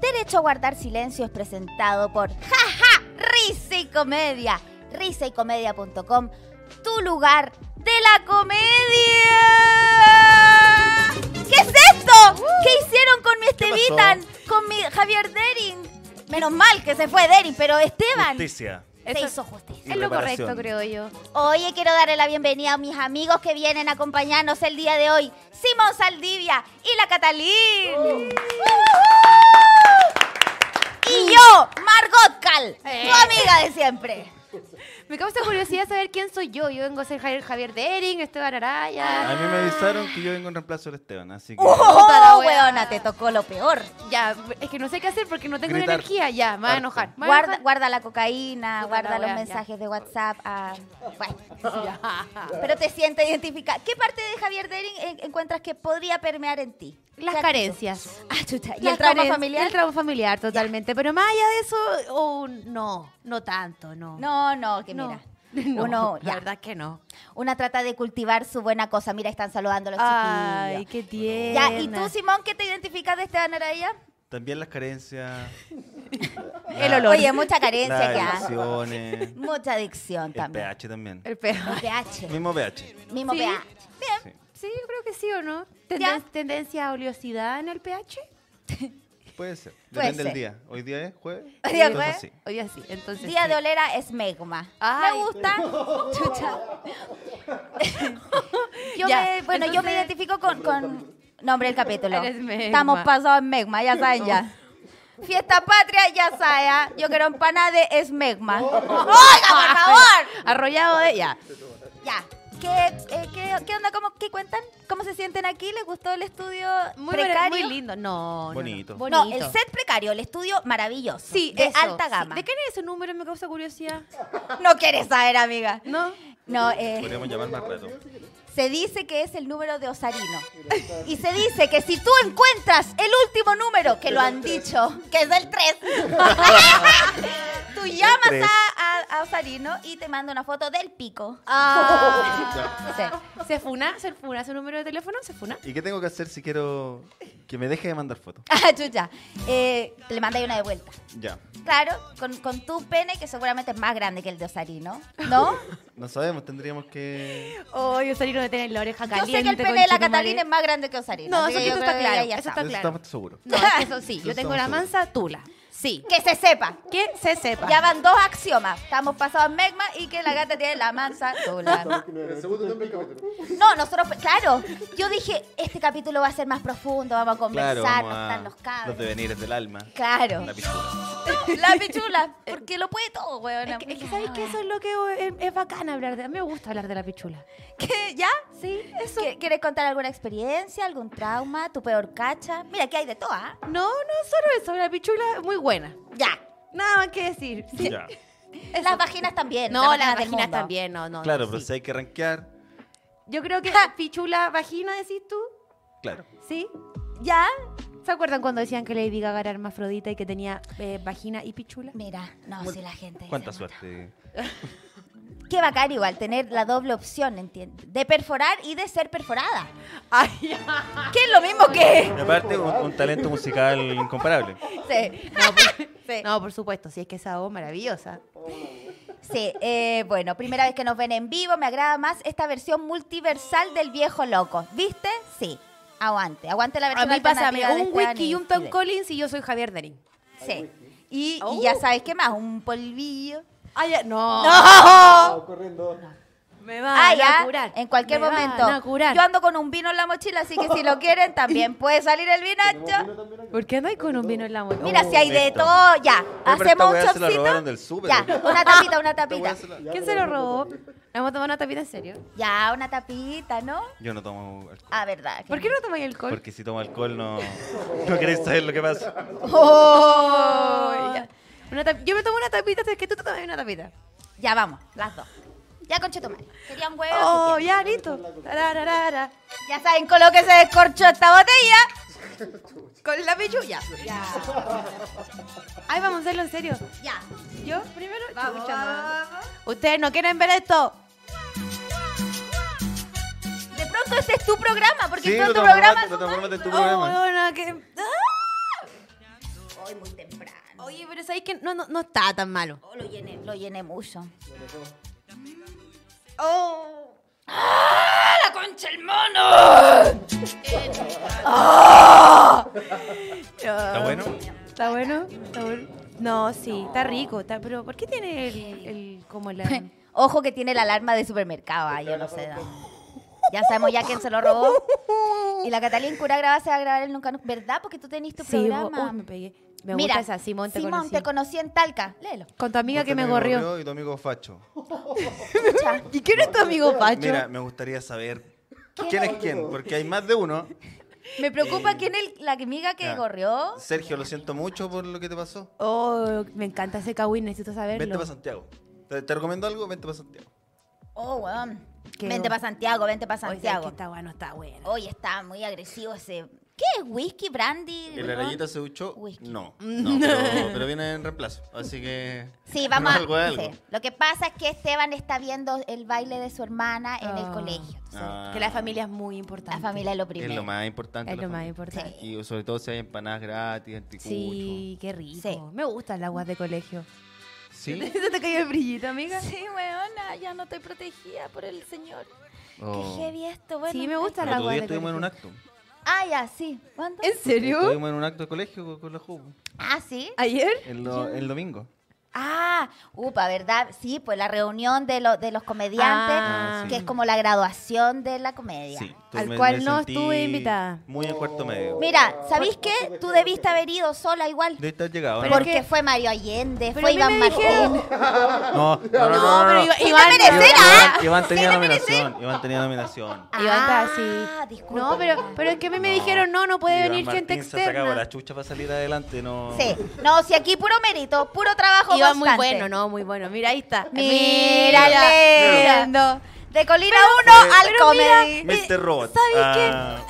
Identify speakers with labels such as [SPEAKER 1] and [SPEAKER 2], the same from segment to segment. [SPEAKER 1] Derecho a guardar silencio es presentado por Jaja Risa y Comedia, risaycomedia.com, tu lugar de la comedia. ¿Qué es esto? ¿Qué hicieron con mi Estevitan? Con mi Javier Dering. Menos mal que se fue Dering, pero Esteban
[SPEAKER 2] Justicia.
[SPEAKER 1] se
[SPEAKER 3] Eso-
[SPEAKER 1] hizo justicia.
[SPEAKER 3] Es lo
[SPEAKER 2] reparación.
[SPEAKER 3] correcto, creo yo.
[SPEAKER 1] Oye, quiero darle la bienvenida a mis amigos que vienen a acompañarnos el día de hoy. Simón Saldivia y la Catalín. ¡Uh! Y yo, Margot Cal,
[SPEAKER 3] Eh.
[SPEAKER 1] tu amiga de siempre.
[SPEAKER 3] Me causa curiosidad saber quién soy yo. Yo vengo a ser Javier, Javier Dering, Esteban
[SPEAKER 2] A
[SPEAKER 3] Araya.
[SPEAKER 2] mí me avisaron que yo vengo en reemplazo del Esteban, así que.
[SPEAKER 3] Puta la
[SPEAKER 1] ¡Oh,
[SPEAKER 3] wea.
[SPEAKER 1] weona! Te tocó lo peor.
[SPEAKER 3] Ya, es que no sé qué hacer porque no tengo
[SPEAKER 2] Gritar.
[SPEAKER 3] energía. Ya, me voy a enojar. me voy a
[SPEAKER 1] Guarda,
[SPEAKER 3] enojar.
[SPEAKER 1] guarda la cocaína,
[SPEAKER 3] Puta
[SPEAKER 1] guarda
[SPEAKER 3] la
[SPEAKER 1] los
[SPEAKER 3] wea, ya.
[SPEAKER 1] mensajes de WhatsApp. ah, bueno, pero te sientes identificada. ¿Qué parte de Javier Dering eh, encuentras que podría permear en ti?
[SPEAKER 3] Las
[SPEAKER 1] ¿Qué
[SPEAKER 3] carencias.
[SPEAKER 1] actitud? Ah, chucha. ¿Y
[SPEAKER 3] Las
[SPEAKER 1] el trauma
[SPEAKER 3] carencias,
[SPEAKER 1] familiar?
[SPEAKER 3] El trauma familiar, totalmente. Pero más allá de eso, oh, no, no tanto, no.
[SPEAKER 1] No, no, que
[SPEAKER 3] No.
[SPEAKER 1] mira.
[SPEAKER 3] No,
[SPEAKER 1] Uno,
[SPEAKER 3] la
[SPEAKER 1] ya.
[SPEAKER 3] verdad que no.
[SPEAKER 1] Una trata de cultivar su buena cosa. Mira, están saludando a los
[SPEAKER 3] Ay,
[SPEAKER 1] chiquillos.
[SPEAKER 3] qué tierna.
[SPEAKER 1] Ya, ¿y tú, Simón, qué te identificas de Esteban Araya?
[SPEAKER 2] También las carencias.
[SPEAKER 3] El
[SPEAKER 2] la-
[SPEAKER 3] olor.
[SPEAKER 1] Oye, mucha carencia
[SPEAKER 2] Las
[SPEAKER 1] que hace.
[SPEAKER 2] adicciones.
[SPEAKER 1] Mucha adicción
[SPEAKER 2] El
[SPEAKER 1] también.
[SPEAKER 2] pH también.
[SPEAKER 3] El peor.
[SPEAKER 1] El pH.
[SPEAKER 2] Mismo pH.
[SPEAKER 1] Mismo
[SPEAKER 3] Sí.
[SPEAKER 1] pH.
[SPEAKER 2] Sí.
[SPEAKER 3] Sí, yo creo que sí o no. Tenden-
[SPEAKER 1] Ya.
[SPEAKER 3] ¿Tendencia a oleosidad en el pH?
[SPEAKER 2] Puede ser.
[SPEAKER 1] Puede
[SPEAKER 2] Depende del
[SPEAKER 1] ser.
[SPEAKER 2] día. Hoy día es jueves.
[SPEAKER 1] Hoy día es
[SPEAKER 2] entonces
[SPEAKER 1] jueves.
[SPEAKER 3] Hoy así, entonces.
[SPEAKER 1] Día
[SPEAKER 3] sí.
[SPEAKER 1] de olera es megma.
[SPEAKER 3] Ay.
[SPEAKER 1] Me gusta. Chucha. yo
[SPEAKER 3] Ya,
[SPEAKER 1] me, bueno, yo me
[SPEAKER 3] entonces-
[SPEAKER 1] identifico con, con nombre del capítulo.
[SPEAKER 3] Eres megma.
[SPEAKER 1] Estamos pasados en megma, ya saben ya. Fiesta patria, ya saben. ¿ah? Yo quiero empanada de es megma. ¡Oiga, por favor!
[SPEAKER 3] Arrollado de. Ya.
[SPEAKER 1] Ya. ¿Qué, eh, qué, qué onda? ¿Cómo, ¿Qué cuentan? ¿Cómo se sienten aquí? ¿Les gustó el estudio
[SPEAKER 3] Muy,
[SPEAKER 1] precario?
[SPEAKER 3] bueno, muy lindo. No, no, no.
[SPEAKER 2] Bonito.
[SPEAKER 1] No,
[SPEAKER 3] Bonito.
[SPEAKER 1] el set precario, el estudio maravilloso.
[SPEAKER 3] Sí, eh,
[SPEAKER 1] de
[SPEAKER 3] eso,
[SPEAKER 1] alta
[SPEAKER 3] sí.
[SPEAKER 1] gama.
[SPEAKER 3] ¿De qué era ese número? Me causa curiosidad.
[SPEAKER 1] No quieres saber, amiga.
[SPEAKER 3] ¿No?
[SPEAKER 1] No, eh,
[SPEAKER 2] Podríamos llamar más rato.
[SPEAKER 1] se dice que es el número de Osarino. Y se dice que si tú encuentras el último número, que lo han dicho, que es el 3, tú
[SPEAKER 2] tres.
[SPEAKER 1] llamas a, a- a Osarino y te manda una foto del pico. Sí.
[SPEAKER 3] Ah. ¿Se funa? ¿Se funa ese número de teléfono? ¿Se funa?
[SPEAKER 2] ¿Y qué tengo que hacer si quiero que me deje de mandar fotos?
[SPEAKER 1] Ah, chucha. Eh, le mandáis una de vuelta.
[SPEAKER 2] Ya.
[SPEAKER 1] Claro, con, con tu pene, que seguramente es más grande que el de Osarino, ¿no?
[SPEAKER 2] No sabemos, tendríamos que.
[SPEAKER 3] Ay, yo salí de tener la oreja
[SPEAKER 1] yo
[SPEAKER 3] caliente.
[SPEAKER 1] sé que el pene de la Catalina es más grande que Osarino.
[SPEAKER 3] No,
[SPEAKER 1] así
[SPEAKER 3] eso
[SPEAKER 1] que
[SPEAKER 3] que
[SPEAKER 1] yo
[SPEAKER 3] tú
[SPEAKER 1] creo
[SPEAKER 3] está
[SPEAKER 1] que
[SPEAKER 3] claro,
[SPEAKER 1] ya
[SPEAKER 3] eso
[SPEAKER 1] sabe.
[SPEAKER 2] de eso
[SPEAKER 3] claro.
[SPEAKER 2] estamos seguros.
[SPEAKER 3] No, es que eso sí.
[SPEAKER 2] Eso
[SPEAKER 3] Yo tengo
[SPEAKER 2] estamos
[SPEAKER 3] la
[SPEAKER 2] seguros.
[SPEAKER 3] mansa tula. Sí.
[SPEAKER 1] Que se sepa.
[SPEAKER 3] Que se sepa.
[SPEAKER 1] Ya van dos axiomas. Estamos pasados en Megma y que la gata tiene la mansa tula.
[SPEAKER 4] El segundo nombre del capítulo.
[SPEAKER 1] No, nosotros, claro, yo dije, este capítulo va a ser más profundo, vamos a conversar,
[SPEAKER 2] Claro, vamos
[SPEAKER 1] vamos a
[SPEAKER 2] a
[SPEAKER 1] estar los cabros.
[SPEAKER 2] los devenires del alma.
[SPEAKER 1] Claro.
[SPEAKER 2] La pintura.
[SPEAKER 1] La pichula, porque lo puede todo, weón. Ah.
[SPEAKER 3] Es que, es que sabes que eso es lo que eh, es, bacán hablar de. A mí me gusta hablar de la pichula.
[SPEAKER 1] ¿Qué? ¿Ya?
[SPEAKER 3] Sí, eso.
[SPEAKER 1] ¿Qué- ¿Quieres contar alguna experiencia, algún trauma, tu peor cacha? Mira, que hay de todo, ¿ah?
[SPEAKER 3] No, no, solo eso. La pichula es muy buena.
[SPEAKER 1] Ya.
[SPEAKER 3] Nada más que decir. Sí.
[SPEAKER 2] Ya.
[SPEAKER 1] Las vaginas también.
[SPEAKER 3] No, las
[SPEAKER 1] vaginas del
[SPEAKER 3] vaginas
[SPEAKER 1] mundo.
[SPEAKER 3] también, no, no.
[SPEAKER 2] Claro,
[SPEAKER 3] no,
[SPEAKER 2] pero
[SPEAKER 3] sí.
[SPEAKER 2] si hay que rankear,
[SPEAKER 3] Yo creo que pichula, vagina, decís tú.
[SPEAKER 2] claro.
[SPEAKER 3] Sí.
[SPEAKER 1] ¿Ya?
[SPEAKER 3] ¿Se acuerdan cuando decían que Lady Gaga era hermafrodita y que tenía eh, vagina y pichula?
[SPEAKER 1] Mira, no,
[SPEAKER 2] Bueno,
[SPEAKER 1] si la gente.
[SPEAKER 2] Cuánta
[SPEAKER 1] se
[SPEAKER 2] suerte.
[SPEAKER 1] nota. Qué bacán igual tener la doble opción, ¿entiendes? De perforar y de ser perforada.
[SPEAKER 3] Ay,
[SPEAKER 1] Que es lo mismo que.
[SPEAKER 2] Y aparte, un, un talento musical incomparable.
[SPEAKER 1] Sí. Sí.
[SPEAKER 3] No, por supuesto, sí, es que esa voz maravillosa.
[SPEAKER 1] Sí, eh, bueno, primera vez que nos ven en vivo, me agrada más esta versión multiversal del viejo loco. ¿Viste? Sí. Aguante, aguante la
[SPEAKER 3] A
[SPEAKER 1] versión
[SPEAKER 3] mí pásame
[SPEAKER 1] alternativa de
[SPEAKER 3] un
[SPEAKER 1] Esteban
[SPEAKER 3] whisky y un Tom Collins y yo soy Javier Derín.
[SPEAKER 1] Sí. Y, y ya sabes qué más, un polvillo.
[SPEAKER 3] Ay, ya- Oh. no.
[SPEAKER 1] ¡No!
[SPEAKER 4] Ah, corriendo.
[SPEAKER 3] Me van
[SPEAKER 1] Ah,
[SPEAKER 3] a
[SPEAKER 1] ya,
[SPEAKER 3] curar.
[SPEAKER 1] en cualquier
[SPEAKER 3] Me van
[SPEAKER 1] momento.
[SPEAKER 3] a curar.
[SPEAKER 1] Yo ando con un vino en la mochila, así que si lo quieren, también puede salir el
[SPEAKER 4] Bueno,
[SPEAKER 1] vinacho.
[SPEAKER 4] también acá.
[SPEAKER 3] ¿Por qué andáis con un vino en la mano?
[SPEAKER 1] Mira, si hay de
[SPEAKER 2] Esto.
[SPEAKER 1] todo, ya.
[SPEAKER 2] pero esta
[SPEAKER 1] Hacemos un
[SPEAKER 2] weá se la
[SPEAKER 1] shotcito.
[SPEAKER 2] robaron del súper.
[SPEAKER 1] Ya, una tapita, una tapita.
[SPEAKER 2] Yo
[SPEAKER 4] Ya,
[SPEAKER 3] Oh. ¿Quién se
[SPEAKER 4] pero
[SPEAKER 3] lo
[SPEAKER 4] no
[SPEAKER 3] robó?
[SPEAKER 4] te preocupes.
[SPEAKER 3] ¿La hemos tomado una tapita en serio?
[SPEAKER 1] Ya, una tapita, ¿no?
[SPEAKER 2] no tomo alcohol.
[SPEAKER 1] Ah, verdad. que
[SPEAKER 3] ¿Por qué no tomáis alcohol?
[SPEAKER 2] Porque si tomo alcohol no, no queréis saber lo que pasa.
[SPEAKER 3] Oh, ya. Una tap- Yo me tomo una tapita, es que tú te tomas una tapita.
[SPEAKER 1] Ya vamos, las dos. Ya, conchetumal. Quería un huevo.
[SPEAKER 3] Oh,
[SPEAKER 1] así
[SPEAKER 3] ya, listo. Tarararara.
[SPEAKER 1] que- Ya saben con lo que se descorchó esta botella. Con la pichulla. Ya,
[SPEAKER 3] Ay, vamos a hacerlo en serio.
[SPEAKER 1] ya.
[SPEAKER 3] Yo primero.
[SPEAKER 1] Vamos,
[SPEAKER 3] Chucha,
[SPEAKER 1] vamos, vamos.
[SPEAKER 3] no. Ustedes no quieren ver esto.
[SPEAKER 1] De pronto este es tu programa, porque
[SPEAKER 2] Sí,
[SPEAKER 1] todo
[SPEAKER 2] lo
[SPEAKER 1] tu
[SPEAKER 2] transformaste,
[SPEAKER 1] programa.
[SPEAKER 2] lo transformaste en tu
[SPEAKER 3] Oh,
[SPEAKER 2] programa.
[SPEAKER 3] weona, que- Ah.
[SPEAKER 1] Hoy muy temprano.
[SPEAKER 3] Oye, pero sabéis que no, no, no está tan malo.
[SPEAKER 1] Oh, lo llené, lo llené mucho.
[SPEAKER 3] Oh.
[SPEAKER 1] ¡La concha el mono!
[SPEAKER 2] ¿Está bueno?
[SPEAKER 3] ¿Está bueno? ¿Está bueno? No, sí, está rico. Está, pero ¿por qué tiene el, el- como la...
[SPEAKER 1] Ojo que tiene la alarma de supermercado. ah, yo no sé. da. Ya sabemos ya quién se lo robó. Y la Catalina Cura graba se va a grabar el Nunca Nunca. ¿Verdad? Porque tú tenés tu
[SPEAKER 3] Sí, bo-
[SPEAKER 1] programa.
[SPEAKER 3] Este uy, me pegué. Me
[SPEAKER 1] Mira,
[SPEAKER 3] gusta esa, Simón, te
[SPEAKER 1] Simón,
[SPEAKER 3] conocí.
[SPEAKER 1] te conocí en Talca. Léelo.
[SPEAKER 3] Con tu amiga
[SPEAKER 2] Usted
[SPEAKER 3] que me
[SPEAKER 2] también
[SPEAKER 3] gorrió.
[SPEAKER 2] Y tu amigo Facho.
[SPEAKER 1] Escucha.
[SPEAKER 3] ¿Y quién es tu amigo Pacho?
[SPEAKER 2] Mira, me gustaría saber quién es quién, porque hay más de uno.
[SPEAKER 1] Me preocupa quién es la amiga que
[SPEAKER 2] Eh, Ya.
[SPEAKER 1] corrió.
[SPEAKER 2] Sergio, lo siento mucho por lo que te pasó.
[SPEAKER 3] Oh, me encanta ese kawin, necesito saberlo.
[SPEAKER 2] Vente para Santiago. ¿Te, te recomiendo algo? Vente para Santiago.
[SPEAKER 1] Oh, weón.
[SPEAKER 3] Qué
[SPEAKER 1] Vente
[SPEAKER 3] bo-
[SPEAKER 1] para Santiago, vente para
[SPEAKER 3] Oye, ¿sabes qué?
[SPEAKER 1] Santiago.
[SPEAKER 3] Está bueno, está bueno.
[SPEAKER 1] Hoy está muy agresivo ese. ¿Qué es whisky, brandy?
[SPEAKER 2] ¿El
[SPEAKER 1] ron?
[SPEAKER 2] arayita se duchó?
[SPEAKER 1] Whisky.
[SPEAKER 2] No. No, pero, pero viene en reemplazo. Así que.
[SPEAKER 1] Sí, vamos
[SPEAKER 2] Algo
[SPEAKER 1] a.
[SPEAKER 2] es algo.
[SPEAKER 1] sí. Lo que pasa es que Esteban está viendo el baile de su hermana en el
[SPEAKER 3] Ah.
[SPEAKER 1] colegio. Entonces,
[SPEAKER 2] Ah,
[SPEAKER 3] Que la familia es muy importante.
[SPEAKER 1] La familia es lo
[SPEAKER 2] es
[SPEAKER 1] primero.
[SPEAKER 2] lo más importante.
[SPEAKER 3] es
[SPEAKER 2] la
[SPEAKER 3] lo más
[SPEAKER 2] familia.
[SPEAKER 3] importante.
[SPEAKER 2] Y sobre todo si hay empanadas gratis, anticucho.
[SPEAKER 3] Sí, qué rico.
[SPEAKER 1] Sí.
[SPEAKER 3] Me gustan las aguas de colegio.
[SPEAKER 2] ¿Sí?
[SPEAKER 3] ¿Se te cayó el brillito, amiga?
[SPEAKER 1] Sí, weona, ya no estoy protegida por el señor.
[SPEAKER 2] Oh.
[SPEAKER 1] Qué heavy esto, bueno.
[SPEAKER 3] Sí, me gusta
[SPEAKER 2] El
[SPEAKER 3] la
[SPEAKER 2] otro
[SPEAKER 3] agua
[SPEAKER 2] día
[SPEAKER 3] de
[SPEAKER 2] estuvimos en un
[SPEAKER 3] colegio.
[SPEAKER 2] acto.
[SPEAKER 1] Ah, ya, sí. ¿Cuándo?
[SPEAKER 3] ¿En serio?
[SPEAKER 2] Estuvimos en un acto de colegio con, con la JUB.
[SPEAKER 1] Ah, sí.
[SPEAKER 3] ¿Ayer?
[SPEAKER 2] El, do- el domingo.
[SPEAKER 1] Ah, upa, ¿verdad? Sí, pues la reunión de, lo- de los comediantes,
[SPEAKER 3] Ah,
[SPEAKER 2] sí.
[SPEAKER 1] que es como la graduación de la comedia.
[SPEAKER 2] Sí.
[SPEAKER 3] Al cual no estuve invitada.
[SPEAKER 2] Muy en cuarto medio.
[SPEAKER 1] Mira, ¿sabéis qué? Tú debiste haber ido sola igual.
[SPEAKER 2] De estar llegado, ¿no?
[SPEAKER 3] Pero-
[SPEAKER 1] Porque fue Mario Allende,
[SPEAKER 3] Pero
[SPEAKER 1] fue
[SPEAKER 3] a mí me
[SPEAKER 1] Iván
[SPEAKER 3] dijeron-
[SPEAKER 1] Martín.
[SPEAKER 2] No, no, no, no,
[SPEAKER 3] No,
[SPEAKER 2] no,
[SPEAKER 3] pero
[SPEAKER 2] no.
[SPEAKER 3] Iván-
[SPEAKER 1] ¡Sí te
[SPEAKER 3] Iván-
[SPEAKER 1] mereces, ah!
[SPEAKER 2] Iván, Iván tenía
[SPEAKER 1] Sí, me
[SPEAKER 2] nominación. Iván tenía nominación.
[SPEAKER 3] Y va a estar
[SPEAKER 1] Ah,
[SPEAKER 3] así.
[SPEAKER 1] disculpa.
[SPEAKER 3] No, pero, pero es que a mí me dijeron, no, no puede
[SPEAKER 2] Iván
[SPEAKER 3] venir gente
[SPEAKER 2] Martín Se sacaba la
[SPEAKER 3] externa.
[SPEAKER 2] chucha para salir adelante, no.
[SPEAKER 1] Sí, no, si aquí puro mérito, puro trabajo
[SPEAKER 3] Iba muy
[SPEAKER 1] constante.
[SPEAKER 3] bueno, no, muy bueno. Mira, ahí está.
[SPEAKER 1] Mira, lindo. De Colina 1
[SPEAKER 2] Pero-
[SPEAKER 1] al
[SPEAKER 3] Pero mira,
[SPEAKER 1] comedy.
[SPEAKER 2] Mr. Robot.
[SPEAKER 3] Eh, ¿Sabes
[SPEAKER 2] a,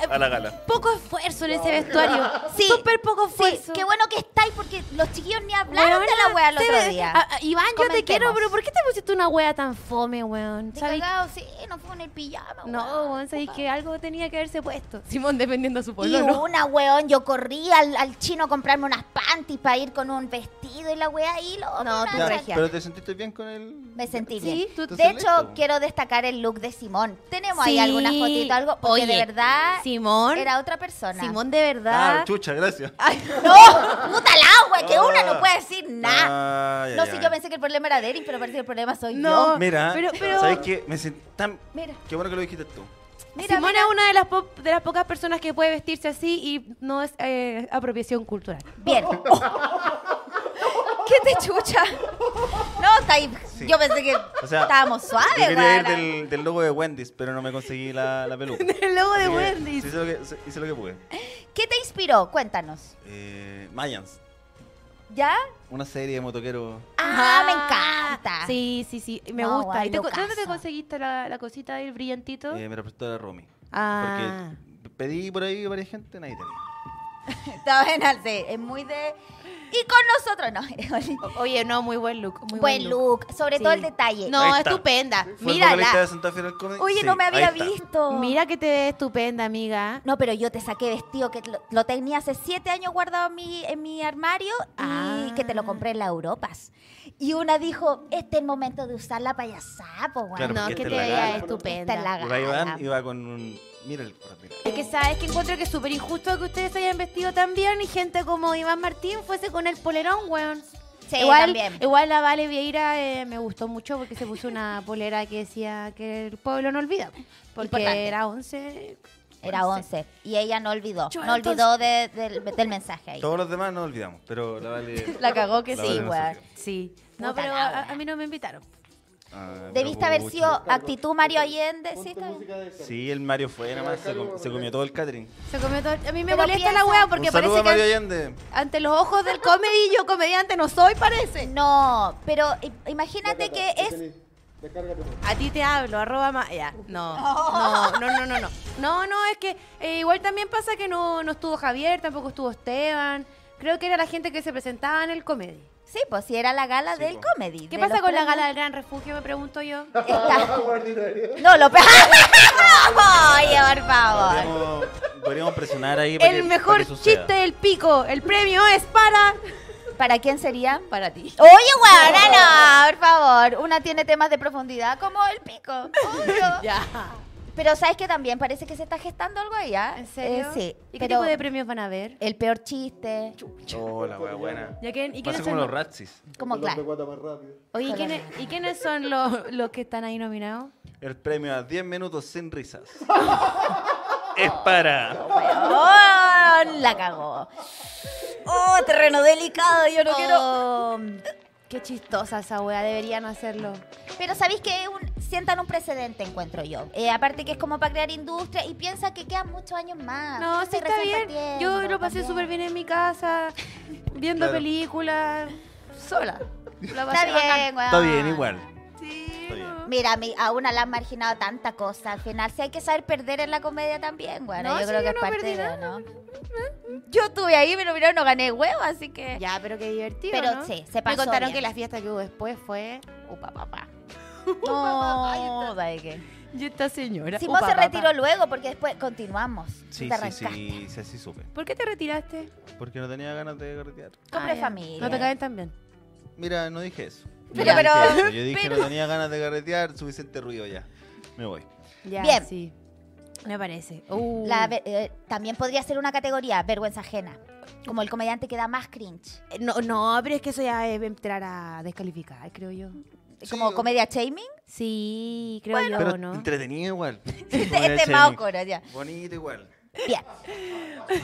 [SPEAKER 3] qué?
[SPEAKER 2] a la gala.
[SPEAKER 3] Poco esfuerzo en ese vestuario.
[SPEAKER 1] Sí.
[SPEAKER 3] Súper poco
[SPEAKER 1] Sí,
[SPEAKER 3] esfuerzo.
[SPEAKER 1] qué bueno que estáis porque los chiquillos ni hablaron de la wea el
[SPEAKER 3] te
[SPEAKER 1] otro
[SPEAKER 3] ve-
[SPEAKER 1] día.
[SPEAKER 3] Ah, ah, Iván, yo te
[SPEAKER 1] Comentemos.
[SPEAKER 3] quiero, pero ¿por qué te pusiste una wea tan fome, weón?
[SPEAKER 1] De
[SPEAKER 3] ¿Sabes?
[SPEAKER 1] cagado, sí, nos fuimos en el pijama.
[SPEAKER 3] No, weón, sabéis que algo tenía que haberse puesto. Simón, dependiendo de su
[SPEAKER 1] Y
[SPEAKER 3] pololo.
[SPEAKER 1] una, weón, yo corrí al, al chino a comprarme unas panties para ir con un vestido y la wea y lo...
[SPEAKER 3] No,
[SPEAKER 1] una
[SPEAKER 3] tú
[SPEAKER 2] Ya,
[SPEAKER 1] regia.
[SPEAKER 2] pero te sentiste bien con el.
[SPEAKER 1] Me sentí
[SPEAKER 3] Sí,
[SPEAKER 1] bien.
[SPEAKER 3] tú-
[SPEAKER 1] de hecho,
[SPEAKER 2] Entonces, listo.
[SPEAKER 1] quiero destacar el look de Simón. Tenemos ahí
[SPEAKER 3] Sí.
[SPEAKER 1] alguna fotito, algo, porque de
[SPEAKER 3] Oye,
[SPEAKER 1] verdad
[SPEAKER 3] Simón,
[SPEAKER 1] era otra persona.
[SPEAKER 3] Simón de verdad.
[SPEAKER 2] Ah, chucha, gracias.
[SPEAKER 1] ¡No! ¡Puta la agua! Que una no puede decir nada.
[SPEAKER 2] Ah, ya,
[SPEAKER 1] No,
[SPEAKER 2] ya.
[SPEAKER 1] si yo pensé que el problema era Derin, pero parece que el problema soy
[SPEAKER 3] No.
[SPEAKER 1] yo.
[SPEAKER 2] Mira,
[SPEAKER 3] Pero- pero-
[SPEAKER 2] ¿sabes qué? Me sentí tan.
[SPEAKER 1] Mira,
[SPEAKER 2] Qué bueno que lo dijiste tú.
[SPEAKER 1] mira,
[SPEAKER 3] Simón
[SPEAKER 1] mira.
[SPEAKER 3] es una de las, po- de las pocas personas que puede vestirse así y no es eh, apropiación cultural.
[SPEAKER 1] Bien. ¿Qué te chucha? No, está ahí.
[SPEAKER 2] Sí.
[SPEAKER 1] Yo pensé que
[SPEAKER 2] O sea,
[SPEAKER 1] estábamos
[SPEAKER 2] Yo
[SPEAKER 1] suaves,
[SPEAKER 2] quería
[SPEAKER 1] weón.
[SPEAKER 2] ir del, del logo de Wendy's, pero no me conseguí la, la peluca.
[SPEAKER 3] El logo de
[SPEAKER 2] Así que
[SPEAKER 3] Wendy's.
[SPEAKER 2] Hice lo que, hice lo que pude.
[SPEAKER 1] ¿Qué te inspiró? Cuéntanos.
[SPEAKER 2] Eh, Mayans,
[SPEAKER 1] ¿Ya?
[SPEAKER 2] una serie de motoqueros.
[SPEAKER 1] Ah, me encanta.
[SPEAKER 3] Sí, sí, sí, me
[SPEAKER 1] No,
[SPEAKER 3] gusta. ¿Y te co-
[SPEAKER 1] guay,
[SPEAKER 3] ¿Dónde te
[SPEAKER 1] locazo.
[SPEAKER 3] conseguiste la, la cosita del brillantito?
[SPEAKER 2] Eh, me la prestó la Romy.
[SPEAKER 3] ah,
[SPEAKER 2] Porque pedí por ahí a varias gente, nadie tenía.
[SPEAKER 1] Está bien, Alce. Es muy de. Y con nosotros, no.
[SPEAKER 3] O- oye, no, muy buen look. Muy
[SPEAKER 1] Buen look. Sobre
[SPEAKER 3] Sí.
[SPEAKER 1] todo el detalle.
[SPEAKER 3] No,
[SPEAKER 2] Ahí está.
[SPEAKER 3] estupenda.
[SPEAKER 2] Fue el vocalista de
[SPEAKER 3] Mírala.
[SPEAKER 2] Santa Fe del Comedy.
[SPEAKER 1] Oye,
[SPEAKER 2] Sí,
[SPEAKER 1] no me había
[SPEAKER 2] ahí está.
[SPEAKER 1] visto.
[SPEAKER 3] Mira que te ve estupenda, amiga.
[SPEAKER 1] No, pero yo te saqué vestido que lo, lo tenía hace siete años guardado en mi, en mi armario
[SPEAKER 3] Ah.
[SPEAKER 1] y que te lo compré en las Europas. Y una dijo, este es el momento de usar la payasada, pues, weón.
[SPEAKER 2] Claro,
[SPEAKER 3] no,
[SPEAKER 2] porque
[SPEAKER 3] que te
[SPEAKER 2] esta es la
[SPEAKER 3] veía
[SPEAKER 2] gala.
[SPEAKER 1] Esta es
[SPEAKER 3] estupenda.
[SPEAKER 1] la
[SPEAKER 2] Iba
[SPEAKER 1] gala.
[SPEAKER 2] Iván iba con un. Mira el corte.
[SPEAKER 3] Es que sabes que encuentro que es súper injusto que ustedes se hayan vestido tan bien y gente como Iván Martín fuese con el polerón, weón.
[SPEAKER 1] Sí,
[SPEAKER 3] igual,
[SPEAKER 1] también.
[SPEAKER 3] igual la Vale Vieira eh, me gustó mucho porque se puso una polera que decía que el pueblo no olvida. Porque
[SPEAKER 1] Importante.
[SPEAKER 3] era 11.
[SPEAKER 1] Era 11. Y ella no olvidó.
[SPEAKER 3] Yo,
[SPEAKER 1] no olvidó de- del, del mensaje ahí.
[SPEAKER 2] Todos los demás no olvidamos, pero la vale.
[SPEAKER 1] La cagó que
[SPEAKER 2] La
[SPEAKER 1] sí,
[SPEAKER 2] Vale no
[SPEAKER 1] weón.
[SPEAKER 2] sufrió.
[SPEAKER 3] Sí. No,
[SPEAKER 1] Puta
[SPEAKER 3] pero
[SPEAKER 1] la
[SPEAKER 3] a,
[SPEAKER 1] wea.
[SPEAKER 3] a mí no me invitaron.
[SPEAKER 2] Ah, pero
[SPEAKER 1] Debiste haber
[SPEAKER 2] pucha.
[SPEAKER 1] sido actitud Mario Allende. Sí,
[SPEAKER 4] Ponte
[SPEAKER 1] está bien.
[SPEAKER 4] música de esta.
[SPEAKER 2] Sí, el Mario fue, nada más. Se, com- se comió todo el catering.
[SPEAKER 3] Se comió todo- A mí me
[SPEAKER 1] Pero
[SPEAKER 3] molesta la
[SPEAKER 1] piensa-
[SPEAKER 3] wea porque
[SPEAKER 2] un saludo
[SPEAKER 3] parece
[SPEAKER 2] a Mario
[SPEAKER 3] que
[SPEAKER 2] Allende.
[SPEAKER 3] ante los ojos del comedy yo comediante no soy, parece.
[SPEAKER 1] No, pero i- imagínate
[SPEAKER 4] Ya,
[SPEAKER 1] que
[SPEAKER 4] Cata,
[SPEAKER 1] es
[SPEAKER 4] te tenés. Descárgate.
[SPEAKER 3] A ti te hablo, arroba ma- Ya, no, no, no, no, no, no. No, no, es que eh, igual también pasa que no, no estuvo Javier, tampoco estuvo Esteban. Creo que era la gente que se presentaba en el comedy.
[SPEAKER 1] Sí, pues si era la gala
[SPEAKER 2] Sí,
[SPEAKER 1] del
[SPEAKER 2] po.
[SPEAKER 1] comedy.
[SPEAKER 3] ¿Qué
[SPEAKER 1] de
[SPEAKER 3] pasa
[SPEAKER 1] los
[SPEAKER 3] con la
[SPEAKER 1] premios.
[SPEAKER 3] gala del Gran Refugio, me pregunto yo?
[SPEAKER 1] Está-
[SPEAKER 4] Ordinario.
[SPEAKER 1] No, lo peor. Oye, por favor.
[SPEAKER 2] Podríamos, podríamos presionar ahí. para
[SPEAKER 3] El
[SPEAKER 2] que-
[SPEAKER 3] mejor
[SPEAKER 2] para que suceda.
[SPEAKER 3] chiste del pico. El premio es para...
[SPEAKER 1] ¿Para quién sería?
[SPEAKER 3] Para ti.
[SPEAKER 1] Oye, weona, no, por favor. Una tiene temas de profundidad como el pico. obvio.
[SPEAKER 3] Ya.
[SPEAKER 1] Pero sabes que también parece que se está gestando algo ahí, ¿ah?
[SPEAKER 3] ¿En serio?
[SPEAKER 1] Eh, sí.
[SPEAKER 3] ¿Y qué
[SPEAKER 1] pero
[SPEAKER 3] tipo de premios van a ver?
[SPEAKER 1] El peor chiste.
[SPEAKER 2] Oh, la wea buena.
[SPEAKER 3] ¿Y a quién- y quiénes
[SPEAKER 2] Pasa
[SPEAKER 3] son
[SPEAKER 2] como los
[SPEAKER 3] los-
[SPEAKER 2] Ratsis.
[SPEAKER 1] Como
[SPEAKER 4] Colón
[SPEAKER 1] claro.
[SPEAKER 4] de guata más rápido.
[SPEAKER 3] Oye, ¿y quiénes, y quiénes son los, los que están ahí nominados?
[SPEAKER 2] El premio a 10 minutos sin risas. es para.
[SPEAKER 1] Ah. Weón, la cagó. Oh, terreno delicado, yo no quiero.
[SPEAKER 3] quiero... Qué chistosa esa wea, deberían hacerlo.
[SPEAKER 1] Pero sabéis que es un- sientan un precedente, encuentro yo. Eh, aparte que es como para crear industria y piensa que quedan muchos años más.
[SPEAKER 3] No, sí
[SPEAKER 1] Entonces,
[SPEAKER 3] está
[SPEAKER 1] recién
[SPEAKER 3] bien.
[SPEAKER 1] partiendo
[SPEAKER 3] Yo lo pasé
[SPEAKER 1] también.
[SPEAKER 3] súper bien en mi casa, viendo
[SPEAKER 2] Claro.
[SPEAKER 3] películas, sola. La pasé
[SPEAKER 1] Está bien, weón.
[SPEAKER 2] Está bien, igual.
[SPEAKER 3] bacán. Sí,
[SPEAKER 2] Está bien.
[SPEAKER 3] no.
[SPEAKER 1] Mira, a mí- a una la han marginado tanta cosa. Al final, si hay que saber perder en la comedia también, bueno,
[SPEAKER 3] No,
[SPEAKER 1] yo
[SPEAKER 3] sí,
[SPEAKER 1] creo
[SPEAKER 3] yo
[SPEAKER 1] que es
[SPEAKER 3] no
[SPEAKER 1] parte
[SPEAKER 3] perdí
[SPEAKER 1] de,
[SPEAKER 3] nada,
[SPEAKER 1] ¿no? Yo estuve ahí, pero mira, no gané huevo, así que.
[SPEAKER 3] Ya, pero qué divertido.
[SPEAKER 1] Pero
[SPEAKER 3] ¿no?
[SPEAKER 1] sí, se pasó
[SPEAKER 3] Me contaron
[SPEAKER 1] bien.
[SPEAKER 3] que la fiesta que hubo después fue. Upa, papá.
[SPEAKER 1] No, de qué.
[SPEAKER 3] Y esta señora.
[SPEAKER 1] Simón se retiró luego porque después continuamos. Te
[SPEAKER 2] Sí, sí,
[SPEAKER 1] arrancaste.
[SPEAKER 2] sí, sí, sí, supe.
[SPEAKER 3] ¿Por qué te retiraste? Ah,
[SPEAKER 2] Porque no tenía ganas de carretear.
[SPEAKER 1] Compré
[SPEAKER 3] ya.
[SPEAKER 1] familia.
[SPEAKER 3] No te caen tan bien.
[SPEAKER 2] Mira, no dije eso.
[SPEAKER 1] Pero-
[SPEAKER 2] no dije
[SPEAKER 1] pero-
[SPEAKER 2] eso. Yo dije no tenía ganas de carretear, suficiente ruido ya. Me voy.
[SPEAKER 3] Ya,
[SPEAKER 1] Bien.
[SPEAKER 3] Sí. Me parece. Uh.
[SPEAKER 1] La ve- eh, también podría ser una categoría, vergüenza ajena. Como el comediante que da más cringe.
[SPEAKER 3] No, no, pero es que eso ya es entrar a descalificar, creo yo.
[SPEAKER 1] Como
[SPEAKER 2] Sí,
[SPEAKER 1] comedia shaming.
[SPEAKER 3] Sí, creo yo,
[SPEAKER 2] Pero
[SPEAKER 3] ¿no?
[SPEAKER 2] entretenido igual. Como
[SPEAKER 1] Este, este
[SPEAKER 2] era
[SPEAKER 1] Mao
[SPEAKER 2] Chemi.
[SPEAKER 1] Cora, ya.
[SPEAKER 2] Bonito igual.
[SPEAKER 1] Bien.
[SPEAKER 2] Sí, Yo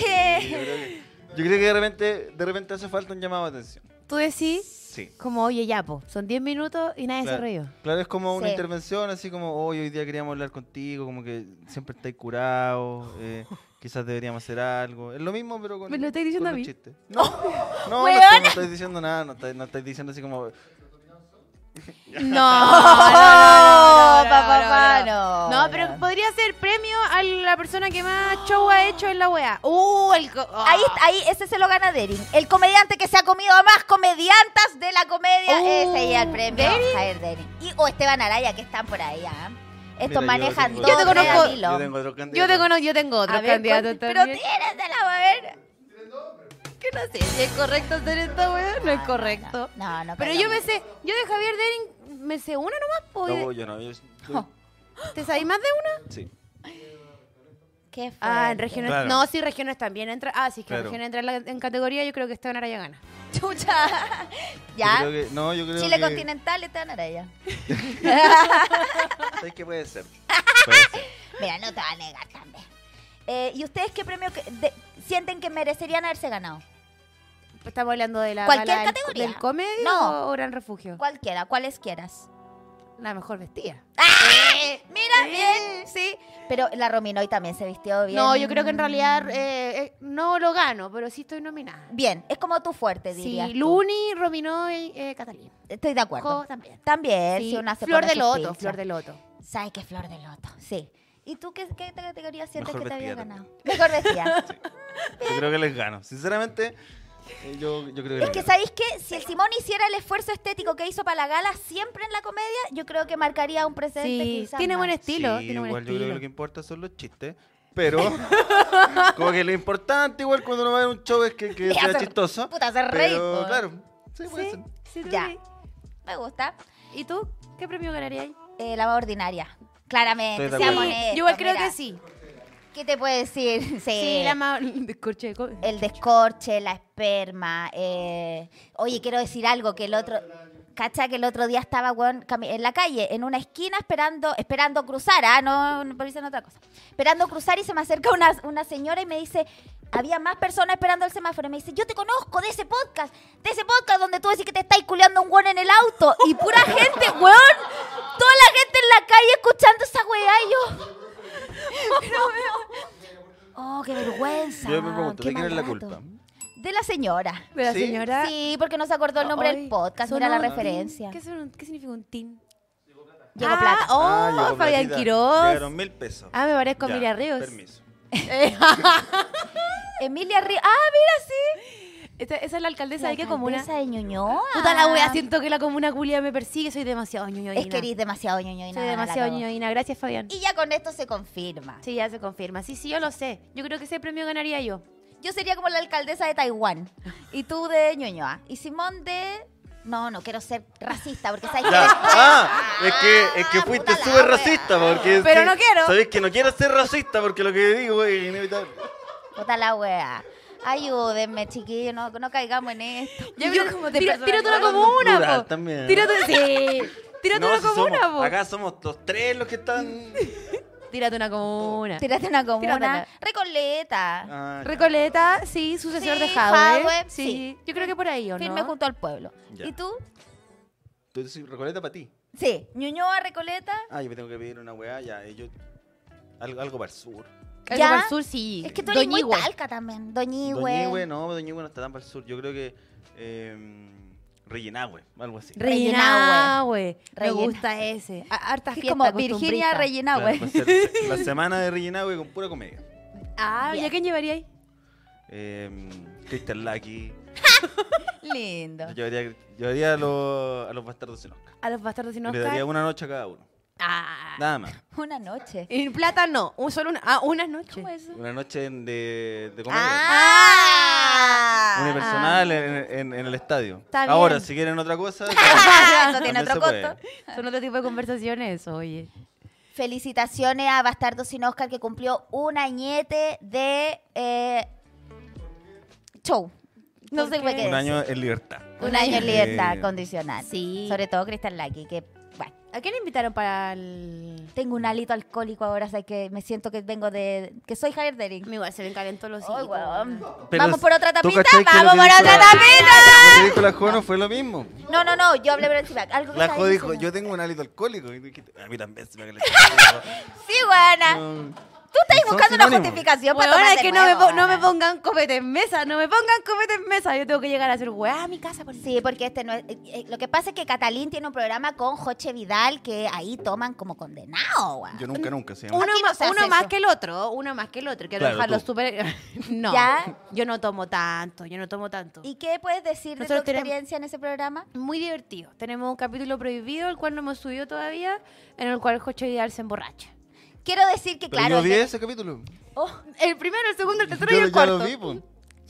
[SPEAKER 1] ¿Qué?
[SPEAKER 2] creo que, yo creo que de repente, de repente hace falta un llamado de atención.
[SPEAKER 3] Tú decís,
[SPEAKER 2] Sí.
[SPEAKER 3] como, oye, ya, po, son 10 minutos y nadie se
[SPEAKER 2] Claro,
[SPEAKER 3] rió.
[SPEAKER 2] claro, es como una
[SPEAKER 1] Sí.
[SPEAKER 2] intervención, así como, hoy hoy día queríamos hablar contigo, como que siempre estáis curado, eh, quizás deberíamos hacer algo. Es lo mismo, pero con.
[SPEAKER 3] ¿Me lo estáis diciendo
[SPEAKER 2] con
[SPEAKER 3] a
[SPEAKER 2] los
[SPEAKER 3] mí?
[SPEAKER 2] chistes. No, no, no,
[SPEAKER 1] Weona.
[SPEAKER 2] estoy- no estáis diciendo nada, no estáis, no estáis diciendo así como.
[SPEAKER 3] No, no, no, no, no,
[SPEAKER 1] papá,
[SPEAKER 3] no,
[SPEAKER 1] no,
[SPEAKER 3] no.
[SPEAKER 1] no.
[SPEAKER 3] No, pero podría ser premio a la persona que más show ha hecho en la wea. Uh, el co- ah.
[SPEAKER 1] Ahí, ahí, ese se lo gana Derin. El comediante que se ha comido a más comediantas de la comedia.
[SPEAKER 3] Uh,
[SPEAKER 1] ese ya el premio.
[SPEAKER 3] ¿Derin?
[SPEAKER 1] Javier Derin. Y, o Esteban Araya, que están por ahí. ¿ah?
[SPEAKER 2] Mira,
[SPEAKER 1] Estos
[SPEAKER 2] yo
[SPEAKER 1] manejan
[SPEAKER 2] tengo
[SPEAKER 1] dos
[SPEAKER 3] Yo te
[SPEAKER 1] de
[SPEAKER 3] conozco-
[SPEAKER 1] al hilo.
[SPEAKER 2] Yo tengo otro
[SPEAKER 3] ah,
[SPEAKER 2] candidato.
[SPEAKER 3] Yo te conozco,
[SPEAKER 1] A
[SPEAKER 3] yo tengo otro
[SPEAKER 1] ver,
[SPEAKER 3] candidato
[SPEAKER 1] cuál- pero
[SPEAKER 3] también.
[SPEAKER 1] tíratela, a ver.
[SPEAKER 3] Que no sé si es correcto hacer esta wea, no es
[SPEAKER 1] No,
[SPEAKER 3] correcto.
[SPEAKER 1] No, no. no,
[SPEAKER 3] Pero
[SPEAKER 1] perdón.
[SPEAKER 3] yo me sé, yo de Javier Dering me sé una nomás, po.
[SPEAKER 2] No, yo no, yo.
[SPEAKER 1] Oh.
[SPEAKER 2] yo-
[SPEAKER 3] ¿Te sabéis más de una?
[SPEAKER 2] sí.
[SPEAKER 1] Qué fuerte.
[SPEAKER 3] Ah, en regiones.
[SPEAKER 2] Claro.
[SPEAKER 3] No, sí, regiones también entra. Ah, sí, que
[SPEAKER 2] Claro.
[SPEAKER 3] regiones entra en, la- en categoría, yo creo que Esteban Araya gana.
[SPEAKER 1] Chucha.
[SPEAKER 2] Yo
[SPEAKER 1] ya.
[SPEAKER 2] creo que- no, yo creo
[SPEAKER 1] Chile
[SPEAKER 2] que.
[SPEAKER 1] continental, Esteban Araya.
[SPEAKER 2] ¿Sabes qué puede ser? Puede ser.
[SPEAKER 1] Mira, no te va a negar también. Eh, ¿Y ustedes qué premio que- de- sienten que merecerían haberse ganado?
[SPEAKER 3] Estamos hablando de la
[SPEAKER 1] Cualquier
[SPEAKER 3] gala del-
[SPEAKER 1] categoría.
[SPEAKER 3] del comedia
[SPEAKER 1] No.
[SPEAKER 3] o Gran Refugio.
[SPEAKER 1] Cualquiera, cuales quieras.
[SPEAKER 3] La mejor vestida.
[SPEAKER 1] ¡Ah! Mira, bien, sí. Pero la Rominoy también se vistió bien.
[SPEAKER 3] Eh. No, yo creo que en realidad eh, eh, no lo gano, pero sí estoy nominada.
[SPEAKER 1] Bien, es como tu fuerte, diría.
[SPEAKER 3] Sí, Luni, Rominoy, eh, Catalina.
[SPEAKER 1] Estoy de acuerdo.
[SPEAKER 3] Jo también.
[SPEAKER 1] También,
[SPEAKER 3] Sí,
[SPEAKER 1] si una se
[SPEAKER 3] Flor
[SPEAKER 1] pone sus
[SPEAKER 3] de Loto,
[SPEAKER 1] pinzas.
[SPEAKER 3] Flor de Loto.
[SPEAKER 1] ¿Sabes qué flor de loto? Sí. ¿Y tú qué, qué categoría sientes que
[SPEAKER 2] Mejor
[SPEAKER 1] te había
[SPEAKER 2] vestida
[SPEAKER 1] ganado? Mejor vestida.
[SPEAKER 2] Yo creo que les gano. Sinceramente, eh, yo, yo creo que
[SPEAKER 1] es
[SPEAKER 2] les
[SPEAKER 1] que,
[SPEAKER 2] gano.
[SPEAKER 1] ¿sabéis qué? Si el Simón hiciera el esfuerzo estético que hizo para la gala siempre en la comedia, yo creo que marcaría un precedente
[SPEAKER 3] Sí,
[SPEAKER 1] quizás
[SPEAKER 3] tiene
[SPEAKER 1] más.
[SPEAKER 3] buen estilo.
[SPEAKER 2] Sí,
[SPEAKER 3] tiene buen
[SPEAKER 2] igual yo creo que
[SPEAKER 3] estilo.
[SPEAKER 2] lo que importa son los chistes. Pero, como que lo importante, igual cuando uno va a ver un show es que, que
[SPEAKER 1] Le
[SPEAKER 2] sea
[SPEAKER 1] hace-
[SPEAKER 2] chistoso.
[SPEAKER 1] puta, hacer reír,
[SPEAKER 2] Pero,
[SPEAKER 1] po.
[SPEAKER 2] claro, sí, puede ser.
[SPEAKER 3] Sí, sí,
[SPEAKER 1] Ya.
[SPEAKER 3] sí.
[SPEAKER 1] Me gusta.
[SPEAKER 3] ¿Y tú? ¿Qué premio ganarías ahí?
[SPEAKER 1] Eh, la más ordinaria. Claramente,
[SPEAKER 2] Estoy de
[SPEAKER 1] seamos
[SPEAKER 2] acuerdo.
[SPEAKER 1] honestos.
[SPEAKER 3] yo igual creo
[SPEAKER 1] mira.
[SPEAKER 3] que sí.
[SPEAKER 1] ¿Qué te puede decir? Sí.
[SPEAKER 3] Sí, la más... Descorche de co-
[SPEAKER 1] El descorche, la esperma. eh, Oye, quiero decir algo que el otro. Cacha que el otro día estaba weón, cami- en la calle, en una esquina, esperando esperando cruzar. Ah, no, no pero dicen otra cosa. Esperando cruzar y se me acerca una, una señora y me dice: Había más personas esperando el semáforo. Y me dice: Yo te conozco de ese podcast, de ese podcast donde tú decís que te estáis culeando a un weón en el auto. Y pura gente, weón. Toda la gente en la calle escuchando esa weá. Y yo. Pero veo- Oh, qué vergüenza.
[SPEAKER 2] Yo me pregunto,
[SPEAKER 1] Ah, qué
[SPEAKER 2] ¿de quién es la
[SPEAKER 1] mal rato.
[SPEAKER 2] culpa?
[SPEAKER 1] De la señora.
[SPEAKER 3] De la
[SPEAKER 2] Sí.
[SPEAKER 3] señora...
[SPEAKER 1] Sí, porque no se acordó el nombre
[SPEAKER 3] Ay,
[SPEAKER 1] del podcast,
[SPEAKER 3] son
[SPEAKER 1] mira la
[SPEAKER 3] un tin.
[SPEAKER 1] referencia.
[SPEAKER 3] ¿Qué, son un- qué significa un tin?
[SPEAKER 1] Llegó
[SPEAKER 3] ah,
[SPEAKER 1] plata.
[SPEAKER 3] Oh,
[SPEAKER 2] Ah, llegó
[SPEAKER 3] Fabián
[SPEAKER 2] platita.
[SPEAKER 3] Quiroz.
[SPEAKER 2] Llegaron mil pesos.
[SPEAKER 3] Ah, me parezco
[SPEAKER 2] Ya,
[SPEAKER 3] a Miriam Ríos.
[SPEAKER 2] Permiso.
[SPEAKER 1] Emilia Ríos. Ah, mira, sí.
[SPEAKER 3] Esta- esa es la alcaldesa de qué comuna.
[SPEAKER 1] Esa de Ñuñoa.
[SPEAKER 3] Puta la wea, siento que la comuna culia me persigue, soy demasiado ñoñoína.
[SPEAKER 1] Es que eres demasiado ñoñoína.
[SPEAKER 3] Soy
[SPEAKER 1] la
[SPEAKER 3] demasiado
[SPEAKER 1] cagó.
[SPEAKER 3] ñoñoína. Gracias, Fabián.
[SPEAKER 1] Y ya con esto se confirma.
[SPEAKER 3] Sí, ya se confirma. Sí, sí, yo lo sé. Yo creo que ese premio ganaría yo.
[SPEAKER 1] Yo sería como la alcaldesa de Taiwán. Y tú de Ñuñoa. Y Simón de. No, no quiero ser racista porque sabes que.
[SPEAKER 2] Ya.
[SPEAKER 1] después-
[SPEAKER 2] Ah, es que, es que
[SPEAKER 1] Ah,
[SPEAKER 2] fuiste
[SPEAKER 1] puta la
[SPEAKER 2] súper
[SPEAKER 1] wea.
[SPEAKER 2] racista. Porque
[SPEAKER 3] Pero
[SPEAKER 2] sí,
[SPEAKER 3] no quiero.
[SPEAKER 2] Sabes que no quiero ser racista porque lo que digo es inevitable.
[SPEAKER 1] Puta la wea. Ayúdenme, chiquillos, no, no caigamos en esto.
[SPEAKER 3] Yo, como
[SPEAKER 1] de
[SPEAKER 3] tira,
[SPEAKER 1] persona
[SPEAKER 3] tira tú la
[SPEAKER 1] que habla en
[SPEAKER 3] comuna,
[SPEAKER 2] plural
[SPEAKER 3] po.
[SPEAKER 2] también.
[SPEAKER 3] Tira tú, sí. Tira tú
[SPEAKER 2] No,
[SPEAKER 3] la
[SPEAKER 2] si
[SPEAKER 3] comuna,
[SPEAKER 2] somos-
[SPEAKER 3] po.
[SPEAKER 2] Acá somos los tres los que están.
[SPEAKER 3] Tira tú una comuna.
[SPEAKER 1] Tírate una comuna.
[SPEAKER 3] Tírate.
[SPEAKER 1] Recoleta.
[SPEAKER 2] Ah,
[SPEAKER 3] Recoleta, sí, sucesor
[SPEAKER 1] Sí,
[SPEAKER 3] de Jadwe.
[SPEAKER 1] Jadwe,
[SPEAKER 3] sí.
[SPEAKER 1] sí.
[SPEAKER 3] Yo creo que por ahí, ¿o
[SPEAKER 1] firme
[SPEAKER 3] no?
[SPEAKER 1] junto al pueblo.
[SPEAKER 2] Ya.
[SPEAKER 1] ¿Y tú?
[SPEAKER 2] tú decís, Recoleta para ti.
[SPEAKER 1] Sí. Ñuñoa, Recoleta.
[SPEAKER 2] Ah, yo me tengo que pedir una weá, ya. y yo- Algo, algo para el sur.
[SPEAKER 3] Algo
[SPEAKER 1] Ya.
[SPEAKER 3] para el sur, sí.
[SPEAKER 1] Es que tú eres muy
[SPEAKER 3] Doñihue.
[SPEAKER 1] talca también.
[SPEAKER 2] Doñihue,
[SPEAKER 1] Doñihue.
[SPEAKER 2] no, Doñihue no está tan para el sur. Yo creo que. Eh, Rellenahue, algo así.
[SPEAKER 3] Rellenahue. Me
[SPEAKER 1] Rellena.
[SPEAKER 3] gusta ese. A- Hartas
[SPEAKER 1] Que es
[SPEAKER 3] fiestas
[SPEAKER 1] como Virginia
[SPEAKER 3] costumbristas.
[SPEAKER 1] Rellenahue.
[SPEAKER 2] Claro, va a ser la semana de Rellenahue con pura comedia.
[SPEAKER 3] Ah, ¿y
[SPEAKER 1] Bien.
[SPEAKER 3] a quién llevaría ahí?
[SPEAKER 2] Eh, Crystal Lucky.
[SPEAKER 1] Lindo.
[SPEAKER 2] pues. Yo haría, yo haría a, los, a los bastardos sin Oscar.
[SPEAKER 3] A los bastardos sin
[SPEAKER 2] Le daría
[SPEAKER 3] Oscar.
[SPEAKER 2] una noche a cada uno.
[SPEAKER 3] Ah.
[SPEAKER 2] Nada más.
[SPEAKER 1] Una noche.
[SPEAKER 3] Y plata no, un- solo una, ah, unas noches.
[SPEAKER 1] ¿Cómo es eso?
[SPEAKER 2] Una noche en- de, de comedia.
[SPEAKER 1] ¡Ah!
[SPEAKER 2] Unipersonal en, en- en el estadio.
[SPEAKER 3] Está
[SPEAKER 2] Ahora,
[SPEAKER 3] bien.
[SPEAKER 2] si quieren otra cosa.
[SPEAKER 1] Eso tiene
[SPEAKER 2] también
[SPEAKER 1] otro
[SPEAKER 2] se
[SPEAKER 1] costo.
[SPEAKER 2] puede.
[SPEAKER 3] Son otro tipo de conversaciones, oye.
[SPEAKER 1] Felicitaciones a Bastardo sin Oscar que cumplió un añete de eh, show. No
[SPEAKER 3] ¿Por
[SPEAKER 1] sé
[SPEAKER 3] qué?
[SPEAKER 1] qué
[SPEAKER 2] Un
[SPEAKER 1] decir.
[SPEAKER 2] año en libertad.
[SPEAKER 1] Un año en libertad
[SPEAKER 2] Eh,
[SPEAKER 1] condicional.
[SPEAKER 3] Sí.
[SPEAKER 1] Sobre todo Crystal Lucky, que bueno,
[SPEAKER 3] ¿A quién invitaron para el...?
[SPEAKER 1] tengo un alito alcohólico ahora, sabes que me siento que vengo de que soy Javier Dering.
[SPEAKER 3] Me igual se me calentó los
[SPEAKER 1] Ay,
[SPEAKER 3] hijos.
[SPEAKER 1] weón.
[SPEAKER 2] Pero
[SPEAKER 1] Vamos por otra
[SPEAKER 2] ¿tú
[SPEAKER 1] tapita,
[SPEAKER 2] cachai que lo
[SPEAKER 1] vamos
[SPEAKER 2] que
[SPEAKER 1] por
[SPEAKER 2] dijo
[SPEAKER 1] otra
[SPEAKER 2] la-
[SPEAKER 1] tapita.
[SPEAKER 2] Lo que dijo la Jo no fue lo mismo.
[SPEAKER 1] No, no, no, yo hablé por encima. Algo que
[SPEAKER 2] La
[SPEAKER 1] estaba
[SPEAKER 2] Jo dijo,
[SPEAKER 1] diciendo.
[SPEAKER 2] yo tengo un hálito alcohólico. Y dijiste, a mí también se me calentó.
[SPEAKER 1] Sí, buena.
[SPEAKER 2] No.
[SPEAKER 1] Tú estás
[SPEAKER 2] Son
[SPEAKER 1] buscando una
[SPEAKER 2] sinónimos.
[SPEAKER 1] justificación para
[SPEAKER 3] Weón,
[SPEAKER 1] tomar
[SPEAKER 3] es
[SPEAKER 1] de
[SPEAKER 3] que no me,
[SPEAKER 1] nuevo,
[SPEAKER 3] po- no me
[SPEAKER 1] weona.
[SPEAKER 3] pongan copete en mesa, no me pongan copete en mesa. Yo tengo que llegar a hacer weá a mi casa. Por
[SPEAKER 1] Sí, porque este no es- eh, eh, Lo que pasa es que Catalín tiene un programa con Joche Vidal que ahí toman como condenado, weón.
[SPEAKER 2] Yo nunca, nunca se llama.
[SPEAKER 3] Uno,
[SPEAKER 1] Aquí no
[SPEAKER 3] ma-
[SPEAKER 1] se hace
[SPEAKER 3] uno más
[SPEAKER 1] eso.
[SPEAKER 3] que el otro, uno más que el otro. Quiero
[SPEAKER 2] Claro,
[SPEAKER 3] dejarlo
[SPEAKER 2] tú.
[SPEAKER 3] súper... no,
[SPEAKER 1] ¿Ya?
[SPEAKER 3] yo no tomo tanto, yo no tomo tanto.
[SPEAKER 1] ¿Y qué puedes decir de
[SPEAKER 3] Nosotros
[SPEAKER 1] tu
[SPEAKER 3] tenemos-
[SPEAKER 1] experiencia en ese programa?
[SPEAKER 3] muy divertido. Tenemos un capítulo prohibido, el cual no hemos subido todavía, en el cual Joche Vidal se emborracha.
[SPEAKER 1] Quiero decir que,
[SPEAKER 2] Pero
[SPEAKER 1] claro.
[SPEAKER 2] yo vi
[SPEAKER 1] es
[SPEAKER 2] ese capítulo.
[SPEAKER 1] que- Oh,
[SPEAKER 3] El primero, el segundo, el tercero
[SPEAKER 2] Yo
[SPEAKER 3] y el
[SPEAKER 2] ya lo
[SPEAKER 3] cuarto.
[SPEAKER 2] vi, Ah. po.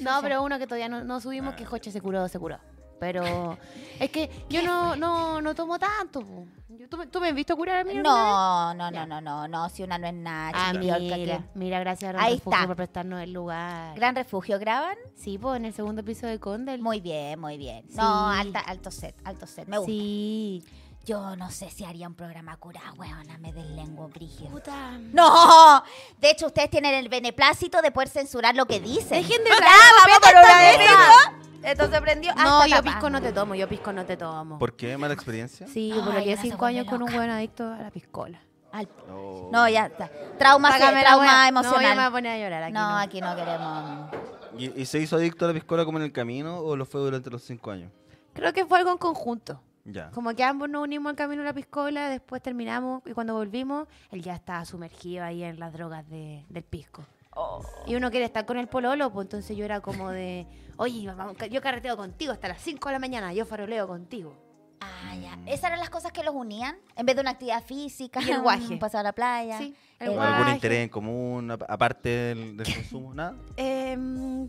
[SPEAKER 3] No, pero uno que todavía no, no subimos, que Joche se curó, se curó. Pero es que yo no, no, no tomo tanto. po. Yo- ¿Tú, me- tú me has visto curar a mí? alguna
[SPEAKER 1] no, no, no, no, no, no, si una no es nada.
[SPEAKER 3] vez? Ah,
[SPEAKER 1] chiquillo,
[SPEAKER 3] mira,
[SPEAKER 1] que-
[SPEAKER 3] mira, gracias a Gran
[SPEAKER 1] Ahí
[SPEAKER 3] Refugio
[SPEAKER 1] está.
[SPEAKER 3] por prestarnos el lugar.
[SPEAKER 1] Gran refugio, ¿graban?
[SPEAKER 3] Sí, pues en el segundo piso de Condel.
[SPEAKER 1] Muy bien, muy bien.
[SPEAKER 3] Sí.
[SPEAKER 1] No, alta, alto set, alto set. Me gusta.
[SPEAKER 3] Sí.
[SPEAKER 1] Yo no sé si haría un programa curado, weona, me deslengo brígido.
[SPEAKER 3] Puta.
[SPEAKER 1] ¡No! De hecho, ustedes tienen el beneplácito de poder censurar lo que dicen.
[SPEAKER 3] Dejen de
[SPEAKER 1] ¡Ya,
[SPEAKER 3] traer
[SPEAKER 1] vamos
[SPEAKER 3] copete
[SPEAKER 1] por una
[SPEAKER 3] a esta
[SPEAKER 1] vez! Esto se prendió.
[SPEAKER 3] No,
[SPEAKER 1] hasta
[SPEAKER 3] yo
[SPEAKER 1] acá.
[SPEAKER 3] pisco no te tomo, yo pisco no te tomo.
[SPEAKER 2] ¿Por qué? ¿Mala experiencia?
[SPEAKER 3] Sí,
[SPEAKER 1] Ay,
[SPEAKER 3] por aquí
[SPEAKER 1] una se
[SPEAKER 3] cinco
[SPEAKER 1] vuelve
[SPEAKER 3] años con un
[SPEAKER 1] loca.
[SPEAKER 3] buen adicto a la piscola.
[SPEAKER 1] Al-
[SPEAKER 2] No.
[SPEAKER 1] No, ya está. Trauma,
[SPEAKER 3] Págame la
[SPEAKER 1] trauma
[SPEAKER 3] buena- No, ya me voy a
[SPEAKER 1] emocional.
[SPEAKER 3] poner a llorar aquí.
[SPEAKER 1] No,
[SPEAKER 3] no.
[SPEAKER 1] aquí no queremos.
[SPEAKER 2] ¿Y, y se hizo adicto a la piscola como en el camino o lo fue durante los cinco años?
[SPEAKER 3] Creo que fue algo en conjunto.
[SPEAKER 2] Ya.
[SPEAKER 3] Como que ambos nos unimos al camino de la piscola, después terminamos y cuando volvimos, él ya estaba sumergido ahí en las drogas de- del pisco. Y uno quiere estar con el pololo, pues entonces yo era como de, oye, vamos, yo carreteo contigo hasta las 5 de la mañana, yo faroleo contigo.
[SPEAKER 1] Ah, ya. Esas eran las cosas que los unían. En vez de una actividad física.
[SPEAKER 3] Y el guaje.
[SPEAKER 1] Pasar a la playa.
[SPEAKER 3] Sí,
[SPEAKER 1] el
[SPEAKER 3] el
[SPEAKER 2] ¿O
[SPEAKER 1] guaje.
[SPEAKER 2] ¿Algún
[SPEAKER 3] guaje.
[SPEAKER 2] interés en común a- aparte del, del consumo? ¿Nada?
[SPEAKER 3] Eh, mm,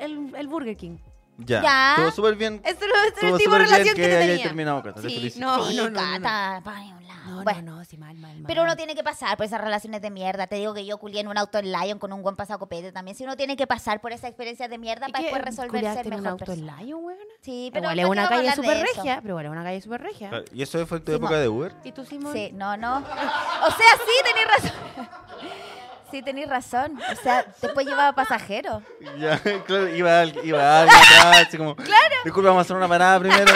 [SPEAKER 3] el, el Burger King.
[SPEAKER 2] Ya.
[SPEAKER 1] Ya.
[SPEAKER 2] Estuvo súper bien.
[SPEAKER 3] Ese era ese era
[SPEAKER 2] Estuvo
[SPEAKER 3] el tipo de
[SPEAKER 2] súper
[SPEAKER 3] relación
[SPEAKER 2] bien
[SPEAKER 3] que,
[SPEAKER 2] que,
[SPEAKER 3] yo
[SPEAKER 2] hayáis
[SPEAKER 3] tenía.
[SPEAKER 2] terminado, Cata. Te
[SPEAKER 3] Sí,
[SPEAKER 2] felicito.
[SPEAKER 3] no,
[SPEAKER 1] Sí,
[SPEAKER 3] no, no, no, no.
[SPEAKER 1] cata, pa' ningún lado.
[SPEAKER 3] No, no,
[SPEAKER 1] Bueno,
[SPEAKER 3] no, sí, mal, mal, mal.
[SPEAKER 1] Pero uno tiene que pasar por esas relaciones de mierda. Te digo que yo culié en un auto en Lion con un buen pasado copete también. Si uno tiene que pasar por esa experiencia de mierda
[SPEAKER 3] ¿Y
[SPEAKER 1] para
[SPEAKER 3] qué,
[SPEAKER 1] después resolver
[SPEAKER 3] culiaste
[SPEAKER 1] ser
[SPEAKER 3] en un
[SPEAKER 1] mejor
[SPEAKER 3] auto en
[SPEAKER 1] persona.
[SPEAKER 3] Lion, weona?
[SPEAKER 1] Sí, pero
[SPEAKER 3] Igual es
[SPEAKER 1] ¿para qué
[SPEAKER 3] una
[SPEAKER 1] vamos a
[SPEAKER 3] calle
[SPEAKER 1] hablar de
[SPEAKER 3] súper
[SPEAKER 1] eso?
[SPEAKER 3] regia, pero igual es una calle súper regia.
[SPEAKER 2] Claro, ¿Y eso fue en tu
[SPEAKER 1] Simón.
[SPEAKER 2] época de Uber?
[SPEAKER 3] ¿Y tú, Simón?
[SPEAKER 1] Sí, no, no. O sea, sí, tenéis razón. Sí, tenéis razón. O sea, después llevaba pasajeros.
[SPEAKER 2] Ya, claro, iba, al- iba alguien atrás, así como. Claro. Disculpa, vamos a hacer una parada primero.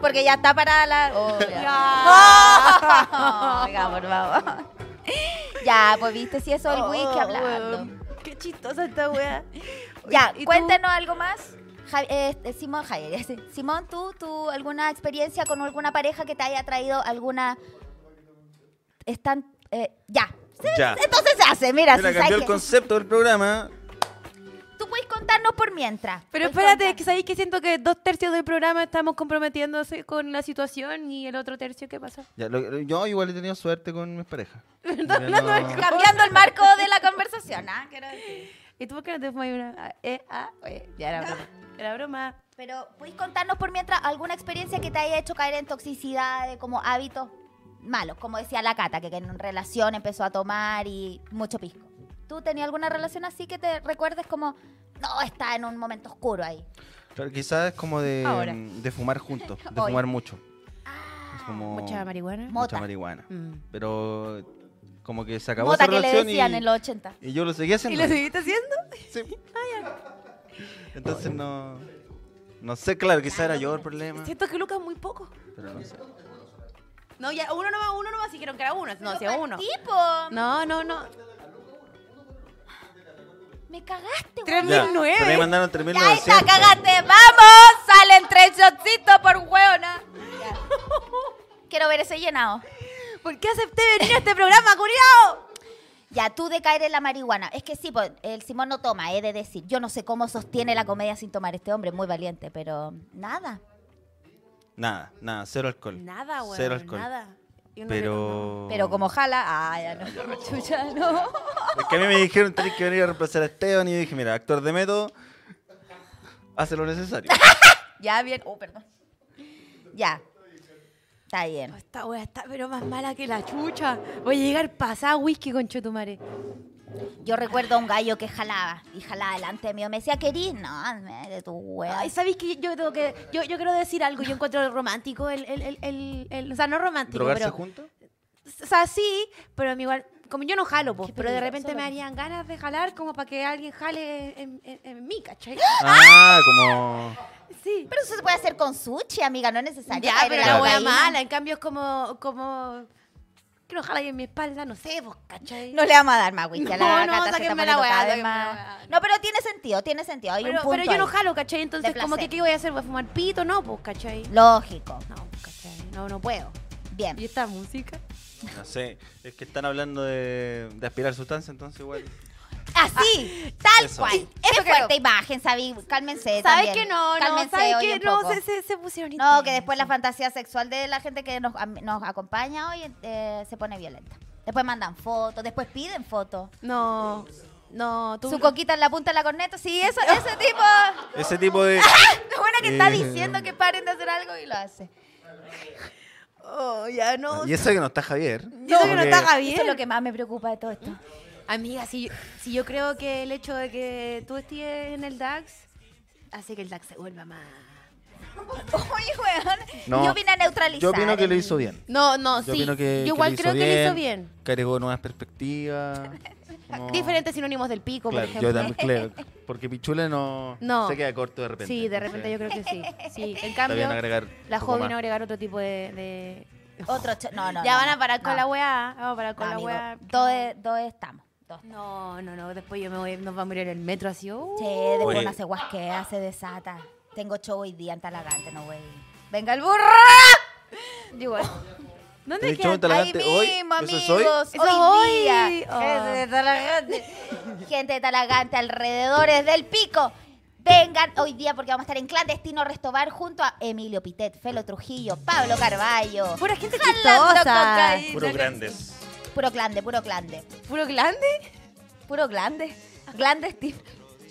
[SPEAKER 1] Porque ya está parada la. Oh, ya. Oh, oiga, por favor. Ya, pues viste si eso el
[SPEAKER 3] Oh,
[SPEAKER 1] wiki hablando.
[SPEAKER 3] Qué chistosa esta weá.
[SPEAKER 1] Ya,
[SPEAKER 3] ¿Y tú?
[SPEAKER 1] cuéntanos algo más. Ja- eh, eh, Simón, Javier, ya sé. Simón, ¿tú, ¿tú alguna experiencia con alguna pareja que te haya traído alguna están... eh, ya. Sí,
[SPEAKER 2] Ya.
[SPEAKER 1] Entonces se hace, mira.
[SPEAKER 2] Mira,
[SPEAKER 1] si
[SPEAKER 2] cambió
[SPEAKER 1] sabes
[SPEAKER 2] el
[SPEAKER 1] que-
[SPEAKER 2] concepto del programa.
[SPEAKER 1] Tú puedes contarnos por mientras. Puedes
[SPEAKER 3] Pero espérate, es
[SPEAKER 1] contar.
[SPEAKER 3] que sabéis que siento que dos tercios del programa estamos comprometiéndose con la situación y el otro tercio, ¿qué pasa?
[SPEAKER 2] Ya, lo- lo- yo igual he tenido suerte con mis parejas. Ya no-
[SPEAKER 1] Cambiando el marco de la conversación, ¿ah? Quiero decir.
[SPEAKER 3] ¿Y tú por qué no te fumas una? Ah, eh, ah, eh, ya era broma. Era broma.
[SPEAKER 1] Pero, ¿puedes contarnos por mientras alguna experiencia que te haya hecho caer en toxicidad, de como hábitos malos? Como decía la Cata, que que en relación empezó a tomar y mucho pisco. ¿Tú tenías alguna relación así que te recuerdes como, no, está en un momento oscuro ahí?
[SPEAKER 2] Claro, quizás es como de,
[SPEAKER 3] Ahora. Ah,
[SPEAKER 2] mm, de fumar juntos, de
[SPEAKER 1] Hoy.
[SPEAKER 2] fumar mucho. Es como
[SPEAKER 3] Mucha marihuana.
[SPEAKER 1] Mo- Mota.
[SPEAKER 2] mucha marihuana.
[SPEAKER 3] Mm.
[SPEAKER 2] Pero como que se acabó
[SPEAKER 1] Mota
[SPEAKER 2] esa
[SPEAKER 1] que le
[SPEAKER 2] relación y,
[SPEAKER 1] decían en los 80.
[SPEAKER 2] y yo lo seguí
[SPEAKER 3] ¿Y
[SPEAKER 2] haciendo.
[SPEAKER 3] lo seguiste haciendo?
[SPEAKER 2] Sí. Entonces no... No sé, claro, quizás era yo el problema.
[SPEAKER 3] Siento que Lucas muy poco.
[SPEAKER 2] Pero no sé.
[SPEAKER 3] No, ya uno nomás, uno nomás, dijeron que era uno. No, si es uno.
[SPEAKER 1] Tipo,
[SPEAKER 3] No, no, no.
[SPEAKER 1] me cagaste,
[SPEAKER 3] Tres
[SPEAKER 2] Ya,
[SPEAKER 3] 2009.
[SPEAKER 2] pero me mandaron
[SPEAKER 1] Ya
[SPEAKER 2] 3900.
[SPEAKER 1] está, cagaste. ¡Vamos! Salen tres shotcitos por hueona. Quiero ver ese llenado.
[SPEAKER 3] ¿Por qué acepté venir a este programa, culiao?
[SPEAKER 1] Ya, tú de caer en la marihuana. Es que sí, po, el Simón no toma, he de decir. Yo no sé cómo sostiene la comedia sin tomar este hombre, muy valiente, pero nada.
[SPEAKER 2] Nada, nada, cero alcohol.
[SPEAKER 3] Nada, güey.
[SPEAKER 2] Cero alcohol.
[SPEAKER 3] Nada. Y uno que
[SPEAKER 2] Pero...
[SPEAKER 1] Pero como jala, ah, ya no, chucha, no.
[SPEAKER 2] Es que a mí me dijeron tenés que venir a reemplazar a Esteban y yo dije, mira, actor de método, hace lo necesario.
[SPEAKER 1] Ya, bien. Oh, perdón. Ya. Está
[SPEAKER 3] toma.
[SPEAKER 1] bien.
[SPEAKER 3] Oh, Esta wea está pero más mala que la chucha. Voy a llegar pasada whisky con Chetumare.
[SPEAKER 1] Yo recuerdo a un gallo que jalaba y jalaba delante mío. Me decía, querís, no, me- de tu hueá.
[SPEAKER 3] Ay, ¿sabéis que yo tengo que. Yo, yo quiero decir algo. Yo encuentro romántico el. el, el, el- el- o sea, no romántico,
[SPEAKER 2] ¿Drogarse
[SPEAKER 3] pero.
[SPEAKER 2] juntos?
[SPEAKER 3] O sea, sí, pero a mí igual. Como yo no jalo, pues,
[SPEAKER 1] Qué
[SPEAKER 3] pero de
[SPEAKER 1] peligroso,
[SPEAKER 3] repente me
[SPEAKER 1] loco.
[SPEAKER 3] harían ganas de jalar como para que alguien jale en, en, en mí, ¿cachai?
[SPEAKER 2] Ah, como...
[SPEAKER 3] Sí.
[SPEAKER 1] Pero eso se puede hacer con sushi, amiga, no es necesario.
[SPEAKER 3] Ya,
[SPEAKER 1] caer
[SPEAKER 3] pero
[SPEAKER 1] en
[SPEAKER 3] la wea
[SPEAKER 1] cocaína.
[SPEAKER 3] mala. En cambio, es como. como que no jala ahí en mi espalda, no sé, vos, ¿cachai?
[SPEAKER 1] No le vamos a dar más whisky a
[SPEAKER 3] No,
[SPEAKER 1] la
[SPEAKER 3] no,
[SPEAKER 1] Cata, se está
[SPEAKER 3] sáquenme la
[SPEAKER 1] poniendo
[SPEAKER 3] weá,
[SPEAKER 1] cada vez
[SPEAKER 3] sáquenme la
[SPEAKER 1] más-
[SPEAKER 3] weá, no.
[SPEAKER 1] No, pero tiene sentido, tiene sentido. Hay
[SPEAKER 3] pero,
[SPEAKER 1] un punto
[SPEAKER 3] pero yo no
[SPEAKER 1] ahí.
[SPEAKER 3] jalo, ¿cachai? Entonces,
[SPEAKER 1] De
[SPEAKER 3] como que,
[SPEAKER 1] placer.
[SPEAKER 3] ¿qué voy a hacer? ¿Voy a fumar pito? No, pues, ¿cachai?
[SPEAKER 1] Lógico.
[SPEAKER 3] No, pues, ¿cachai? No, no puedo.
[SPEAKER 1] Bien.
[SPEAKER 3] ¿Y esta música?
[SPEAKER 2] No sé, es que están hablando de, de aspirar sustancia, entonces igual...
[SPEAKER 1] Así, tal
[SPEAKER 2] Eso.
[SPEAKER 1] cual.
[SPEAKER 2] Sí,
[SPEAKER 1] Qué
[SPEAKER 3] Ah, eso
[SPEAKER 1] fuerte imagen, Sabi. Cálmense.
[SPEAKER 3] ¿Sabes
[SPEAKER 1] también.
[SPEAKER 3] que no? No,
[SPEAKER 1] Cálmense
[SPEAKER 3] ¿sabes
[SPEAKER 1] hoy
[SPEAKER 3] que
[SPEAKER 1] un
[SPEAKER 3] no?
[SPEAKER 1] poco.
[SPEAKER 3] Se, se, se pusieron
[SPEAKER 1] No, que después la
[SPEAKER 3] intensos.
[SPEAKER 1] fantasía sexual de la gente que nos, am- nos acompaña hoy eh, se pone violenta. Después mandan fotos, después piden fotos.
[SPEAKER 3] No, no, tú...
[SPEAKER 1] Su coquita en la punta de la corneta. Sí, eso, ese tipo. Ah,
[SPEAKER 2] Ese tipo de...
[SPEAKER 1] Bueno, que está
[SPEAKER 2] Eh.
[SPEAKER 1] diciendo que paren de hacer algo y lo hace.
[SPEAKER 3] Oh, ya no.
[SPEAKER 2] Y eso que no está Javier.
[SPEAKER 3] Yo creo que no
[SPEAKER 2] Porque-
[SPEAKER 3] está
[SPEAKER 1] Eso es lo
[SPEAKER 3] bien.
[SPEAKER 1] que más me preocupa de todo esto.
[SPEAKER 3] Amiga, si, si yo creo que el hecho de que tú estés en el DAX hace que el DAX se vuelva más...
[SPEAKER 1] Oye, weón.
[SPEAKER 2] No,
[SPEAKER 1] yo vine a neutralizar.
[SPEAKER 2] Yo opino que lo
[SPEAKER 1] el-
[SPEAKER 2] hizo bien.
[SPEAKER 3] No, no,
[SPEAKER 2] Yo
[SPEAKER 3] sí.
[SPEAKER 2] opino que,
[SPEAKER 3] yo
[SPEAKER 2] que
[SPEAKER 3] igual
[SPEAKER 2] lo hizo
[SPEAKER 3] creo que lo hizo bien.
[SPEAKER 2] Que agregó nuevas perspectivas. como-
[SPEAKER 3] Diferentes sinónimos del pico,
[SPEAKER 2] Claro,
[SPEAKER 3] por ejemplo.
[SPEAKER 2] yo también, claro. Porque Pichule no,
[SPEAKER 3] No.
[SPEAKER 2] se queda corto de repente.
[SPEAKER 3] Sí, de
[SPEAKER 2] entonces
[SPEAKER 3] repente yo creo que sí. Sí, en
[SPEAKER 2] Está
[SPEAKER 3] cambio,
[SPEAKER 2] bien agregar
[SPEAKER 3] la
[SPEAKER 2] un poco
[SPEAKER 3] joven va a
[SPEAKER 2] más.
[SPEAKER 3] agregar otro tipo de... de-
[SPEAKER 1] Otro cho- No, no.
[SPEAKER 3] ya
[SPEAKER 1] no,
[SPEAKER 3] van a
[SPEAKER 1] no,
[SPEAKER 3] parar con
[SPEAKER 1] no.
[SPEAKER 3] la weá. Vamos a parar
[SPEAKER 1] No,
[SPEAKER 3] con
[SPEAKER 1] amigo,
[SPEAKER 3] la weá.
[SPEAKER 1] Dos, dos estamos. Dos.
[SPEAKER 3] No, no, no. Después yo me voy, nos vamos a ir en el metro así. uh.
[SPEAKER 1] Che, después
[SPEAKER 2] Oye.
[SPEAKER 1] una se guasquea, se desata. Tengo show hoy día en Talagante, no güey. ¡Venga el burro!
[SPEAKER 3] Digo,
[SPEAKER 2] Tenés
[SPEAKER 3] ¿dónde quedan?
[SPEAKER 2] show en Talagante
[SPEAKER 1] Ahí
[SPEAKER 2] hoy,
[SPEAKER 1] mismo,
[SPEAKER 2] ¿eso
[SPEAKER 1] amigos.
[SPEAKER 2] es hoy?
[SPEAKER 3] Eso es
[SPEAKER 1] hoy
[SPEAKER 3] hoy.
[SPEAKER 1] día.
[SPEAKER 3] Oh.
[SPEAKER 1] Gente de Talagante. Gente de Talagante, alrededores del pico. Vengan hoy día porque vamos a estar en Clandestino Restobar junto a Emilio Pitet, Felo Trujillo, Pablo Carballo.
[SPEAKER 3] Pura gente
[SPEAKER 1] Jalando
[SPEAKER 3] chistosa.
[SPEAKER 1] cocaína.
[SPEAKER 2] Puros grandes.
[SPEAKER 1] Puro clande, puro clande.
[SPEAKER 3] ¿Puro glande?
[SPEAKER 1] Puro glande. Clandestino.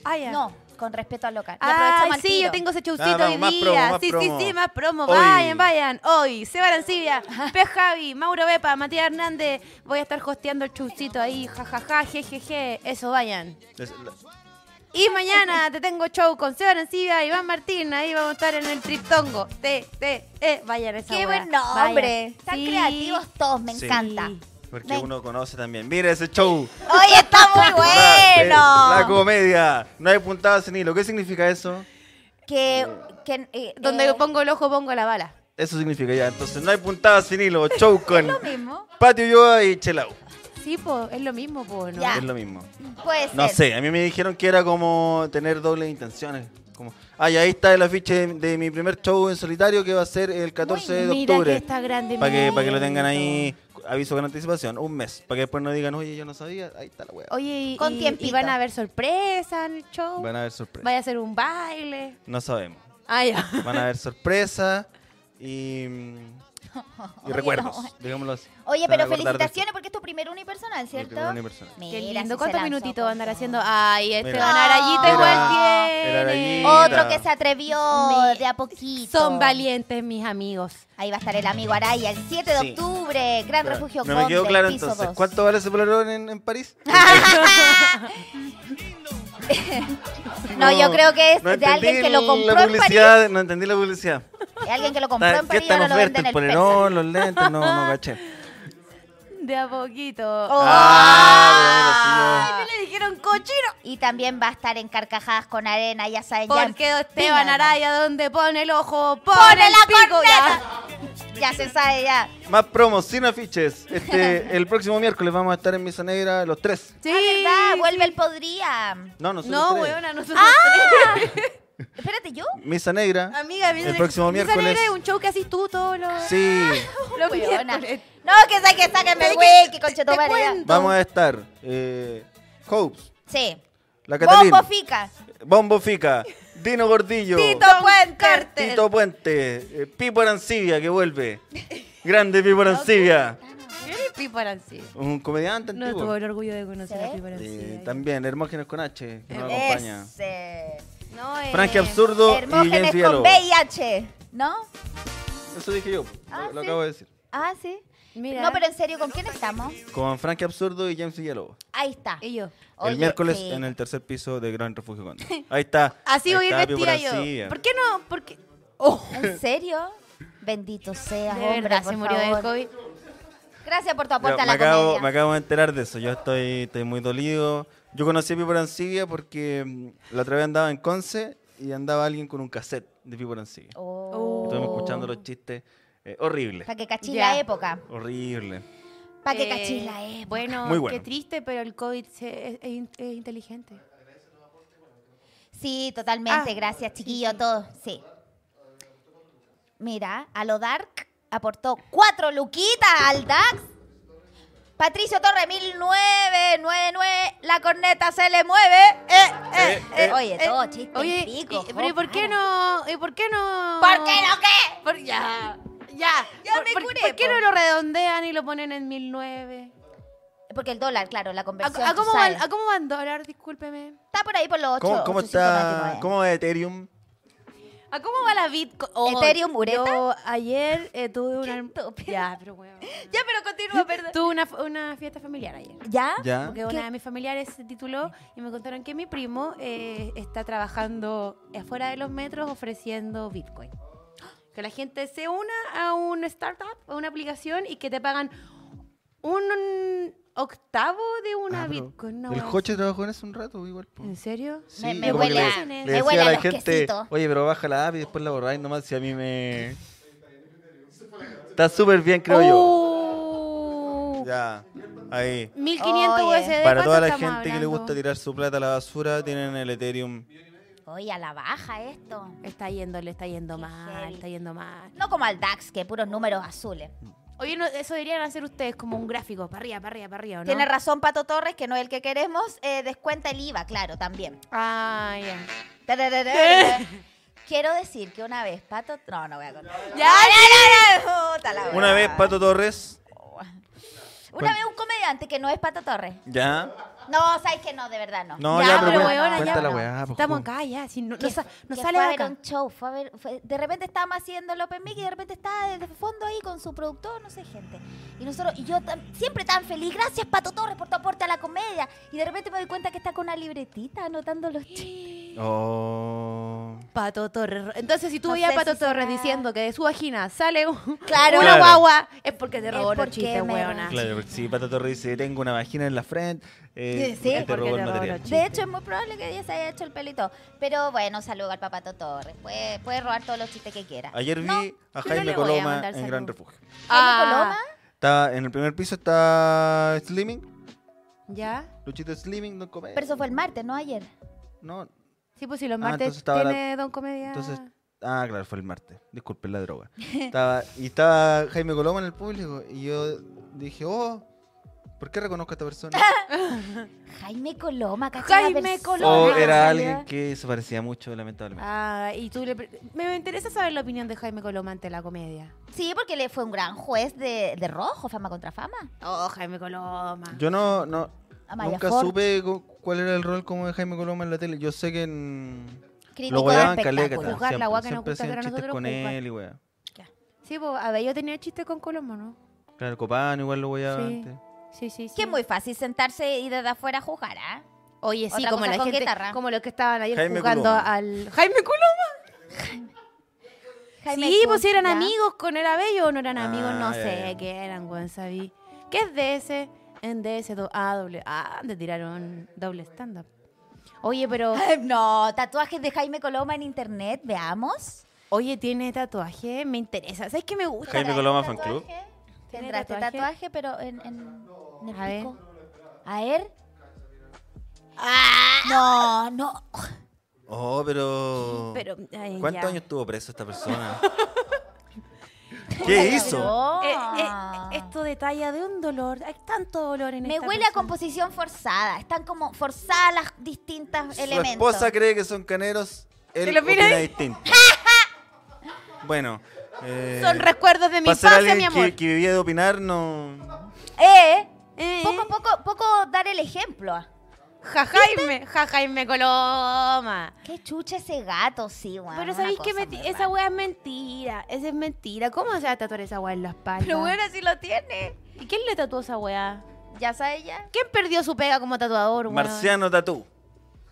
[SPEAKER 3] Ah, ya.
[SPEAKER 1] No, con respeto al local. Lo
[SPEAKER 3] Ah,
[SPEAKER 1] aprovechamos al
[SPEAKER 3] sí,
[SPEAKER 1] tiro.
[SPEAKER 3] yo tengo ese showcito
[SPEAKER 2] Ah, vamos,
[SPEAKER 3] hoy
[SPEAKER 2] más promo,
[SPEAKER 3] día.
[SPEAKER 2] más
[SPEAKER 3] sí,
[SPEAKER 2] promo.
[SPEAKER 3] sí, sí, más promo.
[SPEAKER 2] Hoy.
[SPEAKER 3] Vayan, vayan. Hoy, Seba Arancibia, P. Javi, Mauro Bepa, Matías Hernández. Voy a estar hosteando el showcito ahí. Jajaja, jejeje. Eso, vayan.
[SPEAKER 2] Es la-
[SPEAKER 3] Y mañana te tengo show con Seba Arancibia, Iván Martín. Ahí vamos a estar en el triptongo. Te, te, eh. Vayan a esa
[SPEAKER 1] Qué
[SPEAKER 3] wea.
[SPEAKER 1] buen nombre.
[SPEAKER 3] Vayan.
[SPEAKER 1] Están
[SPEAKER 3] Sí.
[SPEAKER 1] creativos todos, me
[SPEAKER 2] Sí.
[SPEAKER 1] encanta.
[SPEAKER 3] Sí.
[SPEAKER 2] Porque
[SPEAKER 1] Ven.
[SPEAKER 2] uno conoce también. Mira ese show.
[SPEAKER 1] Oye, está muy
[SPEAKER 2] La- eh, La
[SPEAKER 1] bueno.
[SPEAKER 2] comedia. No hay puntadas sin hilo. ¿Qué significa eso?
[SPEAKER 1] Que, que, eh,
[SPEAKER 3] Donde
[SPEAKER 1] eh,
[SPEAKER 3] pongo el ojo, pongo la bala.
[SPEAKER 2] Eso significa ya. Entonces, no hay puntadas sin hilo. Show con
[SPEAKER 1] lo mismo.
[SPEAKER 2] Patio Yoa y Chelau.
[SPEAKER 3] Sí, po, es lo mismo, po, ¿no?
[SPEAKER 1] Ya.
[SPEAKER 2] Es lo mismo.
[SPEAKER 1] Puede ser.
[SPEAKER 2] No sé. A mí me dijeron que era como tener dobles intenciones. Como, ay, ahí está el afiche de, de mi primer show en solitario que va a ser el 14 de
[SPEAKER 3] Mira que
[SPEAKER 2] octubre.
[SPEAKER 3] está grande.
[SPEAKER 2] Para que,
[SPEAKER 3] mira.
[SPEAKER 2] para que lo tengan ahí aviso con anticipación, un mes, para que después no digan, oye, yo no sabía, ahí está la weá.
[SPEAKER 3] Oye, y,
[SPEAKER 1] Con
[SPEAKER 3] y-
[SPEAKER 1] tiempito.
[SPEAKER 3] y van a haber sorpresas en el
[SPEAKER 1] Oh,
[SPEAKER 3] show.
[SPEAKER 2] Van a haber sorpresas.
[SPEAKER 3] Vaya a ser un baile.
[SPEAKER 2] No sabemos.
[SPEAKER 3] Ah, ya.
[SPEAKER 2] Van a haber sorpresas y, mm, y
[SPEAKER 1] Oye,
[SPEAKER 2] recuerdos,
[SPEAKER 1] no, bueno.
[SPEAKER 2] digámoslo así.
[SPEAKER 1] Oye,
[SPEAKER 2] Se van
[SPEAKER 1] pero
[SPEAKER 2] a acordar de
[SPEAKER 1] felicitaciones porque es tu primer unipersonal,
[SPEAKER 2] primer
[SPEAKER 1] ¿cierto?
[SPEAKER 2] unipersonal.
[SPEAKER 1] Mira,
[SPEAKER 3] Qué
[SPEAKER 1] si
[SPEAKER 3] lindo.
[SPEAKER 1] se
[SPEAKER 3] ¿Cuántos
[SPEAKER 1] lanzó,
[SPEAKER 3] minutitos van a andar
[SPEAKER 1] pues,
[SPEAKER 3] haciendo?
[SPEAKER 1] no.
[SPEAKER 3] Ay,
[SPEAKER 2] Mira.
[SPEAKER 3] Esteban Arayito
[SPEAKER 1] Mira,
[SPEAKER 2] mira,
[SPEAKER 3] igual tiene.
[SPEAKER 2] Arayita.
[SPEAKER 1] Otro que se atrevió
[SPEAKER 3] Mira.
[SPEAKER 1] de a poquito.
[SPEAKER 3] Son valientes mis amigos.
[SPEAKER 1] Ahí va a estar el amigo Araya el 7 de
[SPEAKER 2] Sí.
[SPEAKER 1] octubre. Gran
[SPEAKER 2] Claro.
[SPEAKER 1] refugio
[SPEAKER 2] No me quedó
[SPEAKER 1] Conde,
[SPEAKER 2] claro
[SPEAKER 1] piso
[SPEAKER 2] entonces.
[SPEAKER 1] dos.
[SPEAKER 2] ¿Cuánto vale ese polerón en, en París?
[SPEAKER 1] No, yo creo que es
[SPEAKER 2] No
[SPEAKER 1] de alguien
[SPEAKER 2] entendí
[SPEAKER 1] que lo compró
[SPEAKER 2] la
[SPEAKER 1] en París.
[SPEAKER 2] publicidad, No entendí la publicidad.
[SPEAKER 1] De alguien que lo compró
[SPEAKER 2] Está-
[SPEAKER 1] en
[SPEAKER 2] ¿Qué
[SPEAKER 1] París y
[SPEAKER 2] está en
[SPEAKER 1] ahora lo
[SPEAKER 2] oferta?
[SPEAKER 1] vende en
[SPEAKER 2] El
[SPEAKER 1] el
[SPEAKER 2] polerón, los lentes, no, no caché.
[SPEAKER 3] De a poquito.
[SPEAKER 1] Oh.
[SPEAKER 2] Ah, bueno, sí, yo-
[SPEAKER 3] Ay, me le dijeron cochino.
[SPEAKER 1] Y también va a estar en Carcajadas con Arena, ya saben. ya en
[SPEAKER 3] Porque Esteban
[SPEAKER 1] Piña,
[SPEAKER 3] Araya, donde pone el ojo, pone,
[SPEAKER 1] ¡Pone
[SPEAKER 3] el
[SPEAKER 1] la
[SPEAKER 3] pico.
[SPEAKER 1] corneta! Ah, Ya se sabe, ya.
[SPEAKER 2] Más promos, sin afiches. Este, el próximo miércoles vamos a estar en Misa Negra los tres.
[SPEAKER 3] Sí.
[SPEAKER 1] ¿Verdad? Vuelve el podría.
[SPEAKER 2] No, no son
[SPEAKER 3] No,
[SPEAKER 2] los tres.
[SPEAKER 3] weona, nosotros
[SPEAKER 1] Ah.
[SPEAKER 3] tres.
[SPEAKER 1] Espérate, ¿yo?
[SPEAKER 2] Misa Negra.
[SPEAKER 3] Amiga, mira,
[SPEAKER 2] El próximo
[SPEAKER 3] mira,
[SPEAKER 2] miércoles.
[SPEAKER 3] mira, un show que haces tú todos los...
[SPEAKER 2] Sí.
[SPEAKER 3] los
[SPEAKER 1] Weona.
[SPEAKER 3] miércoles.
[SPEAKER 1] No, que saque, sáquenme el
[SPEAKER 3] Te-
[SPEAKER 1] güey, que
[SPEAKER 3] te
[SPEAKER 1] conchetumare, ya.
[SPEAKER 3] cuento.
[SPEAKER 2] Vamos a estar. Eh, Hopes,
[SPEAKER 1] Sí.
[SPEAKER 2] la Catalina.
[SPEAKER 1] Bombo Fica.
[SPEAKER 2] Bombo Fica. Dino Gordillo.
[SPEAKER 3] Tito Puente.
[SPEAKER 2] Tito Puente. eh, Pipo Arancibia que vuelve. Grande Pipo Arancibia.
[SPEAKER 3] ¿Quién es Pipo Arancibia?
[SPEAKER 2] Un comediante
[SPEAKER 3] No
[SPEAKER 2] antiguo.
[SPEAKER 3] tuve el orgullo de conocer
[SPEAKER 1] ¿Sí?
[SPEAKER 3] a Pipo
[SPEAKER 2] Eh,
[SPEAKER 3] Arancibia.
[SPEAKER 2] también Hermógenes con H, que nos acompaña.
[SPEAKER 1] Ese.
[SPEAKER 3] No, eh,
[SPEAKER 2] Frankie Absurdo y James
[SPEAKER 1] Hermógenes con
[SPEAKER 2] Villalobos.
[SPEAKER 1] VIH, ¿no?
[SPEAKER 2] Eso dije yo, lo-
[SPEAKER 1] Ah,
[SPEAKER 2] lo
[SPEAKER 1] sí.
[SPEAKER 2] acabo de decir.
[SPEAKER 1] Ah, sí.
[SPEAKER 3] Mira.
[SPEAKER 1] No, pero en serio, ¿con quién estamos?
[SPEAKER 2] Con Frankie Absurdo y James Villalobos.
[SPEAKER 1] Ahí está.
[SPEAKER 3] Y yo.
[SPEAKER 1] Oye,
[SPEAKER 2] el miércoles
[SPEAKER 1] sí.
[SPEAKER 2] en el tercer piso de Gran Refugio Conde. Ahí está.
[SPEAKER 3] Así
[SPEAKER 2] ahí
[SPEAKER 3] voy a ir
[SPEAKER 2] está, Pipo
[SPEAKER 3] vestida yo.
[SPEAKER 2] Arancibia.
[SPEAKER 3] ¿Por qué no? Porque... Oh.
[SPEAKER 1] ¿En serio? Bendito sea,
[SPEAKER 3] De
[SPEAKER 1] hombre,
[SPEAKER 3] verdad,
[SPEAKER 1] por
[SPEAKER 3] se murió de
[SPEAKER 1] favor.
[SPEAKER 3] COVID.
[SPEAKER 1] Gracias por tu
[SPEAKER 2] Yo
[SPEAKER 1] aporte a
[SPEAKER 2] me,
[SPEAKER 1] la
[SPEAKER 2] acabo,
[SPEAKER 1] comedia.
[SPEAKER 2] me acabo de enterar de eso. Yo estoy, estoy muy dolido. Yo conocí a Pipo Arancibia porque mm, la otra vez andaba en Conce y andaba alguien con un cassette de Pipo Arancibia.
[SPEAKER 1] Oh.
[SPEAKER 2] Estuvimos escuchando los chistes. eh, horrible.
[SPEAKER 1] Para que cachis
[SPEAKER 3] Ya.
[SPEAKER 1] la época.
[SPEAKER 2] Horrible.
[SPEAKER 1] Para que
[SPEAKER 3] Eh,
[SPEAKER 1] cachis la época.
[SPEAKER 3] Bueno,
[SPEAKER 2] Muy bueno.
[SPEAKER 3] qué triste, pero el COVID se- es, es in- es inteligente.
[SPEAKER 1] Sí, totalmente.
[SPEAKER 3] Ah.
[SPEAKER 1] Gracias, chiquillo, a todos. Sí. Mira, a lo Dark aportó cuatro luquitas al DAX. Patricio Torre, 1999. La corneta se le mueve. Eh, eh,
[SPEAKER 2] Eh,
[SPEAKER 1] eh.
[SPEAKER 2] eh.
[SPEAKER 1] Oye,
[SPEAKER 3] Eh,
[SPEAKER 1] todo chiste.
[SPEAKER 3] Oye,
[SPEAKER 1] en pico,
[SPEAKER 3] y- pero ¿y por qué
[SPEAKER 1] Jofara.
[SPEAKER 3] no? ¿Y por qué no?
[SPEAKER 1] ¿Por qué no qué?
[SPEAKER 3] Por- ya, ya.
[SPEAKER 1] Ya
[SPEAKER 3] por,
[SPEAKER 1] me
[SPEAKER 3] por-
[SPEAKER 1] curé,
[SPEAKER 3] ¿por qué
[SPEAKER 1] po.
[SPEAKER 3] no lo redondean y lo ponen en 1009?
[SPEAKER 1] Porque el dólar, claro, la
[SPEAKER 3] ¿A,
[SPEAKER 1] conversión.
[SPEAKER 3] a
[SPEAKER 1] tú
[SPEAKER 3] cómo van,
[SPEAKER 1] sabes.
[SPEAKER 3] ¿A cómo van dólar? Discúlpeme.
[SPEAKER 1] Está por ahí por los 8.
[SPEAKER 2] ¿Cómo, cómo está? ¿Cómo va Ethereum?
[SPEAKER 3] ¿A cómo va la Bitcoin?
[SPEAKER 1] ¿Ethereum Ureta?
[SPEAKER 3] Yo ayer eh, tuve una... Ya, pero bueno.
[SPEAKER 1] Ya, pero continúa, perdón. Ah.
[SPEAKER 3] Tuve una, una fiesta familiar ayer.
[SPEAKER 1] ¿Ya?
[SPEAKER 2] ¿Ya?
[SPEAKER 3] Porque una de mis familiares se tituló y me contaron que mi primo eh, está trabajando afuera de los metros ofreciendo Bitcoin. Que la gente se una a un startup, a una aplicación y que te pagan un octavo de una
[SPEAKER 2] Ah, pero
[SPEAKER 3] Bitcoin. una
[SPEAKER 2] el
[SPEAKER 3] wea
[SPEAKER 2] coche trabajó en eso un rato, pues, igual. po.
[SPEAKER 3] así. ¿En serio?
[SPEAKER 1] Me- me
[SPEAKER 2] como que
[SPEAKER 1] huele
[SPEAKER 2] le-
[SPEAKER 1] a-
[SPEAKER 2] le
[SPEAKER 1] me
[SPEAKER 2] decía
[SPEAKER 1] huele a
[SPEAKER 2] la
[SPEAKER 1] los
[SPEAKER 2] gente,
[SPEAKER 1] quesitos.
[SPEAKER 2] Oye, pero baja la app y después la borráis nomás si a mí me... Está súper bien, creo
[SPEAKER 3] ¡Oh!
[SPEAKER 2] yo. Ya, ahí.
[SPEAKER 3] 1500
[SPEAKER 1] Oye.
[SPEAKER 3] USD.
[SPEAKER 2] Para toda la
[SPEAKER 3] ¿cuánto
[SPEAKER 2] gente
[SPEAKER 3] estamos
[SPEAKER 2] que le gusta
[SPEAKER 3] hablando?
[SPEAKER 2] tirar su plata a la basura, tienen el Ethereum.
[SPEAKER 1] Oye, a la baja esto.
[SPEAKER 3] Está yendo, le está yendo
[SPEAKER 1] Qué
[SPEAKER 3] mal,
[SPEAKER 1] heavy.
[SPEAKER 3] está yendo mal.
[SPEAKER 1] No como al DAX, que puros números azules.
[SPEAKER 3] Oye, no, eso deberían hacer ustedes como un gráfico, para arriba, para arriba, para arriba, ¿o ¿no?
[SPEAKER 1] Tiene razón Pato Torres, que no es el que queremos. eh, descuenta el IVA, claro, también.
[SPEAKER 3] Ah, ya.
[SPEAKER 1] Tararara. Quiero decir que una vez Pato... No, no voy a contar.
[SPEAKER 3] Ya,
[SPEAKER 1] ya, ya. Puta la
[SPEAKER 2] Una
[SPEAKER 1] wea.
[SPEAKER 2] vez Pato Torres,
[SPEAKER 1] Una vez un comediante que no es Pato Torres.
[SPEAKER 2] ya.
[SPEAKER 1] No, sabes que no, de verdad no.
[SPEAKER 2] No,
[SPEAKER 3] Ya,
[SPEAKER 2] ya,
[SPEAKER 3] pero
[SPEAKER 2] pero
[SPEAKER 3] weona,
[SPEAKER 2] cuenta,
[SPEAKER 3] ya,
[SPEAKER 2] cuenta la
[SPEAKER 1] no.
[SPEAKER 2] weá. po,
[SPEAKER 3] Estamos
[SPEAKER 2] ¿cómo?
[SPEAKER 3] acá ya, si no, no,
[SPEAKER 1] Que-
[SPEAKER 3] sa- no
[SPEAKER 1] que
[SPEAKER 3] sale
[SPEAKER 1] fue
[SPEAKER 3] de
[SPEAKER 1] a ver
[SPEAKER 3] acá.
[SPEAKER 1] un show, fue a ver, fue- de repente estábamos haciendo el Open Mic y de repente estaba desde el fondo ahí con su productor, no sé, gente. Y nosotros, y yo tam- siempre tan feliz, gracias Pato Torres por tu aporte a la comedia. Y de repente me doy cuenta que está con una libretita anotando los chistes.
[SPEAKER 2] Oh.
[SPEAKER 3] Pato Torres. Entonces, si tú
[SPEAKER 1] No
[SPEAKER 3] veías a
[SPEAKER 1] sé
[SPEAKER 3] Pato
[SPEAKER 1] si
[SPEAKER 3] Torres
[SPEAKER 1] será-
[SPEAKER 3] diciendo que de su vagina sale un-
[SPEAKER 1] Claro.
[SPEAKER 3] una
[SPEAKER 2] Claro.
[SPEAKER 3] guagua, es porque te robó los
[SPEAKER 1] porque
[SPEAKER 3] chistes,
[SPEAKER 1] me
[SPEAKER 3] weona.
[SPEAKER 1] robó.
[SPEAKER 2] Claro, porque si Pato Torres dice, tengo una vagina en la frente, eh,
[SPEAKER 1] Sí, sí.
[SPEAKER 2] te
[SPEAKER 3] Porque
[SPEAKER 2] robó el
[SPEAKER 3] te robó
[SPEAKER 2] material.
[SPEAKER 3] los
[SPEAKER 1] De
[SPEAKER 3] Chiste.
[SPEAKER 1] hecho, es muy probable que ella se haya hecho el pelito. Pero bueno, saludo al papato Torres. Puede, puede robar todos los chistes que quiera.
[SPEAKER 2] Ayer vi
[SPEAKER 1] No,
[SPEAKER 2] a
[SPEAKER 3] yo no
[SPEAKER 2] Jaime
[SPEAKER 3] le voy a
[SPEAKER 2] Coloma
[SPEAKER 3] mandar
[SPEAKER 2] en Gran
[SPEAKER 3] saludos.
[SPEAKER 2] Refugio.
[SPEAKER 1] Ah.
[SPEAKER 2] Está, en el primer piso está Slimming,
[SPEAKER 3] ¿Ya?
[SPEAKER 2] Luchito Slimming, Don Comedia.
[SPEAKER 1] Pero eso fue el martes, no ayer.
[SPEAKER 2] No,
[SPEAKER 3] Sí, pues si los
[SPEAKER 2] Ah,
[SPEAKER 3] martes
[SPEAKER 2] entonces estaba la-
[SPEAKER 3] tiene Don Comedia.
[SPEAKER 2] entonces Ah, claro, fue el martes. Disculpen la droga. Estaba, y estaba Jaime Coloma en el público y yo dije, oh, ¿por qué reconozco a esta persona?
[SPEAKER 1] Jaime Coloma, cacha la
[SPEAKER 3] Jaime
[SPEAKER 1] persona,
[SPEAKER 3] Coloma.
[SPEAKER 2] o
[SPEAKER 3] no,
[SPEAKER 2] Oh, era
[SPEAKER 1] ¿salió?
[SPEAKER 2] alguien que se parecía mucho, lamentablemente.
[SPEAKER 3] Ah, y tú le pre- me, me interesa saber la opinión de Jaime Coloma ante la comedia.
[SPEAKER 1] Sí, porque le fue un gran juez de, de rojo, fama contra fama.
[SPEAKER 3] Oh, Jaime Coloma.
[SPEAKER 2] Yo no, no
[SPEAKER 1] Amaya
[SPEAKER 2] nunca
[SPEAKER 1] Ford.
[SPEAKER 2] supe cu- cuál era el rol como de Jaime Coloma en la tele. Yo sé que en...
[SPEAKER 1] Crítico
[SPEAKER 2] Lo weaban
[SPEAKER 1] de
[SPEAKER 2] caleta.
[SPEAKER 1] espectáculo.
[SPEAKER 3] Juzgar la
[SPEAKER 2] siempre,
[SPEAKER 3] weá que nos
[SPEAKER 2] siempre
[SPEAKER 3] gusta
[SPEAKER 2] hacían
[SPEAKER 3] hacer a
[SPEAKER 2] chistes
[SPEAKER 3] nosotros,
[SPEAKER 2] con
[SPEAKER 3] juzgar.
[SPEAKER 2] él y weá.
[SPEAKER 3] Sí, pues, a ver, yo tenía chiste con Coloma, ¿no?
[SPEAKER 2] Claro, Copano igual lo weaba
[SPEAKER 3] Sí.
[SPEAKER 2] antes.
[SPEAKER 3] Sí, sí, sí.
[SPEAKER 1] Que es muy fácil sentarse y desde afuera juzgar, ¿ah?
[SPEAKER 3] Oye, sí,
[SPEAKER 1] Otra
[SPEAKER 3] como
[SPEAKER 1] cosa
[SPEAKER 3] la
[SPEAKER 1] con
[SPEAKER 3] gente,
[SPEAKER 1] guitarra.
[SPEAKER 3] como los que estaban ayer
[SPEAKER 2] Jaime
[SPEAKER 3] jugando
[SPEAKER 2] Coloma.
[SPEAKER 3] al Jaime Coloma.
[SPEAKER 1] Jaime
[SPEAKER 3] sí, pues
[SPEAKER 1] Col-
[SPEAKER 3] si eran
[SPEAKER 1] ya.
[SPEAKER 3] amigos con el Abello o no eran
[SPEAKER 2] Ah,
[SPEAKER 3] amigos, no
[SPEAKER 2] ya,
[SPEAKER 3] sé
[SPEAKER 2] ya.
[SPEAKER 3] qué eran, weón, sabí. ¿Qué es DS? En DS, do- ah, doble, ah, te tiraron doble stand-up. Oye, pero,
[SPEAKER 1] Ay, No, tatuajes de Jaime Coloma en internet, veamos.
[SPEAKER 3] oye, tiene tatuaje, me interesa. ¿Sabes qué me gusta?
[SPEAKER 2] Jaime
[SPEAKER 1] ¿Tendrás
[SPEAKER 2] Coloma
[SPEAKER 1] este tatuaje?
[SPEAKER 2] Fan Club.
[SPEAKER 1] Tendrás este
[SPEAKER 3] tatuaje?
[SPEAKER 1] tatuaje, pero en, en- en el
[SPEAKER 3] A ver.
[SPEAKER 1] pico. A ver. Ah, no, no.
[SPEAKER 2] Oh, pero...
[SPEAKER 3] Pero, ay,
[SPEAKER 2] ¿Cuántos
[SPEAKER 3] ya.
[SPEAKER 2] años estuvo preso esta persona?
[SPEAKER 1] Puta,
[SPEAKER 2] ¿Qué hizo?
[SPEAKER 1] cabrón.
[SPEAKER 3] Eh, eh, esto detalla de un dolor, hay tanto dolor en
[SPEAKER 1] me
[SPEAKER 3] esta
[SPEAKER 1] huele a
[SPEAKER 3] persona.
[SPEAKER 1] composición forzada. Están como forzadas las distintas
[SPEAKER 2] Su
[SPEAKER 1] elementos.
[SPEAKER 2] esposa cree que son caneros, él
[SPEAKER 3] ¿Y lo
[SPEAKER 2] opina
[SPEAKER 3] opina?
[SPEAKER 2] distinto. bueno, eh,
[SPEAKER 3] Son recuerdos de mi
[SPEAKER 2] para ser
[SPEAKER 3] infancia,
[SPEAKER 2] alguien
[SPEAKER 3] mi
[SPEAKER 2] que-
[SPEAKER 3] amor.
[SPEAKER 2] Que, vivía de opinar, no...
[SPEAKER 1] Eh,
[SPEAKER 3] Eh,
[SPEAKER 1] poco, poco, poco dar el ejemplo.
[SPEAKER 3] Ja Jaime, ja Jaime Coloma.
[SPEAKER 1] Qué chucha ese gato, sí, weón.
[SPEAKER 3] Pero
[SPEAKER 1] una
[SPEAKER 3] sabéis que
[SPEAKER 1] cosa
[SPEAKER 3] meti-
[SPEAKER 1] muy
[SPEAKER 3] esa
[SPEAKER 1] rara.
[SPEAKER 3] weá es mentira. Esa es mentira. ¿Cómo se va a tatuar esa weá en la espalda?
[SPEAKER 1] Pero bueno, sí lo tiene.
[SPEAKER 3] ¿Y quién le tatuó esa weá?
[SPEAKER 1] Ya sabes ya.
[SPEAKER 3] ¿Quién perdió su pega como tatuador, weón?
[SPEAKER 2] Marciano Tatú.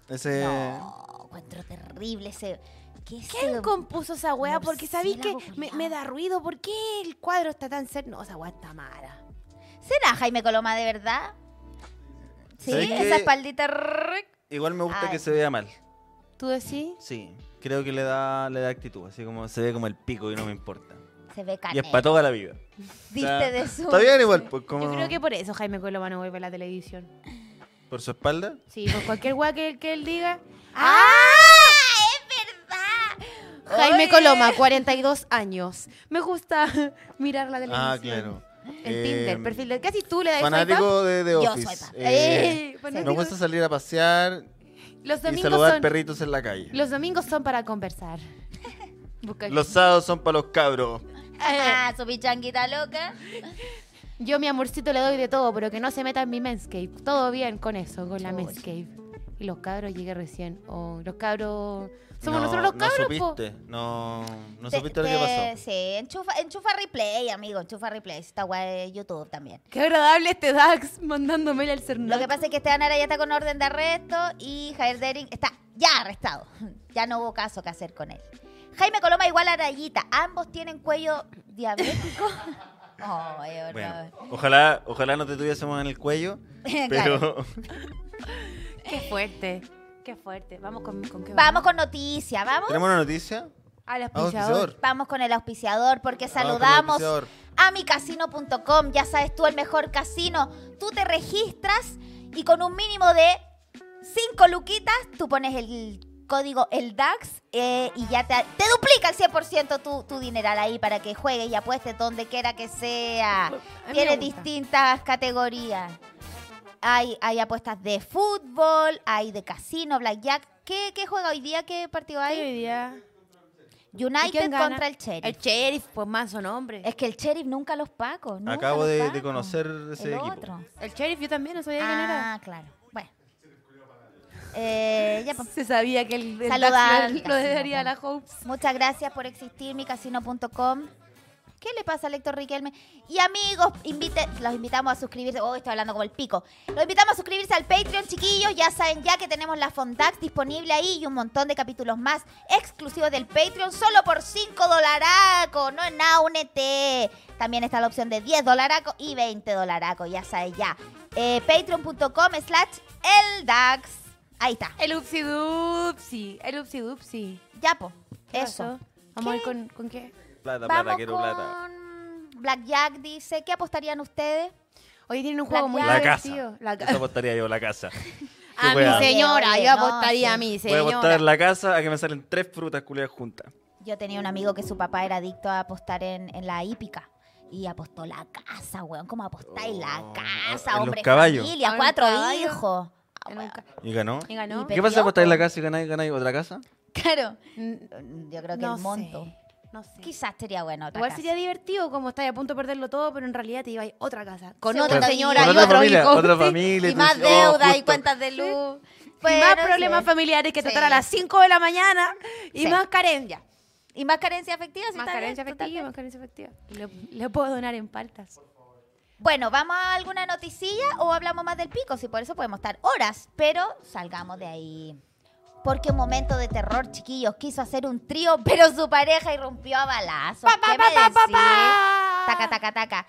[SPEAKER 2] Ese...
[SPEAKER 1] No, encuentro terrible ese. ¿Qué es
[SPEAKER 3] ¿Quién compuso esa weá? Porque sabéis que
[SPEAKER 1] Murciélago
[SPEAKER 3] me,
[SPEAKER 1] culiao.
[SPEAKER 3] me da ruido. ¿Por qué el cuadro está tan cerca? No, esa weá está mala.
[SPEAKER 1] ¿Será Jaime Coloma de verdad? Sí,
[SPEAKER 2] ¿Sabes qué?
[SPEAKER 1] esa espaldita. ric.
[SPEAKER 2] Igual me gusta
[SPEAKER 1] Ay.
[SPEAKER 2] que se vea mal.
[SPEAKER 3] ¿Tú decís?
[SPEAKER 2] Sí, creo que le da, le da actitud, así como se ve como el pico y no me importa.
[SPEAKER 1] Se ve
[SPEAKER 2] Y es
[SPEAKER 1] canela.
[SPEAKER 2] para toda la vida.
[SPEAKER 1] Diste de su.
[SPEAKER 2] Está bien igual, pues como
[SPEAKER 3] Yo creo que por eso Jaime Coloma no vuelve a la televisión.
[SPEAKER 2] por su espalda.
[SPEAKER 3] Sí, por cualquier weá que, que él diga.
[SPEAKER 1] ¡Ah! ¡Es verdad!
[SPEAKER 3] Jaime
[SPEAKER 1] Oye.
[SPEAKER 3] Coloma, 42 años. Me gusta mirar la televisión.
[SPEAKER 2] Ah, claro.
[SPEAKER 3] El
[SPEAKER 2] Eh,
[SPEAKER 3] Tinder, perfil de casi tú le das swipe
[SPEAKER 2] Fanático de The
[SPEAKER 1] Yo
[SPEAKER 2] Office.
[SPEAKER 1] soy fan.
[SPEAKER 2] Eh,
[SPEAKER 3] Eh, fanático.
[SPEAKER 2] nos gusta salir a pasear
[SPEAKER 3] up. Los
[SPEAKER 2] y
[SPEAKER 3] domingos
[SPEAKER 2] saludar
[SPEAKER 3] son
[SPEAKER 2] perritos en la calle.
[SPEAKER 3] los domingos son para conversar. Busca-
[SPEAKER 2] Los sábados son para los cabros.
[SPEAKER 1] Ah, su pichanguita loca.
[SPEAKER 3] Yo mi amorcito le doy de todo, pero que no se meta en mi Manscape. Todo bien con eso, con la
[SPEAKER 1] Uy.
[SPEAKER 3] Manscape. Y los cabros llegué recién. Oh, los cabros somos
[SPEAKER 2] No,
[SPEAKER 3] nosotros los cabros,
[SPEAKER 2] No
[SPEAKER 3] po.
[SPEAKER 2] supiste, no, no
[SPEAKER 1] Te-
[SPEAKER 2] supiste lo que
[SPEAKER 1] te-
[SPEAKER 2] pasó.
[SPEAKER 1] Sí, enchufa, enchufa replay, amigo. Enchufa replay. Esta guay de YouTube también.
[SPEAKER 3] Qué agradable este Dax mandándome al cernaco.
[SPEAKER 1] Lo que pasa es que Esteban Araya está con orden de arresto y Javier Dering está ya arrestado. Ya no hubo caso que hacer con él. Jaime Coloma igual a Arayita. Ambos tienen cuello diabético. Oh, Ay, ahora-
[SPEAKER 2] Bueno, ojalá, ojalá no te tuviésemos en el cuello, pero
[SPEAKER 1] Claro.
[SPEAKER 3] Qué fuerte. Qué fuerte. Vamos con, con qué
[SPEAKER 1] Vamos con noticias, vamos.
[SPEAKER 2] tenemos una noticia.
[SPEAKER 3] al
[SPEAKER 2] Ah,
[SPEAKER 3] auspiciador.
[SPEAKER 2] auspiciador.
[SPEAKER 1] Vamos con el auspiciador porque
[SPEAKER 2] con el
[SPEAKER 1] saludamos
[SPEAKER 2] auspiciador.
[SPEAKER 1] a micasino.com. Ya sabes tú, el mejor casino. Tú te registras y con un mínimo de 5 luquitas tú pones el código el DAX eh, y ya te, te duplica el 100% tu, tu dineral ahí para que juegues y apuestes donde quiera que sea.
[SPEAKER 3] me
[SPEAKER 1] Tiene
[SPEAKER 3] gusta.
[SPEAKER 1] distintas categorías. Hay, hay apuestas de fútbol, hay de casino, blackjack. ¿Qué, qué juega hoy día? ¿Qué partido
[SPEAKER 3] Ay,
[SPEAKER 1] hay?
[SPEAKER 3] hoy día. ¿Y
[SPEAKER 1] United
[SPEAKER 3] quién gana?
[SPEAKER 1] contra el Sheriff.
[SPEAKER 3] El sheriff, pues más o nombre.
[SPEAKER 1] Es que el sheriff nunca los paco. nunca
[SPEAKER 2] Acabo
[SPEAKER 1] los
[SPEAKER 2] de- de
[SPEAKER 1] paco.
[SPEAKER 2] conocer ese
[SPEAKER 1] El
[SPEAKER 2] equipo.
[SPEAKER 1] otro.
[SPEAKER 3] El sheriff, yo también no sabía quién era.
[SPEAKER 1] Ah, claro. Bueno. Eh, ya, pues.
[SPEAKER 3] Se sabía que el, el
[SPEAKER 1] Saludar
[SPEAKER 3] Dax
[SPEAKER 1] al
[SPEAKER 3] lo- lo
[SPEAKER 1] casino,
[SPEAKER 3] debería a la
[SPEAKER 1] bueno.
[SPEAKER 3] Hopes.
[SPEAKER 1] Muchas gracias por existir, micasino.com. ¿Qué le pasa a Héctor Riquelme? Y amigos, invite, los invitamos a suscribirse. Oh, estoy hablando como el pico. Los invitamos a suscribirse al Patreon, chiquillos. Ya saben ya que tenemos la Fondax disponible ahí y un montón de capítulos más exclusivos del Patreon solo por 5 dolaraco. No es nada, únete. También está la opción de 10 dolaraco y 20 dolaraco. Ya saben ya. Eh, Patreon.com slash el DAX. Ahí está.
[SPEAKER 3] El upsi dupsi. El upsi dupsi.
[SPEAKER 1] Ya, po.
[SPEAKER 3] ¿Qué
[SPEAKER 1] Eso.
[SPEAKER 3] pasó? Vamos a ir con, con qué.
[SPEAKER 2] Plata, plata,
[SPEAKER 1] Vamos
[SPEAKER 2] quiero
[SPEAKER 1] con
[SPEAKER 2] plata.
[SPEAKER 1] Blackjack dice, ¿qué apostarían ustedes?
[SPEAKER 3] Hoy tienen un juego muy
[SPEAKER 1] Blackjack.
[SPEAKER 2] La
[SPEAKER 3] divertido.
[SPEAKER 2] casa.
[SPEAKER 3] La
[SPEAKER 2] Eso
[SPEAKER 3] casa.
[SPEAKER 2] apostaría yo, la casa.
[SPEAKER 3] A
[SPEAKER 2] Qué wea.
[SPEAKER 3] mi señora,
[SPEAKER 1] Oye,
[SPEAKER 3] yo
[SPEAKER 1] no,
[SPEAKER 3] apostaría
[SPEAKER 1] sí.
[SPEAKER 3] a mi
[SPEAKER 2] Voy a
[SPEAKER 3] señora.
[SPEAKER 2] apostar la casa a que me salen tres frutas culiadas juntas.
[SPEAKER 1] Yo tenía un amigo que su papá era adicto a apostar en, en la hípica. Y apostó la casa, weón. ¿Cómo apostáis la
[SPEAKER 2] Oh,
[SPEAKER 1] casa,
[SPEAKER 2] en los
[SPEAKER 1] hombre?
[SPEAKER 2] caballos.
[SPEAKER 1] Familia,
[SPEAKER 3] En los
[SPEAKER 1] cuatro
[SPEAKER 3] caballos.
[SPEAKER 1] hijos. Ah,
[SPEAKER 3] En un
[SPEAKER 1] weón.
[SPEAKER 3] ca-
[SPEAKER 2] ¿Y ganó?
[SPEAKER 3] y ganó.
[SPEAKER 1] Y pe-
[SPEAKER 2] ¿Qué pasa
[SPEAKER 1] perdió,
[SPEAKER 2] cuando estáis en la
[SPEAKER 1] po.
[SPEAKER 2] casa y ganáis, ganáis otra casa?
[SPEAKER 1] Claro.
[SPEAKER 3] N-
[SPEAKER 1] Yo creo que
[SPEAKER 3] no
[SPEAKER 1] el monto.
[SPEAKER 3] sé, No sé.
[SPEAKER 1] Quizás sería bueno otra
[SPEAKER 3] Igual
[SPEAKER 1] casa.
[SPEAKER 3] sería divertido como estáis a punto de perderlo todo, pero en realidad te ibais a otra casa. Con
[SPEAKER 1] Segunda vida.
[SPEAKER 3] otra señora
[SPEAKER 1] Con
[SPEAKER 3] y
[SPEAKER 1] otra
[SPEAKER 3] otro
[SPEAKER 2] familia,
[SPEAKER 3] hijo.
[SPEAKER 2] otra
[SPEAKER 3] sí.
[SPEAKER 2] familia.
[SPEAKER 1] Y más
[SPEAKER 2] tú dices, oh,
[SPEAKER 1] deudas y
[SPEAKER 2] justo.
[SPEAKER 1] cuentas de luz.
[SPEAKER 3] y
[SPEAKER 1] Bueno,
[SPEAKER 3] más
[SPEAKER 1] sí.
[SPEAKER 3] problemas familiares que
[SPEAKER 1] Sí.
[SPEAKER 3] tratar a las 5 de la mañana y
[SPEAKER 1] Sí.
[SPEAKER 3] más carencia.
[SPEAKER 1] Y más carencia afectiva. sí,
[SPEAKER 3] Más
[SPEAKER 1] está bien,
[SPEAKER 3] carencia
[SPEAKER 1] totalmente.
[SPEAKER 3] efectiva, más carencia efectiva. Le, le puedo donar en partas.
[SPEAKER 1] Bueno, ¿vamos a alguna noticilla o hablamos más del pico? Si por eso podemos estar horas, pero salgamos de ahí. Porque un momento de terror, chiquillos, quiso hacer un trío, pero su pareja irrumpió a balazos.
[SPEAKER 3] Pa, pa,
[SPEAKER 1] ¿Qué
[SPEAKER 3] pa,
[SPEAKER 1] me
[SPEAKER 3] pa, pa,
[SPEAKER 1] decís?
[SPEAKER 3] pa.
[SPEAKER 1] Taca, taca, taca.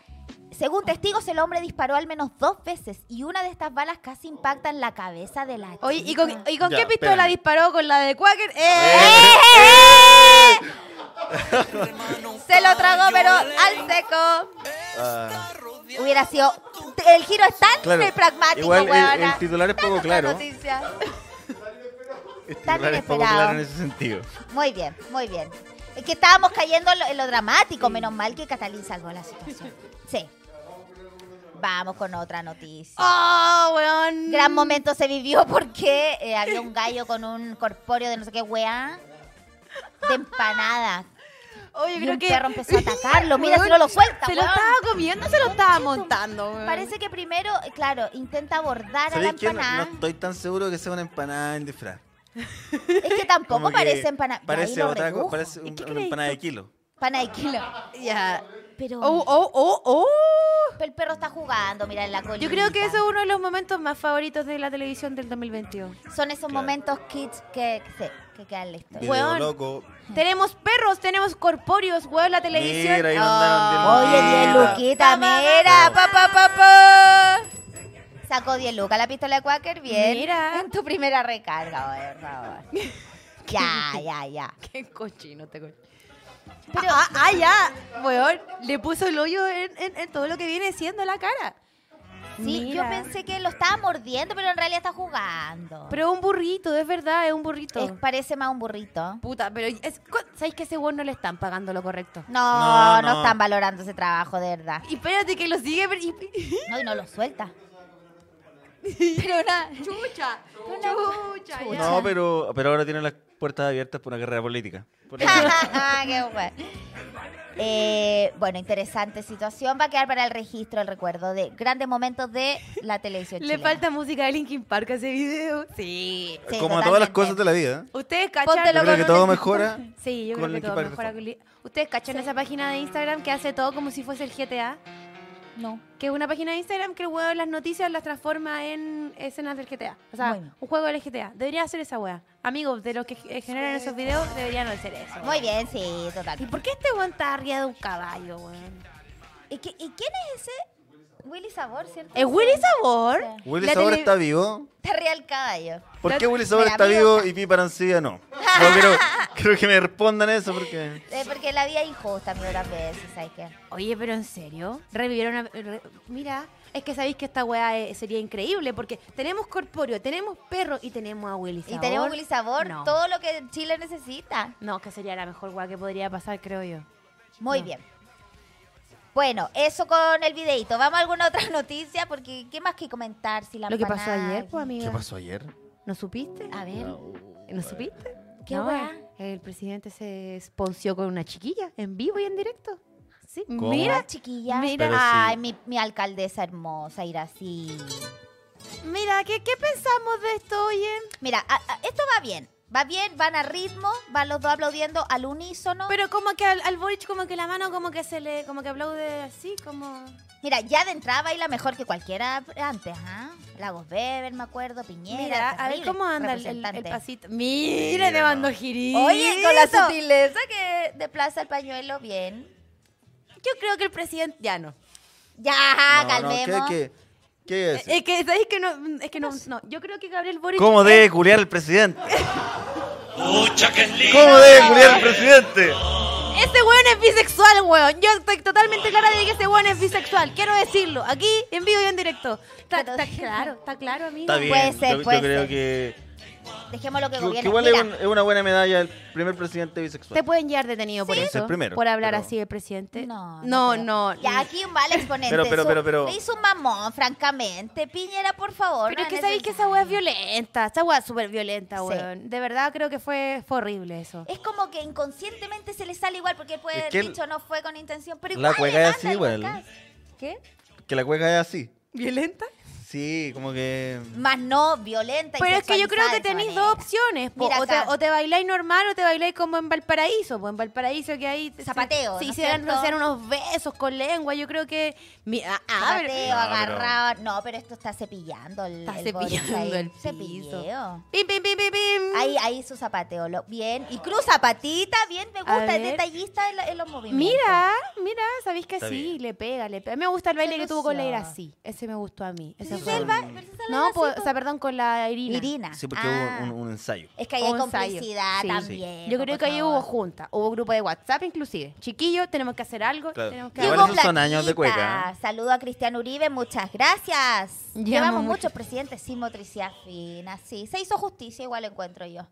[SPEAKER 1] Según testigos, el hombre disparó al menos dos veces y una de estas balas casi impacta en la cabeza de la
[SPEAKER 3] Oye, ¿y
[SPEAKER 1] chica.
[SPEAKER 3] con, y con
[SPEAKER 2] Ya,
[SPEAKER 3] qué pistola
[SPEAKER 2] espérame.
[SPEAKER 3] disparó? ¿Con la de Quaker? ¡Eh!
[SPEAKER 1] ¡Eh, eh, eh! Se lo tragó, pero al seco.
[SPEAKER 2] Ah,
[SPEAKER 1] Hubiera sido. El giro es tan
[SPEAKER 2] claro.
[SPEAKER 1] pragmático,
[SPEAKER 2] Igual el- el,
[SPEAKER 1] weona.
[SPEAKER 2] titular es poco claro. El
[SPEAKER 1] Noticias.
[SPEAKER 2] titular es poco
[SPEAKER 1] inesperado.
[SPEAKER 2] claro en ese sentido.
[SPEAKER 1] Muy bien, muy bien. Es que estábamos cayendo en lo, en lo dramático, menos mal que Catalín salvó la situación. Sí. Vamos con otra noticia.
[SPEAKER 3] ¡Oh, weón!
[SPEAKER 1] Gran momento se vivió porque eh, había un gallo con un corpóreo de no sé qué weá de empanada.
[SPEAKER 3] Oye,
[SPEAKER 1] Y
[SPEAKER 3] creo
[SPEAKER 1] un
[SPEAKER 3] que...
[SPEAKER 1] perro empezó a atacarlo. Mira, si no lo suelta,
[SPEAKER 3] Se lo
[SPEAKER 1] weón.
[SPEAKER 3] estaba comiendo, se lo estaba montando, weón.
[SPEAKER 1] Parece que primero, eh, claro, intenta abordar a la
[SPEAKER 2] ¿Sabéis que no,
[SPEAKER 1] empanada.
[SPEAKER 2] no estoy tan seguro que sea una empanada en disfraz?
[SPEAKER 1] Es que tampoco
[SPEAKER 2] Como que
[SPEAKER 1] parece empanada.
[SPEAKER 2] Parece otra cosa, parece
[SPEAKER 3] ¿Y
[SPEAKER 2] un-
[SPEAKER 3] qué
[SPEAKER 2] una
[SPEAKER 3] crees
[SPEAKER 2] empanada
[SPEAKER 3] tú?
[SPEAKER 2] de kilo.
[SPEAKER 1] Pana de kilo.
[SPEAKER 3] Ya.
[SPEAKER 1] Pero
[SPEAKER 3] ¡Oh, oh, oh, oh!
[SPEAKER 1] el perro está jugando, mira en la colina.
[SPEAKER 3] Yo creo que eso es uno de los momentos más favoritos de la televisión del 2021.
[SPEAKER 1] Son esos
[SPEAKER 2] Claro.
[SPEAKER 1] momentos kids que, que, sí, que quedan en la historia.
[SPEAKER 2] Video
[SPEAKER 3] Weón.
[SPEAKER 2] loco.
[SPEAKER 3] Tenemos perros, tenemos corpóreos, weón, la televisión.
[SPEAKER 2] Mira, ahí
[SPEAKER 3] Ah.
[SPEAKER 2] mandaron
[SPEAKER 1] Oye, 10
[SPEAKER 2] diez luquitas.
[SPEAKER 1] luquita, mira, pa, pa, pa, pa. Sacó 10 lucas la pistola de Quaker, bien.
[SPEAKER 3] Mira.
[SPEAKER 1] En tu primera recarga, oye, por favor. ya, ya, ya.
[SPEAKER 3] Qué cochino te cochino. Pero, ah, ah, ya, weón, le puso el hoyo en, en- en todo lo que viene siendo la cara.
[SPEAKER 1] Sí,
[SPEAKER 3] Mira.
[SPEAKER 1] yo pensé que lo estaba mordiendo, pero en realidad está jugando.
[SPEAKER 3] Pero un burrito, es verdad, es un burrito.
[SPEAKER 1] Es- parece más un burrito.
[SPEAKER 3] Puta, pero es, cu- ¿sabes que a ese weón no le están pagando lo correcto?
[SPEAKER 1] No, no,
[SPEAKER 2] No, no.
[SPEAKER 1] están valorando ese trabajo, de verdad.
[SPEAKER 3] Y espérate que lo sigue, pero... y-
[SPEAKER 1] No, y no lo suelta.
[SPEAKER 3] pero nada. Chucha, chucha, ya.
[SPEAKER 2] No, pero, pero ahora tienen las puertas abiertas por una carrera política. Por eso-
[SPEAKER 1] Ah, Qué bueno. Eh, bueno, interesante situación. Va a quedar para el registro el recuerdo de grandes momentos de la televisión.
[SPEAKER 3] Le
[SPEAKER 1] chilena.
[SPEAKER 3] falta música de Linkin Park a ese video. Sí.
[SPEAKER 1] Sí,
[SPEAKER 2] Como a todas las
[SPEAKER 1] totalmente.
[SPEAKER 2] cosas de la vida.
[SPEAKER 3] Ustedes cachan...
[SPEAKER 1] Póntelo
[SPEAKER 2] Yo creo que
[SPEAKER 1] con
[SPEAKER 2] todo
[SPEAKER 1] un-
[SPEAKER 2] mejora.
[SPEAKER 3] Sí, yo
[SPEAKER 2] con
[SPEAKER 3] creo que
[SPEAKER 2] Linkin
[SPEAKER 3] todo
[SPEAKER 2] Park
[SPEAKER 3] mejora
[SPEAKER 2] de
[SPEAKER 3] con Lin- ¿Ustedes cachan esa página de Instagram que hace todo como si fuese el GTA?
[SPEAKER 1] No.
[SPEAKER 3] Que es una página de Instagram que el huevo de las noticias las transforma en escenas del GTA. O sea,
[SPEAKER 1] Bueno.
[SPEAKER 3] un juego del GTA. Debería hacer esa wea. Amigos, de los que eh, generan esos videos, deberían hacer eso.
[SPEAKER 1] Muy bien, sí, total.
[SPEAKER 3] ¿Y por qué este weón está arriba de un caballo, weón?
[SPEAKER 1] ¿Y, qué- y quién es ese? Willy Sabor, ¿cierto?
[SPEAKER 3] ¿Es Willy Sabor?
[SPEAKER 1] Sí.
[SPEAKER 2] Willy
[SPEAKER 3] La
[SPEAKER 2] Sabor
[SPEAKER 3] tele-
[SPEAKER 2] está vivo.
[SPEAKER 1] Está real caballo.
[SPEAKER 2] ¿Por
[SPEAKER 3] La-
[SPEAKER 2] qué Willy Sabor
[SPEAKER 1] Mira,
[SPEAKER 2] está
[SPEAKER 1] amigo. ah.
[SPEAKER 2] vivo y Pipa Arancibia no? No creo, creo que me respondan eso porque.
[SPEAKER 1] Eh, porque la vida es injusta, amigo, también, si sabes qué.
[SPEAKER 3] Oye, pero en serio, revivieron a... re- Mira, es que sabéis que esta weá eh, sería increíble porque tenemos corpóreo, tenemos perro y tenemos a Willy Sabor.
[SPEAKER 1] Y tenemos Willy Sabor,
[SPEAKER 3] No.
[SPEAKER 1] todo lo que Chile necesita.
[SPEAKER 3] No, que sería la mejor weá que podría pasar, creo yo.
[SPEAKER 1] Muy
[SPEAKER 3] No.
[SPEAKER 1] bien. Bueno, eso con el videito. Vamos a alguna otra noticia, porque ¿qué más que comentar? Si la
[SPEAKER 3] Lo que pasó
[SPEAKER 1] empanada-
[SPEAKER 3] ayer, pues, amiga.
[SPEAKER 2] ¿Qué pasó ayer?
[SPEAKER 3] ¿No supiste?
[SPEAKER 1] A ver.
[SPEAKER 3] ¿No supiste?
[SPEAKER 1] ¿Qué
[SPEAKER 3] No,
[SPEAKER 1] weá?
[SPEAKER 3] El, el presidente se esponció con una chiquilla en vivo y en directo. Sí.
[SPEAKER 2] ¿Cómo?
[SPEAKER 1] Mira,
[SPEAKER 3] Mira,
[SPEAKER 1] chiquilla.
[SPEAKER 3] Mira.
[SPEAKER 2] Pero sí.
[SPEAKER 1] Ay, mi, mi alcaldesa hermosa, ir así.
[SPEAKER 3] mira, ¿qué, qué pensamos de esto, oye?
[SPEAKER 1] Mira, a- a- esto va bien. Va bien, van a ritmo, van los dos aplaudiendo al unísono.
[SPEAKER 3] Pero como que al, al Boric como que la mano como que se le, como que aplaude así, como...
[SPEAKER 1] Mira, ya de entrada baila mejor que cualquiera antes, ¿ah? Lagos Weber, me acuerdo, Piñera.
[SPEAKER 3] Mira, a ver
[SPEAKER 1] terrible
[SPEAKER 3] cómo anda el, el- el
[SPEAKER 1] representante.
[SPEAKER 3] pasito. Mira, te mando girito.
[SPEAKER 1] Oye, con la sutileza que desplaza el pañuelo, bien.
[SPEAKER 3] Yo creo que el presidente... Ya no.
[SPEAKER 1] Ya,
[SPEAKER 2] No, no,
[SPEAKER 1] calmemos.
[SPEAKER 2] ¿qué, qué, qué es?
[SPEAKER 3] Eh, Es que, ¿sabes que no? Es que no, no. Yo creo que Gabriel Boric...
[SPEAKER 2] ¿Cómo
[SPEAKER 3] es-
[SPEAKER 2] debe culiar el presidente? ¿Cómo debe culiar el presidente?
[SPEAKER 3] Este weón es bisexual, weón. Yo estoy totalmente clara de que este weón es bisexual. Quiero decirlo. Aquí, en vivo y en directo. Está,
[SPEAKER 1] Pero-
[SPEAKER 3] está claro, está claro, amigo.
[SPEAKER 2] Está bien.
[SPEAKER 1] Puede ser,
[SPEAKER 2] yo, yo
[SPEAKER 1] puede
[SPEAKER 2] creo
[SPEAKER 1] ser.
[SPEAKER 2] que
[SPEAKER 1] Dejemos lo que
[SPEAKER 2] Que-
[SPEAKER 1] gobierne.
[SPEAKER 2] que igual es,
[SPEAKER 1] Mira,
[SPEAKER 2] un- es una buena medalla del primer presidente
[SPEAKER 3] Te
[SPEAKER 2] bisexual.
[SPEAKER 3] pueden llevar detenido por
[SPEAKER 2] Sí. Es el
[SPEAKER 3] eso.
[SPEAKER 2] primero,
[SPEAKER 3] por hablar
[SPEAKER 2] pero-
[SPEAKER 3] así del presidente.
[SPEAKER 1] No,
[SPEAKER 3] no.
[SPEAKER 1] creo.
[SPEAKER 3] no,
[SPEAKER 1] Ya, aquí un mal exponente.
[SPEAKER 2] Pero, pero,
[SPEAKER 1] su-
[SPEAKER 2] pero, pero-
[SPEAKER 1] Le hizo un mamón, francamente. Piñera, por favor.
[SPEAKER 3] Pero es
[SPEAKER 1] no
[SPEAKER 3] que sabéis que esa
[SPEAKER 1] necesario.
[SPEAKER 3] weá es violenta. Esa weá es súper violenta,
[SPEAKER 1] Sí.
[SPEAKER 3] weón. De verdad creo que fue, fue horrible eso.
[SPEAKER 1] Es como que inconscientemente se le sale igual, porque él puede
[SPEAKER 2] Es
[SPEAKER 1] haber
[SPEAKER 2] que el-
[SPEAKER 1] dicho no fue con intención, pero
[SPEAKER 2] La
[SPEAKER 1] igual.
[SPEAKER 2] cueca
[SPEAKER 1] le
[SPEAKER 2] es
[SPEAKER 1] manda
[SPEAKER 2] así,
[SPEAKER 1] igual
[SPEAKER 2] igual.
[SPEAKER 1] caso. ¿Qué?
[SPEAKER 2] Que la cueca es así.
[SPEAKER 3] ¿Violenta?
[SPEAKER 2] Sí, como que.
[SPEAKER 1] Más no, violenta. y
[SPEAKER 3] Pero es que yo creo
[SPEAKER 1] sexualizada
[SPEAKER 3] que
[SPEAKER 1] de esa
[SPEAKER 3] tenéis
[SPEAKER 1] manera.
[SPEAKER 3] dos opciones. po.
[SPEAKER 1] Mira
[SPEAKER 3] O te,
[SPEAKER 1] acá.
[SPEAKER 3] o te bailáis normal o te bailáis como en Valparaíso. Pues en Valparaíso que hay...
[SPEAKER 1] Zapateo,
[SPEAKER 3] Sí,
[SPEAKER 1] ¿no es
[SPEAKER 3] se dan,
[SPEAKER 1] cierto?
[SPEAKER 3] se dan unos besos con lengua. Yo creo que... mi- ah, ah, pero-
[SPEAKER 1] Zapateo,
[SPEAKER 2] No, pero-
[SPEAKER 1] agarrado. No, pero esto está cepillando el.
[SPEAKER 3] Está
[SPEAKER 1] el Boris
[SPEAKER 3] cepillando
[SPEAKER 1] ahí.
[SPEAKER 3] el piso.
[SPEAKER 1] Cepilleo.
[SPEAKER 3] Pim, pim, pim, pim, pim.
[SPEAKER 1] Ahí, ahí su zapateo, lo- bien. Y cruza patita, bien, me
[SPEAKER 3] A
[SPEAKER 1] gusta, es
[SPEAKER 3] ver.
[SPEAKER 1] detallista en, la- en los movimientos.
[SPEAKER 3] Mira, mira, sabéis que
[SPEAKER 2] Está
[SPEAKER 3] sí,
[SPEAKER 2] bien.
[SPEAKER 3] le pega, le pega. Me gusta el baile que tuvo con la
[SPEAKER 1] lució.
[SPEAKER 3] Irací. Ese me gustó a mí. Ese
[SPEAKER 1] Sí,
[SPEAKER 3] fue-
[SPEAKER 1] sí, él va- pero sí sale
[SPEAKER 3] No,
[SPEAKER 1] así,
[SPEAKER 3] pues,
[SPEAKER 1] po.
[SPEAKER 3] o sea, perdón, con la Irina.
[SPEAKER 1] Irina.
[SPEAKER 2] Sí, porque
[SPEAKER 1] Ah.
[SPEAKER 2] hubo un, un ensayo.
[SPEAKER 1] Es que ahí hay
[SPEAKER 3] O ensayo.
[SPEAKER 1] complicidad
[SPEAKER 3] Sí.
[SPEAKER 1] también.
[SPEAKER 3] Yo
[SPEAKER 1] po,
[SPEAKER 3] creo
[SPEAKER 1] por
[SPEAKER 3] que ahí
[SPEAKER 1] favor.
[SPEAKER 3] hubo junta, hubo grupo de WhatsApp inclusive. Chiquillos, tenemos que hacer algo.
[SPEAKER 2] Claro.
[SPEAKER 3] tenemos que
[SPEAKER 2] Igual
[SPEAKER 1] Llegó
[SPEAKER 2] esos son años de
[SPEAKER 1] Platita.
[SPEAKER 2] cueca,
[SPEAKER 1] Saludo a Cristian Uribe, muchas gracias.
[SPEAKER 3] Llamo
[SPEAKER 1] Llevamos
[SPEAKER 3] mucho.
[SPEAKER 1] muchos presidentes sin motricidad fina, sí. Se hizo justicia, igual lo encuentro yo.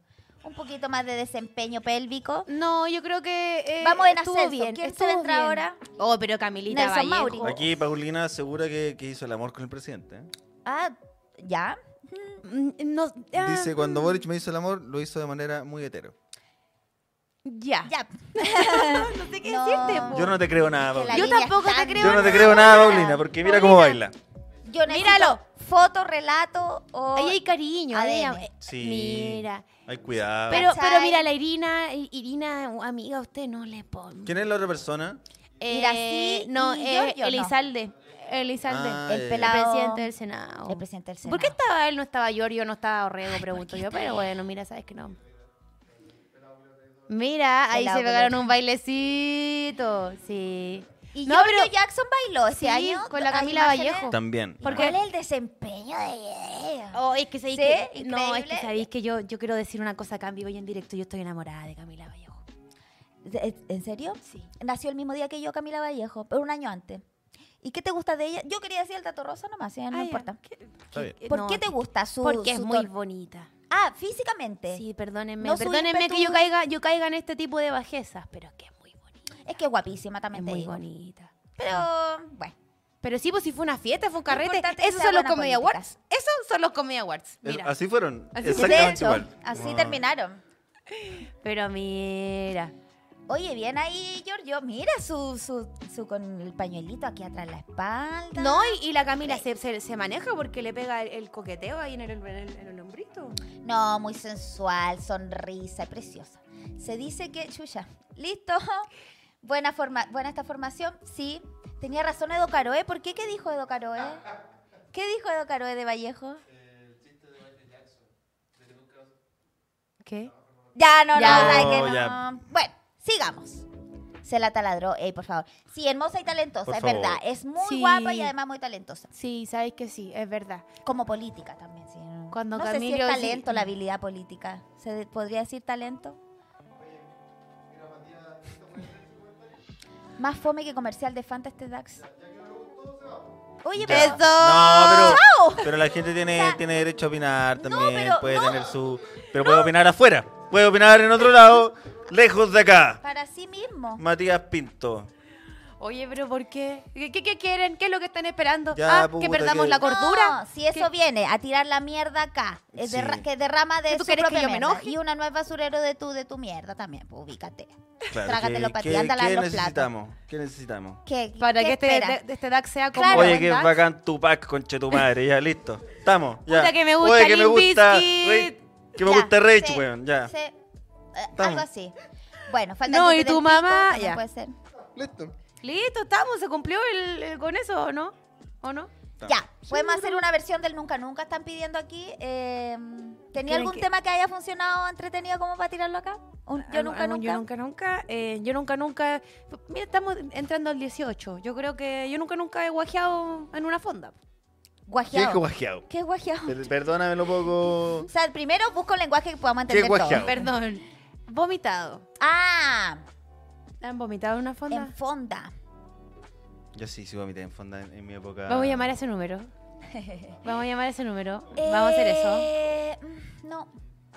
[SPEAKER 1] Un poquito más de desempeño pélvico.
[SPEAKER 3] No, yo creo que eh,
[SPEAKER 1] Vamos en
[SPEAKER 3] estuvo
[SPEAKER 1] ascenso.
[SPEAKER 3] bien.
[SPEAKER 1] ¿Quién se
[SPEAKER 3] estuvo
[SPEAKER 1] vendrá
[SPEAKER 3] bien.
[SPEAKER 1] ahora?
[SPEAKER 3] Oh, pero Camilita
[SPEAKER 1] Nelson
[SPEAKER 3] Vallejo.
[SPEAKER 1] Mauri.
[SPEAKER 2] Aquí Paulina asegura que, que hizo el amor con el presidente. ¿eh?
[SPEAKER 1] Ah, ¿ya?
[SPEAKER 3] Mm, no- ah,
[SPEAKER 2] Dice, cuando Boric me hizo el amor, lo hizo de manera muy hetero.
[SPEAKER 3] Ya.
[SPEAKER 1] Ya.
[SPEAKER 3] No sé qué
[SPEAKER 1] No.
[SPEAKER 3] decirte, po.
[SPEAKER 2] Yo no te creo nada,
[SPEAKER 1] Que la
[SPEAKER 2] Paulina.
[SPEAKER 3] Yo
[SPEAKER 1] línea
[SPEAKER 3] tampoco
[SPEAKER 1] está
[SPEAKER 3] te
[SPEAKER 1] tan-
[SPEAKER 2] Yo no te
[SPEAKER 3] nada.
[SPEAKER 2] creo nada, Paulina, porque mira cómo
[SPEAKER 3] Paulina.
[SPEAKER 2] baila.
[SPEAKER 1] Yo necesito
[SPEAKER 3] Míralo.
[SPEAKER 1] Foto, relato o...
[SPEAKER 3] Ahí hay cariño. ahí
[SPEAKER 1] ADN.
[SPEAKER 3] hay-
[SPEAKER 2] Sí.
[SPEAKER 3] Mira.
[SPEAKER 2] Hay cuidado.
[SPEAKER 3] Pero, pero
[SPEAKER 1] ¿Cachai?
[SPEAKER 3] mira, la Irina, I- Irina, amiga, usted no le pone.
[SPEAKER 2] ¿Quién es la otra persona?
[SPEAKER 1] Mira, sí,
[SPEAKER 3] no,
[SPEAKER 1] y
[SPEAKER 3] eh,
[SPEAKER 1] yo- yo no.
[SPEAKER 3] Elizalde. Elizalde.
[SPEAKER 2] Ah,
[SPEAKER 1] El
[SPEAKER 2] ya, ya.
[SPEAKER 1] pelado.
[SPEAKER 3] El presidente del Senado.
[SPEAKER 1] El presidente del Senado.
[SPEAKER 3] ¿Por qué estaba él? No estaba Giorgio, no estaba Orrego, pregunto yo. Pero bueno, mira, sabes que no. Mira, ahí
[SPEAKER 1] Pelado
[SPEAKER 3] se pegaron
[SPEAKER 1] pelota.
[SPEAKER 3] un bailecito. Sí.
[SPEAKER 1] Y
[SPEAKER 3] no,
[SPEAKER 1] Giorgio
[SPEAKER 3] pero
[SPEAKER 1] Jackson bailó ese
[SPEAKER 3] Sí,
[SPEAKER 1] año.
[SPEAKER 3] con la
[SPEAKER 1] Hay
[SPEAKER 3] Camila
[SPEAKER 1] imágenes.
[SPEAKER 3] Vallejo.
[SPEAKER 2] También.
[SPEAKER 3] Oh. ¿Por qué?
[SPEAKER 1] ¿Cuál es el desempeño de ella?
[SPEAKER 3] Oh, es que sabéis
[SPEAKER 1] Sí,
[SPEAKER 3] que. No, es que
[SPEAKER 1] increíble.
[SPEAKER 3] sabéis que yo, yo quiero decir una cosa acá en vivo y en directo. Yo estoy enamorada de Camila Vallejo.
[SPEAKER 1] ¿De- ¿En serio?
[SPEAKER 3] Sí.
[SPEAKER 1] Nació el mismo día que yo, Camila Vallejo, pero un año antes. ¿Y qué te gusta de ella? Yo quería decir el dato rosa nomás, ya no
[SPEAKER 3] Ah, ya.
[SPEAKER 1] importa.
[SPEAKER 2] Está bien.
[SPEAKER 1] ¿Por
[SPEAKER 3] No,
[SPEAKER 1] qué te gusta su
[SPEAKER 3] Porque es
[SPEAKER 1] su
[SPEAKER 3] muy
[SPEAKER 1] tor-
[SPEAKER 3] bonita.
[SPEAKER 1] Ah, físicamente.
[SPEAKER 3] Sí, perdónenme.
[SPEAKER 1] No su
[SPEAKER 3] perdónenme que yo
[SPEAKER 1] ímpetu-
[SPEAKER 3] caiga, yo caiga en este tipo de bajezas, pero es que es muy bonita.
[SPEAKER 1] Es que es guapísima
[SPEAKER 3] Es
[SPEAKER 1] también. te
[SPEAKER 3] muy
[SPEAKER 1] digo.
[SPEAKER 3] bonita.
[SPEAKER 1] Pero, bueno.
[SPEAKER 3] Pero sí, pues si fue una fiesta, fue un carrete.
[SPEAKER 1] importante que
[SPEAKER 3] Esos
[SPEAKER 1] sea
[SPEAKER 3] son los
[SPEAKER 1] buena
[SPEAKER 3] Comedy
[SPEAKER 1] política.
[SPEAKER 3] Awards. Esos son los Comedy Awards.
[SPEAKER 2] Es-
[SPEAKER 3] Mira.
[SPEAKER 2] Así fueron.
[SPEAKER 3] Así-
[SPEAKER 1] De
[SPEAKER 2] Exactamente
[SPEAKER 1] hecho,
[SPEAKER 2] igual.
[SPEAKER 1] así
[SPEAKER 2] Wow.
[SPEAKER 1] terminaron.
[SPEAKER 3] Pero mira.
[SPEAKER 1] Oye, bien ahí, Giorgio. Mira su, su, su con el pañuelito aquí atrás de la espalda.
[SPEAKER 3] No, y, y la Camila se, se- se maneja porque le pega el, el coqueteo ahí en el, en el- en el hombrito.
[SPEAKER 1] No, muy sensual, sonrisa, preciosa. Se dice que, chuya, listo. Buena, forma, buena esta formación, sí. Tenía razón Edo Caroe. ¿Por qué? ¿Qué dijo Edo Caroe? ¿Qué dijo Edo Caroe de Vallejo?
[SPEAKER 3] ¿Qué?
[SPEAKER 1] Ya, no,
[SPEAKER 3] Ya.
[SPEAKER 1] no, sabe que
[SPEAKER 2] No,
[SPEAKER 1] no.
[SPEAKER 2] ya.
[SPEAKER 1] Bueno, sigamos. Se la taladró, ey, por favor. Sí, hermosa y talentosa,
[SPEAKER 2] Por
[SPEAKER 1] es
[SPEAKER 2] favor.
[SPEAKER 1] verdad. Es muy
[SPEAKER 3] Sí.
[SPEAKER 1] guapa y además muy talentosa.
[SPEAKER 3] Sí, sabes que sí, es verdad.
[SPEAKER 1] Como política también, sí. No,
[SPEAKER 3] Cuando
[SPEAKER 1] no sé si
[SPEAKER 3] Camilo-
[SPEAKER 1] es talento
[SPEAKER 3] sí.
[SPEAKER 1] la habilidad política. ¿Se de- podría decir talento? Más fome que comercial de Fanta este Dax. Oye, pero...
[SPEAKER 2] Ya. No, pero, pero la gente tiene, tiene derecho a opinar también.
[SPEAKER 1] pero
[SPEAKER 2] puede
[SPEAKER 1] no.
[SPEAKER 2] tener su. Pero puede opinar afuera. Puede opinar en otro lado, lejos de acá.
[SPEAKER 1] Para sí mismo.
[SPEAKER 2] Matías Pinto.
[SPEAKER 3] Oye, pero ¿por qué? ¿Qué, qué- qué quieren? ¿Qué es lo que están esperando?
[SPEAKER 2] Ya,
[SPEAKER 3] ah, que
[SPEAKER 2] puta,
[SPEAKER 3] perdamos
[SPEAKER 2] que-
[SPEAKER 3] la cordura.
[SPEAKER 1] No, si eso
[SPEAKER 3] ¿Qué?
[SPEAKER 1] viene a tirar la mierda acá, es derra-
[SPEAKER 2] Sí.
[SPEAKER 1] que derrama de
[SPEAKER 3] ¿Tú
[SPEAKER 1] su
[SPEAKER 3] querés que
[SPEAKER 1] propia
[SPEAKER 3] yo me
[SPEAKER 1] mierda.
[SPEAKER 3] enoje?
[SPEAKER 1] Y una nueva basurero de tu, de tu mierda también, pues, ubícate.
[SPEAKER 2] Claro,
[SPEAKER 1] Trágatelo
[SPEAKER 2] ¿qué-
[SPEAKER 1] para ti,
[SPEAKER 2] qué-
[SPEAKER 1] ándala
[SPEAKER 2] ¿Qué
[SPEAKER 1] en los platos.
[SPEAKER 2] necesitamos? ¿Qué necesitamos?
[SPEAKER 1] ¿Qué-
[SPEAKER 3] Para
[SPEAKER 1] qué
[SPEAKER 3] que este,
[SPEAKER 1] espera?
[SPEAKER 3] de- este DAC sea como.
[SPEAKER 1] Claro.
[SPEAKER 2] Oye, qué
[SPEAKER 3] DAC.
[SPEAKER 2] bacán tu pack, conche tu madre. Ya, listo. Estamos. Ya.
[SPEAKER 3] Puta que me gusta
[SPEAKER 2] Oye, que me
[SPEAKER 3] Limp
[SPEAKER 2] gusta.
[SPEAKER 3] Bizkit.
[SPEAKER 2] Rage- Que me
[SPEAKER 1] Ya,
[SPEAKER 2] gusta Rage,
[SPEAKER 1] sí,
[SPEAKER 2] weón. Ya.
[SPEAKER 1] sí. Eh, algo
[SPEAKER 2] Estamos.
[SPEAKER 1] así. Bueno, falta
[SPEAKER 3] No,
[SPEAKER 1] el
[SPEAKER 3] y
[SPEAKER 1] tute
[SPEAKER 3] tu
[SPEAKER 1] del
[SPEAKER 3] mamá,
[SPEAKER 1] pico, también
[SPEAKER 3] ya.
[SPEAKER 1] puede ser.
[SPEAKER 2] Listo.
[SPEAKER 3] Listo, estamos, se cumplió el, el- con eso, ¿o no? ¿O no?
[SPEAKER 1] Ya, podemos hacer una versión del Nunca Nunca, están pidiendo aquí. Eh, ¿Tenía
[SPEAKER 3] ¿Quieren
[SPEAKER 1] algún
[SPEAKER 3] que-
[SPEAKER 1] tema que haya funcionado entretenido como para tirarlo acá? Un- yo,
[SPEAKER 3] Ah,
[SPEAKER 1] nunca,
[SPEAKER 3] ah,
[SPEAKER 1] nunca,
[SPEAKER 3] Yo nunca nunca. eh, yo nunca nunca. Mira, estamos entrando al 18. Yo creo que yo nunca nunca he guajeado en una fonda.
[SPEAKER 2] ¿Qué es
[SPEAKER 1] Guajeado.
[SPEAKER 2] guajeado?
[SPEAKER 1] ¿Qué es guajeado?
[SPEAKER 2] Per- Perdónamelo poco.
[SPEAKER 1] O sea, primero busco un lenguaje que podamos entender todos.
[SPEAKER 2] guajeado?
[SPEAKER 3] Perdón. Vomitado.
[SPEAKER 1] Ah,
[SPEAKER 3] ¿Han vomitado en una fonda?
[SPEAKER 1] en fonda.
[SPEAKER 2] Yo sí, sí vomité en fonda en, en mi época.
[SPEAKER 3] Vamos a llamar a ese número. Vamos a llamar a ese número. Vamos a hacer eso.
[SPEAKER 1] Eh, mm, No.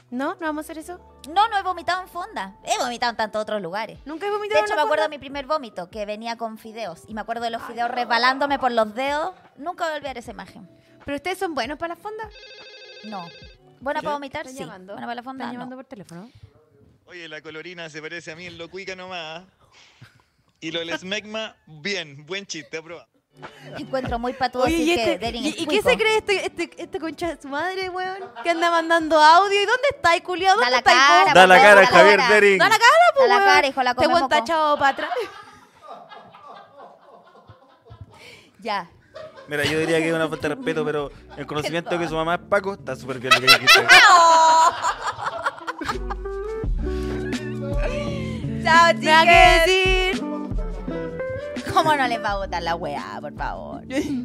[SPEAKER 3] ¿No? ¿No vamos a hacer eso?
[SPEAKER 1] No, no he vomitado en fonda. He vomitado en tantos otros lugares.
[SPEAKER 3] Nunca he vomitado.
[SPEAKER 1] De
[SPEAKER 3] en
[SPEAKER 1] hecho,
[SPEAKER 3] una Ah,
[SPEAKER 1] me acuerdo de
[SPEAKER 3] fonda?
[SPEAKER 1] mi primer vómito, que venía con fideos. Y me acuerdo de los fideos resbalándome por los dedos. Nunca voy a olvidar esa imagen.
[SPEAKER 3] ¿Pero ustedes son buenos para las fondas?
[SPEAKER 1] No. Buena
[SPEAKER 2] ¿Qué?
[SPEAKER 1] para vomitar,
[SPEAKER 3] ¿Están
[SPEAKER 1] sí.
[SPEAKER 3] llamando?
[SPEAKER 1] Buena para la fonda, no.
[SPEAKER 3] ¿Están llamando por teléfono?
[SPEAKER 4] Oye, la colorina se parece a mí en lo cuica nomás. Y lo del smegma, bien, buen chiste, aprobado.
[SPEAKER 1] Encuentro muy patudo
[SPEAKER 3] Oye,
[SPEAKER 1] así
[SPEAKER 3] ¿y, este-
[SPEAKER 1] que Derin
[SPEAKER 3] y-
[SPEAKER 1] es
[SPEAKER 3] y qué
[SPEAKER 1] cuico.
[SPEAKER 3] se cree este, este, este concha de su madre, weón? Que anda mandando audio. ¿Y dónde está, y culiado?
[SPEAKER 1] Da
[SPEAKER 3] ¿Dónde
[SPEAKER 1] la
[SPEAKER 3] está
[SPEAKER 1] cara,
[SPEAKER 2] Da la
[SPEAKER 1] pues,
[SPEAKER 2] cara, Javier Derin.
[SPEAKER 3] Da la cara,
[SPEAKER 1] Da
[SPEAKER 3] pues,
[SPEAKER 1] la
[SPEAKER 3] weón.
[SPEAKER 1] cara, hijo, la
[SPEAKER 3] Te
[SPEAKER 1] come
[SPEAKER 3] weón
[SPEAKER 1] moco.
[SPEAKER 3] tachado para atrás.
[SPEAKER 1] Ya.
[SPEAKER 3] este
[SPEAKER 2] Mira, yo diría que es una falta de respeto, pero el conocimiento de que su mamá es Paco está súper bien lo que dijiste.
[SPEAKER 1] Chao,
[SPEAKER 3] Nada que decir.
[SPEAKER 1] ¿Cómo no les va a votar la weá, por favor?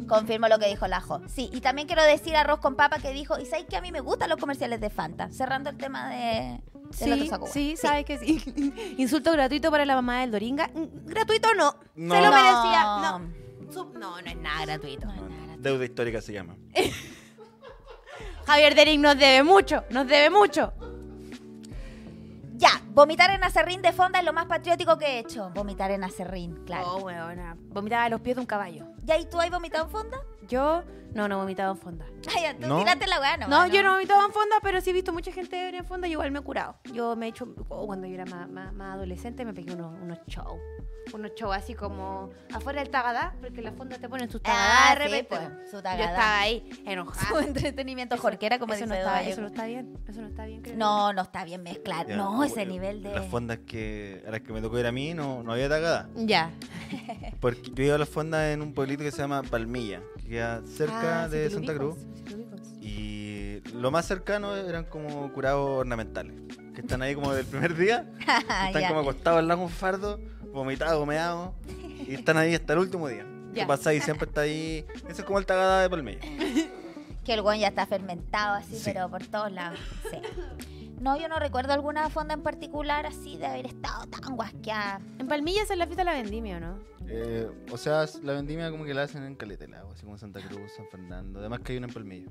[SPEAKER 1] Confirmo lo que dijo la Jo. Sí, y también quiero decir arroz con papa que dijo, y sabéis que a mí me gustan los comerciales de Fanta. Cerrando el tema de... del otro
[SPEAKER 3] Sí,
[SPEAKER 1] saco hueá.
[SPEAKER 3] sí, sabes que sí. Insulto gratuito para la mamá del Doringa. Mm, Gratuito no.
[SPEAKER 2] No.
[SPEAKER 3] Se
[SPEAKER 2] No.
[SPEAKER 3] lo merecía. No. Su- no, no es nada gratuito.
[SPEAKER 2] Deuda histórica se llama.
[SPEAKER 3] Eh, Javier Derín nos debe mucho. Nos debe mucho.
[SPEAKER 1] Ya, vomitar en acerrín de fonda es lo más patriótico que he hecho. Vomitar en acerrín, claro.
[SPEAKER 3] Oh, weona. Vomitaba a los pies de un caballo.
[SPEAKER 1] ¿Ya y tú has vomitado en fonda?
[SPEAKER 3] Yo no, no he vomitado en fonda.
[SPEAKER 1] Ay, ya, tú
[SPEAKER 2] No.
[SPEAKER 1] tírate la weá, no.
[SPEAKER 3] No, yo no he vomitado en fonda, pero sí he visto mucha gente ebria en fonda y igual me he curado. Yo me he hecho, oh, cuando yo era más, más- más adolescente, me pegué unos, unos shows. Unos shows así como afuera del tagadá, porque en la fonda te ponen sus tagadá
[SPEAKER 1] Ah,
[SPEAKER 3] de
[SPEAKER 1] sí,
[SPEAKER 3] repente.
[SPEAKER 1] pues, su
[SPEAKER 3] Yo
[SPEAKER 1] tagadá.
[SPEAKER 3] estaba ahí, enojada.
[SPEAKER 1] Su entretenimiento jorquera, como
[SPEAKER 3] Ah, eso
[SPEAKER 1] dice
[SPEAKER 3] no está,
[SPEAKER 1] Eduardo.
[SPEAKER 3] eso no está bien, eso no está bien. creo.
[SPEAKER 1] No, no está bien mezclar.
[SPEAKER 2] Ya,
[SPEAKER 1] no,
[SPEAKER 2] como
[SPEAKER 1] ese
[SPEAKER 2] yo-
[SPEAKER 1] nivel de...
[SPEAKER 2] Las fondas que, a las que me tocó ir a mí no, no había tagada.
[SPEAKER 3] Ya. Eh.
[SPEAKER 2] Porque yo iba a las fondas en un pueblito que se llama Palmilla, que queda cerca
[SPEAKER 3] Ah, sí
[SPEAKER 2] de
[SPEAKER 3] te lo
[SPEAKER 2] Santa
[SPEAKER 3] ubicas,
[SPEAKER 2] Cruz.
[SPEAKER 3] sí te lo ubicas.
[SPEAKER 2] Y lo más cercano eran como curados ornamentales, que están ahí como del primer día,
[SPEAKER 1] Ah,
[SPEAKER 2] están
[SPEAKER 1] ya.
[SPEAKER 2] como acostados al lado con fardo, vomitados, meados, y están ahí hasta el último día.
[SPEAKER 3] Ya.
[SPEAKER 2] Tú pasás y siempre está ahí. Eso es como el tagada de Palmilla.
[SPEAKER 1] Que el guan ya está fermentado así,
[SPEAKER 2] Sí.
[SPEAKER 1] pero por todos lados. Sí. No, yo no recuerdo alguna fonda en particular así de haber estado tan guasqueada.
[SPEAKER 3] En Palmilla esa es la fiesta de la vendimia, ¿o no?
[SPEAKER 2] Eh, o sea, la vendimia como que la hacen en Caletela, así como Santa Cruz, San Fernando. Además que hay una en Palmilla.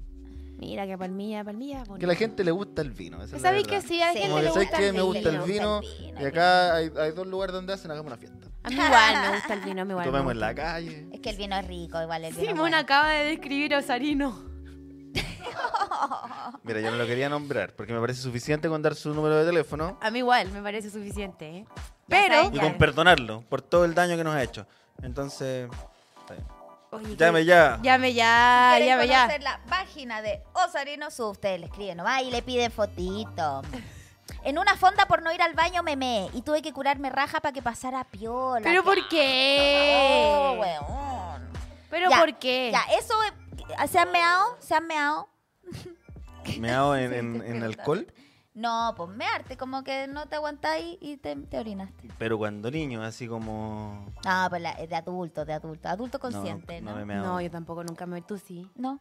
[SPEAKER 3] Mira que Palmilla, Palmilla es
[SPEAKER 2] Que a la gente le gusta el vino. esa es la
[SPEAKER 3] ¿Sabéis que
[SPEAKER 2] verdad.
[SPEAKER 3] sí? A la
[SPEAKER 1] Sí.
[SPEAKER 3] gente
[SPEAKER 2] Como que
[SPEAKER 3] le
[SPEAKER 2] sabéis
[SPEAKER 3] gusta
[SPEAKER 2] que
[SPEAKER 3] el
[SPEAKER 2] me gusta el vino,
[SPEAKER 1] vino,
[SPEAKER 2] y acá hay, hay dos lugares donde hacen, hagamos una fiesta.
[SPEAKER 3] A mí igual me gusta el vino, a mí
[SPEAKER 2] Y
[SPEAKER 3] igual. me
[SPEAKER 2] Tomamos en
[SPEAKER 3] gusta.
[SPEAKER 2] la calle.
[SPEAKER 1] Es que el vino es rico, igual el vino. es
[SPEAKER 3] Simón
[SPEAKER 1] bueno.
[SPEAKER 3] acaba de describir a Osarino.
[SPEAKER 2] Mira, yo no lo quería nombrar porque me parece suficiente con dar su número de teléfono
[SPEAKER 3] A mí igual, me parece suficiente, ¿eh?
[SPEAKER 1] Ya
[SPEAKER 3] Pero...
[SPEAKER 1] sabes,
[SPEAKER 2] y
[SPEAKER 1] ya.
[SPEAKER 2] con perdonarlo por todo el daño que nos ha hecho. Entonces, está bien.
[SPEAKER 3] Oye,
[SPEAKER 2] llame
[SPEAKER 3] que-
[SPEAKER 2] ya.
[SPEAKER 3] Llame Ah, ya,
[SPEAKER 1] ¿Quieren
[SPEAKER 3] llame ya.
[SPEAKER 1] conocer la página de Osarino Sub? Ustedes le escriben nomás y le piden fotito. En una fonda por no ir al baño me meé y tuve que curarme raja para que pasara piola.
[SPEAKER 3] ¿Pero por qué?
[SPEAKER 1] Oh, weón.
[SPEAKER 3] ¿Pero
[SPEAKER 1] Ya,
[SPEAKER 3] por qué?
[SPEAKER 1] Ya, eso... eh, ¿Se han meado? ¿Se han meado?
[SPEAKER 2] ¿Me hago en, en-
[SPEAKER 1] te
[SPEAKER 2] en
[SPEAKER 1] preguntaste.
[SPEAKER 2] alcohol?
[SPEAKER 1] No, pues mearte, como que no te aguantáis y te, te orinaste.
[SPEAKER 2] Pero cuando niño, así como...
[SPEAKER 1] No, pues la- es de adulto, de adulto, adulto consciente,
[SPEAKER 2] no,
[SPEAKER 1] ¿no?
[SPEAKER 2] me
[SPEAKER 1] No.
[SPEAKER 2] meo.
[SPEAKER 3] No, yo tampoco nunca me... Tú sí.
[SPEAKER 1] no.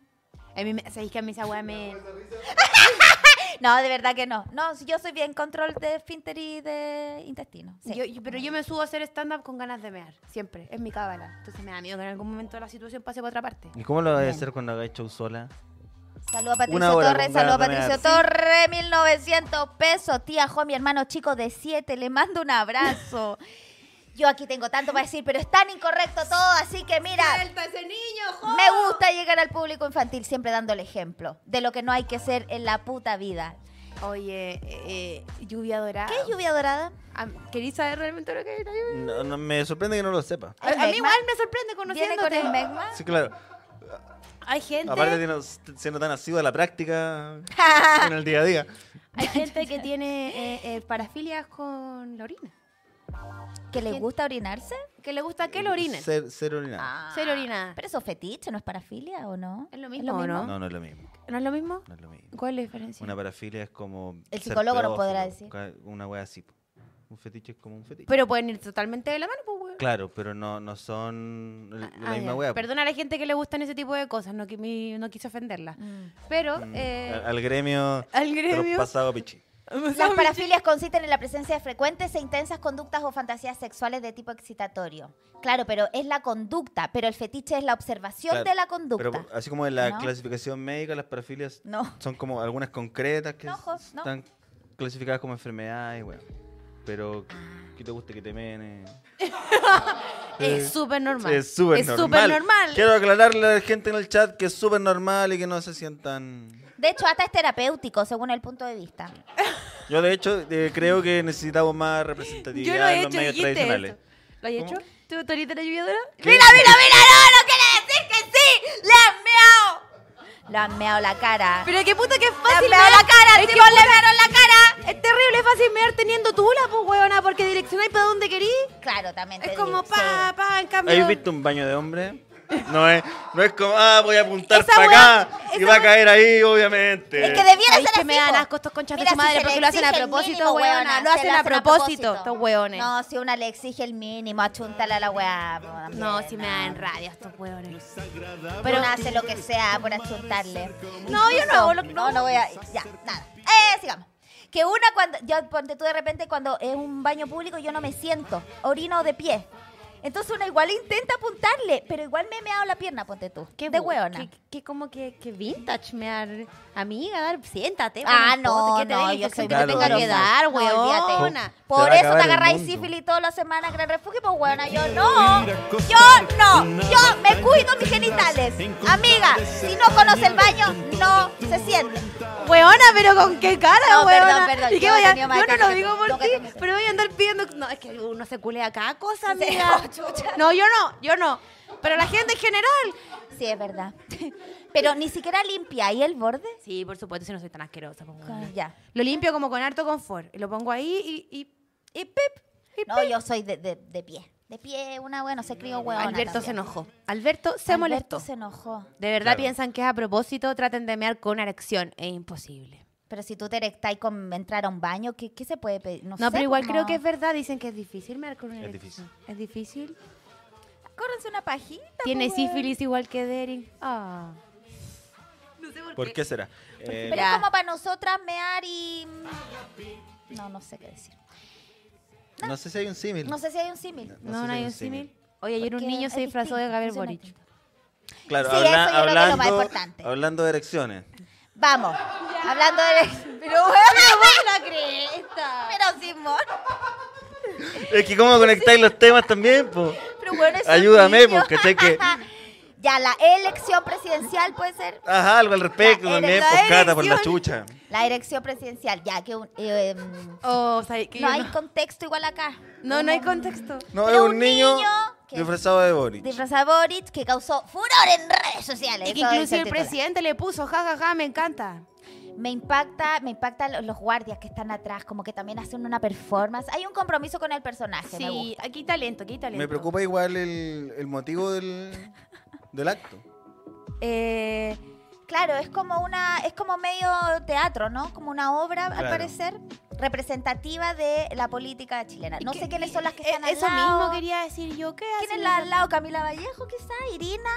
[SPEAKER 3] A mí me- ¿Sabéis que a mí esa weá me...
[SPEAKER 1] de verdad que no. No, si yo soy bien control de esfínter y de intestino. sí.
[SPEAKER 3] Yo- yo- pero yo me subo a hacer stand-up con ganas de mear, siempre. Es mi cábala. Entonces me da miedo que en algún momento la situación pase por otra parte.
[SPEAKER 2] ¿Y cómo lo vas a hacer cuando hagáis show sola?
[SPEAKER 1] Saludos a Patricio
[SPEAKER 2] Una hora
[SPEAKER 1] Torres,
[SPEAKER 2] con
[SPEAKER 1] saludos a
[SPEAKER 2] ganas de
[SPEAKER 1] Patricio Torres, 1900 pesos. Tía Jo, mi hermano chico de 7, le mando un abrazo. Yo aquí tengo tanto para decir, pero es tan incorrecto todo, así que mira,
[SPEAKER 3] ese niño,
[SPEAKER 1] me gusta llegar al público infantil siempre dando el ejemplo de lo que no hay que ser en la puta vida.
[SPEAKER 3] Oye, eh, eh, lluvia dorada.
[SPEAKER 1] ¿Qué es lluvia dorada?
[SPEAKER 3] Am- ¿Queréis saber realmente lo que es la lluvia?
[SPEAKER 2] No, no, me sorprende que no lo sepa.
[SPEAKER 3] A,
[SPEAKER 1] ¿El
[SPEAKER 3] a mí
[SPEAKER 1] Megma?
[SPEAKER 3] igual me sorprende
[SPEAKER 1] ¿Viene con
[SPEAKER 3] conociéndote.
[SPEAKER 1] el Megma?
[SPEAKER 2] Sí, claro.
[SPEAKER 3] Hay gente,
[SPEAKER 2] Aparte, tiene- siendo tan asiduo a la práctica en el día a día.
[SPEAKER 3] hay gente que tiene eh, eh, parafilias con la orina.
[SPEAKER 1] ¿Que le gusta orinarse?
[SPEAKER 3] Que le gusta que lo orinen.
[SPEAKER 2] Ser, ser orinado.
[SPEAKER 1] Ah.
[SPEAKER 3] Ser orinada.
[SPEAKER 1] Pero eso es fetiche, ¿no es parafilia o no?
[SPEAKER 3] Es lo mismo, ¿o no?
[SPEAKER 2] No, no es lo mismo.
[SPEAKER 3] ¿No es lo mismo?
[SPEAKER 2] No es lo mismo.
[SPEAKER 3] ¿Cuál es la diferencia?
[SPEAKER 2] Una parafilia es como.
[SPEAKER 1] El
[SPEAKER 2] ser
[SPEAKER 1] psicólogo nos podrá decir.
[SPEAKER 2] pedófilo, ca- Una wea así. po. Un fetiche es como un fetiche.
[SPEAKER 3] Pero pueden ir totalmente de la mano, pues, weón.
[SPEAKER 2] claro, pero no, no son l- la
[SPEAKER 3] Ah,
[SPEAKER 2] misma
[SPEAKER 3] ya.
[SPEAKER 2] wea. po.
[SPEAKER 3] Perdona a la gente que le gustan ese tipo de cosas, no, qui- mi- no quise ofenderla.
[SPEAKER 1] Mm.
[SPEAKER 3] Pero
[SPEAKER 2] Mm,
[SPEAKER 3] eh,
[SPEAKER 2] al, al gremio.
[SPEAKER 3] al
[SPEAKER 2] Te los
[SPEAKER 3] gremio,
[SPEAKER 2] pasado, pichi.
[SPEAKER 1] Las parafilias consisten en la presencia de frecuentes e intensas conductas o fantasías sexuales de tipo excitatorio. Claro, pero es la conducta, pero el fetiche es la observación
[SPEAKER 2] Claro,
[SPEAKER 1] de la conducta.
[SPEAKER 2] Pero
[SPEAKER 3] ah,
[SPEAKER 2] así como en la
[SPEAKER 1] ¿no?
[SPEAKER 2] clasificación médica, las parafilias
[SPEAKER 1] No.
[SPEAKER 2] son como algunas concretas que
[SPEAKER 1] No, jo, no.
[SPEAKER 2] están clasificadas como enfermedades, bueno. Pero
[SPEAKER 1] Ah.
[SPEAKER 2] que te guste que te mene.
[SPEAKER 3] Es súper normal.
[SPEAKER 2] Es súper
[SPEAKER 3] Es
[SPEAKER 2] normal.
[SPEAKER 3] súper normal.
[SPEAKER 2] Quiero aclararle a la gente en el chat que es súper normal y que no se sientan...
[SPEAKER 1] De hecho, hasta es terapéutico, según el punto de vista.
[SPEAKER 2] Yo de hecho eh, creo que necesitamos más representatividad
[SPEAKER 3] Yo lo he
[SPEAKER 2] en los
[SPEAKER 3] hecho,
[SPEAKER 2] medios
[SPEAKER 3] dijiste
[SPEAKER 2] tradicionales.
[SPEAKER 3] esto. ¿Lo has hecho?
[SPEAKER 2] ¿Cómo?
[SPEAKER 3] ¿Tú, tú ahorita la lluvia
[SPEAKER 2] ¿Qué?
[SPEAKER 1] ¡Mira, mira, mira! ¡No, no quiere decir que sí! ¡Le han meado! Le han meado la cara.
[SPEAKER 3] Pero qué puta que es
[SPEAKER 1] ¡Le
[SPEAKER 3] fácil.
[SPEAKER 1] han meado
[SPEAKER 3] mear.
[SPEAKER 1] la cara!
[SPEAKER 3] Es, que
[SPEAKER 1] ¡Tipo, le mearon la cara!
[SPEAKER 3] es terrible fácil mear teniendo tula, pues, huevona, porque direccionáis para donde querís.
[SPEAKER 1] Claro, también te
[SPEAKER 3] Es como
[SPEAKER 1] digo,
[SPEAKER 3] pa, pa, en cambio.
[SPEAKER 2] ¿Habéis visto un baño de hombre? No es, no es como, ah, voy a apuntar
[SPEAKER 3] Esa
[SPEAKER 2] para
[SPEAKER 3] weá-
[SPEAKER 2] acá y va a caer ahí, obviamente.
[SPEAKER 1] Es que debiera
[SPEAKER 3] ¿Sabéis
[SPEAKER 1] ser
[SPEAKER 3] que
[SPEAKER 1] así.
[SPEAKER 3] me dan
[SPEAKER 1] po.
[SPEAKER 3] asco estos conchas de
[SPEAKER 1] Mira,
[SPEAKER 3] su
[SPEAKER 1] si
[SPEAKER 3] madre?
[SPEAKER 1] se le
[SPEAKER 3] Porque lo hacen a
[SPEAKER 1] exige el
[SPEAKER 3] propósito,
[SPEAKER 1] mínimo,
[SPEAKER 3] weona, lo
[SPEAKER 1] se le
[SPEAKER 3] hacen a propósito, estos weones.
[SPEAKER 1] No, si una le exige el mínimo, achúntala a la weá. po, también,
[SPEAKER 3] No, si me dan rabia estos huevones.
[SPEAKER 1] Pero uno hace lo que sea por achuntarle.
[SPEAKER 3] No, yo no hago lo-
[SPEAKER 1] No, no voy a. Ya, nada. Eh, sigamos. Que una cuando. Yo ponte tú de repente cuando es un baño público, yo no me siento. Orino de pie. Entonces uno igual intenta apuntarle, pero igual me he meado la pierna, ponte tú. de
[SPEAKER 3] bu-
[SPEAKER 1] hueona.
[SPEAKER 3] Qué, qué como que, que vintage me dar. Amiga, dar, siéntate.
[SPEAKER 1] Ah,
[SPEAKER 3] pon un
[SPEAKER 1] no,
[SPEAKER 3] pote, que te
[SPEAKER 1] no,
[SPEAKER 3] dé la
[SPEAKER 1] yo soy
[SPEAKER 3] infección que te
[SPEAKER 2] muy
[SPEAKER 3] tenga que
[SPEAKER 2] dolorosa.
[SPEAKER 3] dar,
[SPEAKER 1] No, olvídate.
[SPEAKER 3] huevona.
[SPEAKER 2] Se
[SPEAKER 1] Por
[SPEAKER 2] va
[SPEAKER 1] eso
[SPEAKER 2] a
[SPEAKER 1] te
[SPEAKER 2] acabar el
[SPEAKER 1] agarráis
[SPEAKER 2] mundo.
[SPEAKER 1] sífilis todas las semanas, gran refugio, pues huevona, yo no, yo no, yo me cuido mis genitales. Amiga, si no conoce el baño, no se siente.
[SPEAKER 3] Huevona, pero con qué cara,
[SPEAKER 1] No, perdón,
[SPEAKER 3] huevona.
[SPEAKER 1] perdón,
[SPEAKER 3] ¿Y qué
[SPEAKER 1] yo
[SPEAKER 3] voy a-
[SPEAKER 1] tenía más
[SPEAKER 3] yo no
[SPEAKER 1] cacho
[SPEAKER 3] lo
[SPEAKER 1] que tú,
[SPEAKER 3] digo por
[SPEAKER 1] nunca
[SPEAKER 3] ti,
[SPEAKER 1] te metes.
[SPEAKER 3] pero voy a andar pidiendo. No, es que uno se culea cada cosa,
[SPEAKER 1] Sí,
[SPEAKER 3] amiga.
[SPEAKER 1] oh, chucha.
[SPEAKER 3] No, yo no, yo no. Pero la gente en general.
[SPEAKER 1] Sí, es verdad. Pero ni siquiera limpia ahí el borde.
[SPEAKER 3] Sí, por supuesto, si no soy tan asquerosa. pues, huevona.
[SPEAKER 1] Ya.
[SPEAKER 3] Lo limpio como con harto confort. Y lo pongo ahí y. y, y pip, y
[SPEAKER 1] No, yo soy de, de, de pie. De pie, una hueá, no se crió huevona.
[SPEAKER 3] Alberto se
[SPEAKER 1] también.
[SPEAKER 3] enojó. Alberto se
[SPEAKER 1] Alberto
[SPEAKER 3] molestó.
[SPEAKER 1] se enojó.
[SPEAKER 3] De verdad
[SPEAKER 2] Claro.
[SPEAKER 3] piensan que es a propósito, traten de mear con una erección. Es imposible.
[SPEAKER 1] Pero si tú te erectáis con entrar a un baño, ¿qué, qué se puede pedir? No,
[SPEAKER 3] No,
[SPEAKER 1] sé,
[SPEAKER 3] pero igual
[SPEAKER 1] como-
[SPEAKER 3] creo que es verdad. Dicen que es difícil mear con una
[SPEAKER 2] Es
[SPEAKER 3] erección. Es difícil.
[SPEAKER 1] Córranse una pajita.
[SPEAKER 3] Tiene
[SPEAKER 1] pues, huevón.
[SPEAKER 3] sífilis igual que Derry. Ah,
[SPEAKER 2] ¿Por qué será? Eh,
[SPEAKER 1] Pero
[SPEAKER 3] Ya.
[SPEAKER 1] es como para nosotras mear y... mm, No, no sé qué decir.
[SPEAKER 2] no sé si hay un símil.
[SPEAKER 1] No sé si hay un símil.
[SPEAKER 2] sé
[SPEAKER 3] No,
[SPEAKER 2] si
[SPEAKER 3] no hay un símil. Oye, ayer un
[SPEAKER 1] Porque
[SPEAKER 3] niño
[SPEAKER 1] es
[SPEAKER 3] se disfrazó de
[SPEAKER 1] distinto,
[SPEAKER 3] Gabriel
[SPEAKER 1] funciona
[SPEAKER 3] Boric.
[SPEAKER 1] distinto.
[SPEAKER 2] Claro,
[SPEAKER 1] Sí, eso
[SPEAKER 2] habla-
[SPEAKER 1] yo creo que es lo más
[SPEAKER 2] hablando,
[SPEAKER 1] importante.
[SPEAKER 2] hablando de erecciones.
[SPEAKER 1] Vamos. Hablando de... Pero bueno, vos la cresta. Pero Simón.
[SPEAKER 2] Es que cómo conectáis los temas también, po.
[SPEAKER 1] Pero bueno, es un
[SPEAKER 2] Ayúdame,
[SPEAKER 1] niño.
[SPEAKER 2] porque sé que-
[SPEAKER 1] ya, la elección presidencial puede ser...
[SPEAKER 2] Ajá, algo al respecto
[SPEAKER 1] La
[SPEAKER 2] también,
[SPEAKER 1] ere-
[SPEAKER 2] por
[SPEAKER 1] la
[SPEAKER 2] cata, por la
[SPEAKER 3] erección.
[SPEAKER 2] chucha.
[SPEAKER 1] La elección presidencial, ya que... un- eh, em,
[SPEAKER 3] Oh, o sea, que
[SPEAKER 1] no
[SPEAKER 3] yo
[SPEAKER 1] hay
[SPEAKER 3] no-
[SPEAKER 1] contexto igual acá.
[SPEAKER 3] no, no hay contexto.
[SPEAKER 2] No,
[SPEAKER 1] Pero
[SPEAKER 2] es un niño,
[SPEAKER 1] que-
[SPEAKER 2] disfrazado de Boric.
[SPEAKER 1] Disfrazado de Boric que causó furor en redes sociales.
[SPEAKER 3] Y que
[SPEAKER 1] Eso dice
[SPEAKER 3] incluso el
[SPEAKER 1] titular.
[SPEAKER 3] presidente le puso, jajaja, me encanta.
[SPEAKER 1] Me impacta, me impacta lo- los guardias que están atrás, como que también hacen una performance. Hay un compromiso con el personaje, me
[SPEAKER 3] Sí,
[SPEAKER 1] gusta.
[SPEAKER 3] aquí hay talento, aquí hay talento.
[SPEAKER 2] Me preocupa igual el, el motivo del, del acto.
[SPEAKER 3] Eh,
[SPEAKER 1] Claro, es como una, es como medio teatro, ¿no? Como una obra, al
[SPEAKER 2] Claro.
[SPEAKER 1] parecer, representativa de la política chilena. No sé quiénes son las que
[SPEAKER 3] eh,
[SPEAKER 1] están al
[SPEAKER 3] Eso
[SPEAKER 1] lado.
[SPEAKER 3] mismo quería decir yo. ¿Qué
[SPEAKER 1] ¿Quién
[SPEAKER 3] hacen
[SPEAKER 1] es la
[SPEAKER 3] los-
[SPEAKER 1] al lado? Camila Vallejo, quizá, Irina.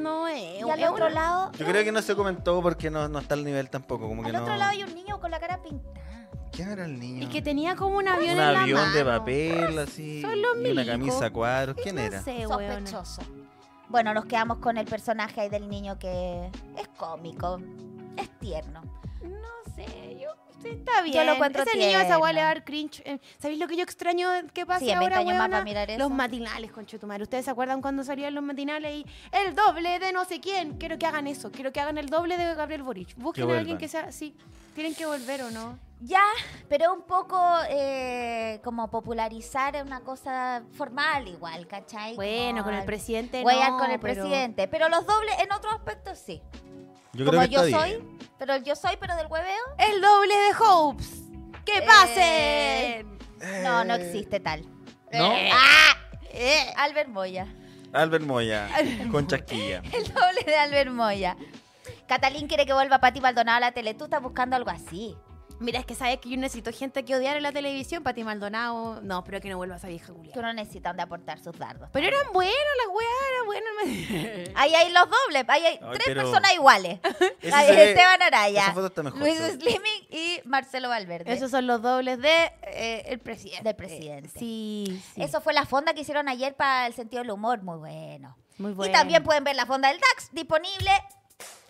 [SPEAKER 3] No, eh,
[SPEAKER 1] y al
[SPEAKER 3] eh,
[SPEAKER 1] otro
[SPEAKER 3] bueno.
[SPEAKER 1] lado,
[SPEAKER 2] Yo creo que no se comentó porque no, no está al nivel tampoco. Como que
[SPEAKER 1] al
[SPEAKER 2] no...
[SPEAKER 1] otro lado hay un niño con la cara pintada.
[SPEAKER 2] ¿Quién era el niño?
[SPEAKER 3] Y que tenía como un avión
[SPEAKER 2] un
[SPEAKER 3] en la
[SPEAKER 2] avión de
[SPEAKER 3] mano.
[SPEAKER 2] papel, así.
[SPEAKER 3] Son los
[SPEAKER 2] y una
[SPEAKER 3] milicos.
[SPEAKER 2] camisa a cuadros. ¿Quién
[SPEAKER 3] No
[SPEAKER 2] era?
[SPEAKER 3] sé, weona.
[SPEAKER 1] Sospechoso. Bueno, nos quedamos con el personaje ahí del niño que es cómico, es tierno.
[SPEAKER 3] No sé, yo sí, está bien.
[SPEAKER 1] Yo lo encuentro
[SPEAKER 3] Ese niño esa weá le
[SPEAKER 1] tierno.
[SPEAKER 3] va a dar cringe. Eh, ¿Sabéis lo que yo extraño que pasa
[SPEAKER 1] Sí, en 20
[SPEAKER 3] ahora,
[SPEAKER 1] años más
[SPEAKER 3] weona?
[SPEAKER 1] va a mirar eso.
[SPEAKER 3] Los matinales, conchetumare. ¿Ustedes se acuerdan cuando salían los matinales y el doble de no sé quién? Quiero que hagan eso, quiero que hagan el doble de Gabriel Boric. Busquen a alguien
[SPEAKER 2] vuelvan.
[SPEAKER 3] que sea sí. Tienen que volver o no.
[SPEAKER 1] Ya, pero un poco eh, como popularizar una cosa formal igual, ¿cachai? Como al-
[SPEAKER 3] presidente
[SPEAKER 1] Huear con el presidente. Pero los dobles, en otros aspectos sí.
[SPEAKER 2] Yo
[SPEAKER 1] como
[SPEAKER 2] creo que
[SPEAKER 1] yo
[SPEAKER 2] está
[SPEAKER 1] soy,
[SPEAKER 2] bien.
[SPEAKER 1] pero el yo soy, pero del hueveo,
[SPEAKER 3] El doble de Hopes. ¡Que
[SPEAKER 1] Eh.
[SPEAKER 3] pasen!
[SPEAKER 1] no,
[SPEAKER 2] Eh.
[SPEAKER 1] no existe tal.
[SPEAKER 2] ¿No?
[SPEAKER 1] Eh, ¡Ah! Eh, Albert Moya.
[SPEAKER 2] Albert Moya, con chasquilla.
[SPEAKER 1] El doble de Albert Moya. Catalín quiere que vuelva Pati Maldonado a la tele. Tú estás buscando algo así.
[SPEAKER 3] Mira, es que sabes que yo necesito gente que odiar en la televisión, Pati Maldonado. No, pero que no vuelva esa vieja
[SPEAKER 1] Que
[SPEAKER 3] Julia.
[SPEAKER 1] uno necesita donde aportar sus dardos.
[SPEAKER 3] Pero eran buenos las weas, eran buenos.
[SPEAKER 1] Ahí hay los dobles, ahí hay
[SPEAKER 2] Ay,
[SPEAKER 1] tres
[SPEAKER 2] pero-
[SPEAKER 1] personas iguales.
[SPEAKER 2] Ese
[SPEAKER 1] Ahí
[SPEAKER 2] se ve-
[SPEAKER 1] Esteban Araya,
[SPEAKER 2] esa foto está mejor,
[SPEAKER 1] Luis
[SPEAKER 2] sí.
[SPEAKER 1] Slimming y Marcelo Valverde.
[SPEAKER 3] Esos son los dobles de eh, el presidente.
[SPEAKER 1] Del presidente.
[SPEAKER 3] Sí, sí.
[SPEAKER 1] Eso fue la fonda que hicieron ayer para el sentido del humor, muy bueno.
[SPEAKER 3] Muy
[SPEAKER 1] Y
[SPEAKER 3] bueno.
[SPEAKER 1] también pueden ver la fonda del DAX disponible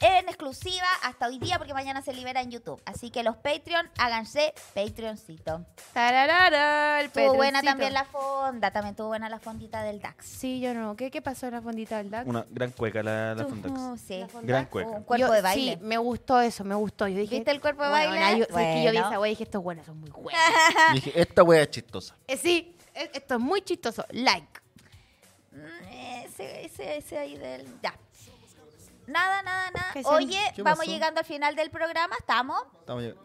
[SPEAKER 1] en exclusiva hasta hoy día porque mañana se libera en YouTube. Así que los Patreon, háganse Patreoncito.
[SPEAKER 3] Tararara, el
[SPEAKER 1] Estuvo buena
[SPEAKER 3] Pedroncito.
[SPEAKER 1] también la fonda, también estuvo buena la fondita del DAX.
[SPEAKER 3] Sí, yo no. ¿Qué, qué pasó en la fondita del DAX?
[SPEAKER 2] Una gran cueca la, la Fundax.
[SPEAKER 1] Uh, sí.
[SPEAKER 3] La Fondax.
[SPEAKER 2] Gran
[SPEAKER 1] Fue
[SPEAKER 2] cueca.
[SPEAKER 1] Un cuerpo
[SPEAKER 3] Yo-
[SPEAKER 1] de baile.
[SPEAKER 3] Sí, me gustó eso, me gustó. Yo dije,
[SPEAKER 1] ¿Viste el cuerpo de
[SPEAKER 3] "Weona,
[SPEAKER 1] baile?
[SPEAKER 3] Yo, sabes que yo vi
[SPEAKER 1] Bueno.
[SPEAKER 3] esa wea y dije, estos buenos son muy buenos.
[SPEAKER 2] Y dije, esta wea es chistosa.
[SPEAKER 3] Eh, sí, eh, esto es muy chistoso. Like.
[SPEAKER 1] Mm, Ese, ese, ese ahí del... Ya. Nada, nada, nada.
[SPEAKER 3] ¿Qué son?
[SPEAKER 1] Oye,
[SPEAKER 2] ¿Qué
[SPEAKER 1] vamos
[SPEAKER 2] pasó?
[SPEAKER 1] llegando al final del programa, ¿estamos?
[SPEAKER 2] Estamos llegando.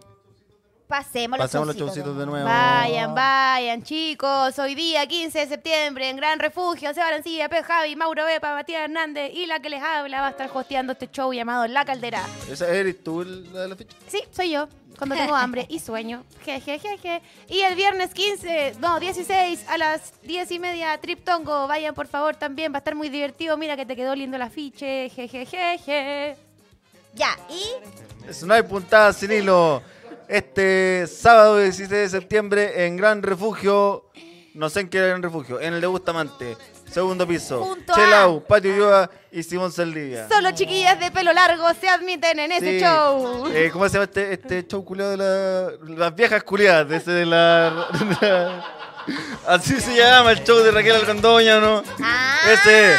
[SPEAKER 1] Pasemos los
[SPEAKER 2] Pasemos los
[SPEAKER 1] showcitos
[SPEAKER 2] showcitos de nuevo.
[SPEAKER 3] Vayan, vayan, chicos. Hoy día, 15 de septiembre, en Gran Refugio, Seba Arancibia, P. Javi, Mauro Bepa, Matías Hernández y la que les habla va a estar hosteando este show llamado La Caldera.
[SPEAKER 2] ¿Esa eres tú la de la ficha?
[SPEAKER 3] Sí, soy yo, cuando tengo hambre y sueño. Jejejeje. Y el viernes 15, no, 16, a las 10 y media, Triptongo. Vayan, por favor, también, va a estar muy divertido. Mira que te quedó lindo el afiche. Jejejeje.
[SPEAKER 1] Ya, y
[SPEAKER 2] Es una puntada sin hilo. Este sábado 16 de septiembre en Gran Refugio. No sé en qué Gran Refugio. En el de Bustamante. Segundo piso.
[SPEAKER 1] Junto a-
[SPEAKER 2] Chelau, Patio Yoa y Simón Saldivia.
[SPEAKER 3] Solo chiquillas de pelo largo se admiten en ese
[SPEAKER 2] Sí.
[SPEAKER 3] show.
[SPEAKER 2] Eh, ¿Cómo se llama este, este show culiado de la- las viejas culiadas? De ese de la, de la- Así se llama el show de Raquel Alcandoña, ¿no?
[SPEAKER 1] Ah,
[SPEAKER 2] Ese.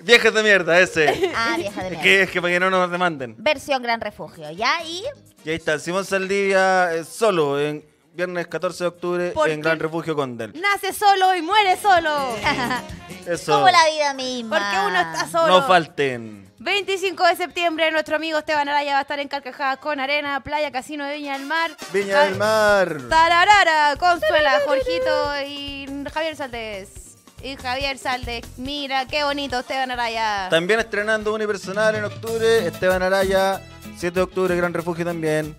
[SPEAKER 2] Viejas de mierda, ese.
[SPEAKER 1] Ah, vieja de
[SPEAKER 2] Es
[SPEAKER 1] mierda.
[SPEAKER 2] que, es que para que no nos demanden.
[SPEAKER 1] Versión Gran Refugio, ¿ya? Y
[SPEAKER 2] Y ahí está, Simón Saldivia eh, solo en viernes 14 de octubre
[SPEAKER 3] ¿Por
[SPEAKER 2] en
[SPEAKER 3] qué?
[SPEAKER 2] Gran Refugio Condel.
[SPEAKER 3] Nace solo y muere solo.
[SPEAKER 2] Eso.
[SPEAKER 1] como la vida misma.
[SPEAKER 3] Porque uno está solo.
[SPEAKER 2] No falten.
[SPEAKER 3] 25 de septiembre, nuestro amigo Esteban Araya va a estar en Carcajadas con Arena, Playa, Casino de Viña del Mar.
[SPEAKER 2] Viña del Mar.
[SPEAKER 3] Tararara, Consuela, Jorgito y Javier Saldes. Y Javier Saldes, mira qué bonito Esteban Araya.
[SPEAKER 2] También estrenando unipersonal en octubre, Esteban Araya, 7 de octubre, Gran Refugio también.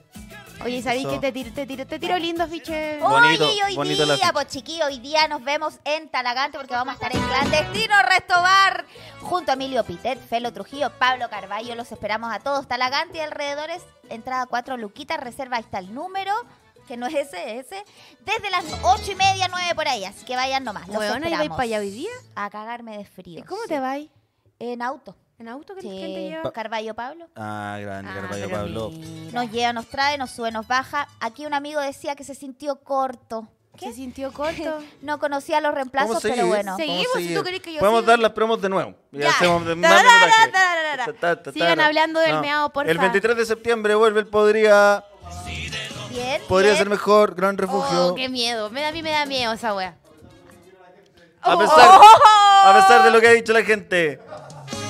[SPEAKER 3] Oye, ¿sabéis
[SPEAKER 2] Eso.
[SPEAKER 3] que te tiro, te tiro, te tiro lindo, fiche?
[SPEAKER 2] Bonito,
[SPEAKER 1] Oye, y hoy
[SPEAKER 2] bonito la
[SPEAKER 1] día,
[SPEAKER 2] fecha.
[SPEAKER 1] pues chiquillo, hoy día nos vemos en Talagante porque vamos a estar en Clandestino Resto Bar junto a Emilio Pitet, Felo Trujillo, Pablo Carballo. Los esperamos a todos. Talagante y alrededores, entrada 4 luquitas, reserva, ahí está el número, que no es ese, es ese, desde las 8 y media, 9 por ahí. Así que vayan nomás. Los
[SPEAKER 3] Weona, ¿y vais
[SPEAKER 1] esperamos.
[SPEAKER 3] para allá hoy día?
[SPEAKER 1] A cagarme de frío.
[SPEAKER 3] ¿Y cómo
[SPEAKER 1] sí.
[SPEAKER 3] te vas?
[SPEAKER 1] En auto.
[SPEAKER 3] ¿En auto? ¿Quién
[SPEAKER 1] Sí.
[SPEAKER 3] quién te lleva?
[SPEAKER 1] Carballo Pablo.
[SPEAKER 2] Ah, grande, Carvalho
[SPEAKER 3] pero
[SPEAKER 2] Pablo.
[SPEAKER 3] mira.
[SPEAKER 1] Nos lleva, nos trae, nos sube, nos baja. Aquí un amigo decía que se sintió corto.
[SPEAKER 3] Se sintió corto.
[SPEAKER 1] No conocía los reemplazos, pero
[SPEAKER 2] seguir?
[SPEAKER 1] bueno.
[SPEAKER 3] Sí. Seguimos,
[SPEAKER 2] ¿Cómo
[SPEAKER 3] si tú
[SPEAKER 2] seguir?
[SPEAKER 3] querés que yo
[SPEAKER 2] Podemos
[SPEAKER 3] siga.
[SPEAKER 2] dar las promos de nuevo. Y
[SPEAKER 1] Ya.
[SPEAKER 2] hacemos de más
[SPEAKER 3] Tarara,
[SPEAKER 2] minutaje.
[SPEAKER 3] tarara.
[SPEAKER 2] Ta, ta, ta,
[SPEAKER 3] Sigan
[SPEAKER 2] tarara.
[SPEAKER 3] hablando del meao, porfa.
[SPEAKER 2] El 23 de septiembre vuelve el Podría.
[SPEAKER 1] Bien.
[SPEAKER 2] Podría
[SPEAKER 1] bien.
[SPEAKER 2] ser mejor, Gran Refugio.
[SPEAKER 3] Oh, qué miedo. Me da, a mí me da miedo esa wea. Oh,
[SPEAKER 2] A pesar, a pesar de lo que ha dicho la gente,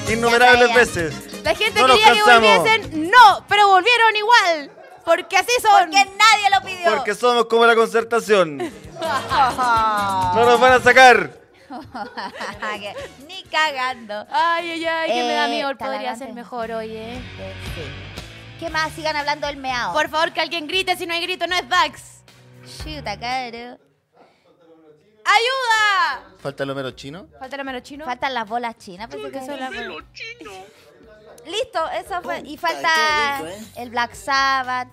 [SPEAKER 2] innumerables
[SPEAKER 1] Ya, ya, ya.
[SPEAKER 2] veces.
[SPEAKER 3] La gente
[SPEAKER 2] No nos
[SPEAKER 3] quería que
[SPEAKER 2] cansamos.
[SPEAKER 3] volviesen. No, pero volvieron igual. Porque así son.
[SPEAKER 1] Porque nadie lo pidió.
[SPEAKER 2] Porque somos como la concertación.
[SPEAKER 1] Ah,
[SPEAKER 2] No nos van a sacar.
[SPEAKER 1] que Ni cagando.
[SPEAKER 3] Ay, ay, ay, que me da
[SPEAKER 1] Eh,
[SPEAKER 3] miedo. Podría
[SPEAKER 1] talagante.
[SPEAKER 3] ser mejor hoy, eh.
[SPEAKER 1] Eh, sí. ¿Qué más? Sigan hablando del meao.
[SPEAKER 3] Por favor, que alguien grite. Si no hay grito, no es Dax.
[SPEAKER 1] Chuta, caro.
[SPEAKER 3] ¡Ayuda!
[SPEAKER 2] Falta el Homero chino.
[SPEAKER 3] Falta el amero chino.
[SPEAKER 1] Faltan las bolas chinas. pues,
[SPEAKER 3] Porque
[SPEAKER 1] sí.
[SPEAKER 3] son las-
[SPEAKER 1] Listo, eso fue. Y falta
[SPEAKER 2] eh.
[SPEAKER 1] el Black Sabbath.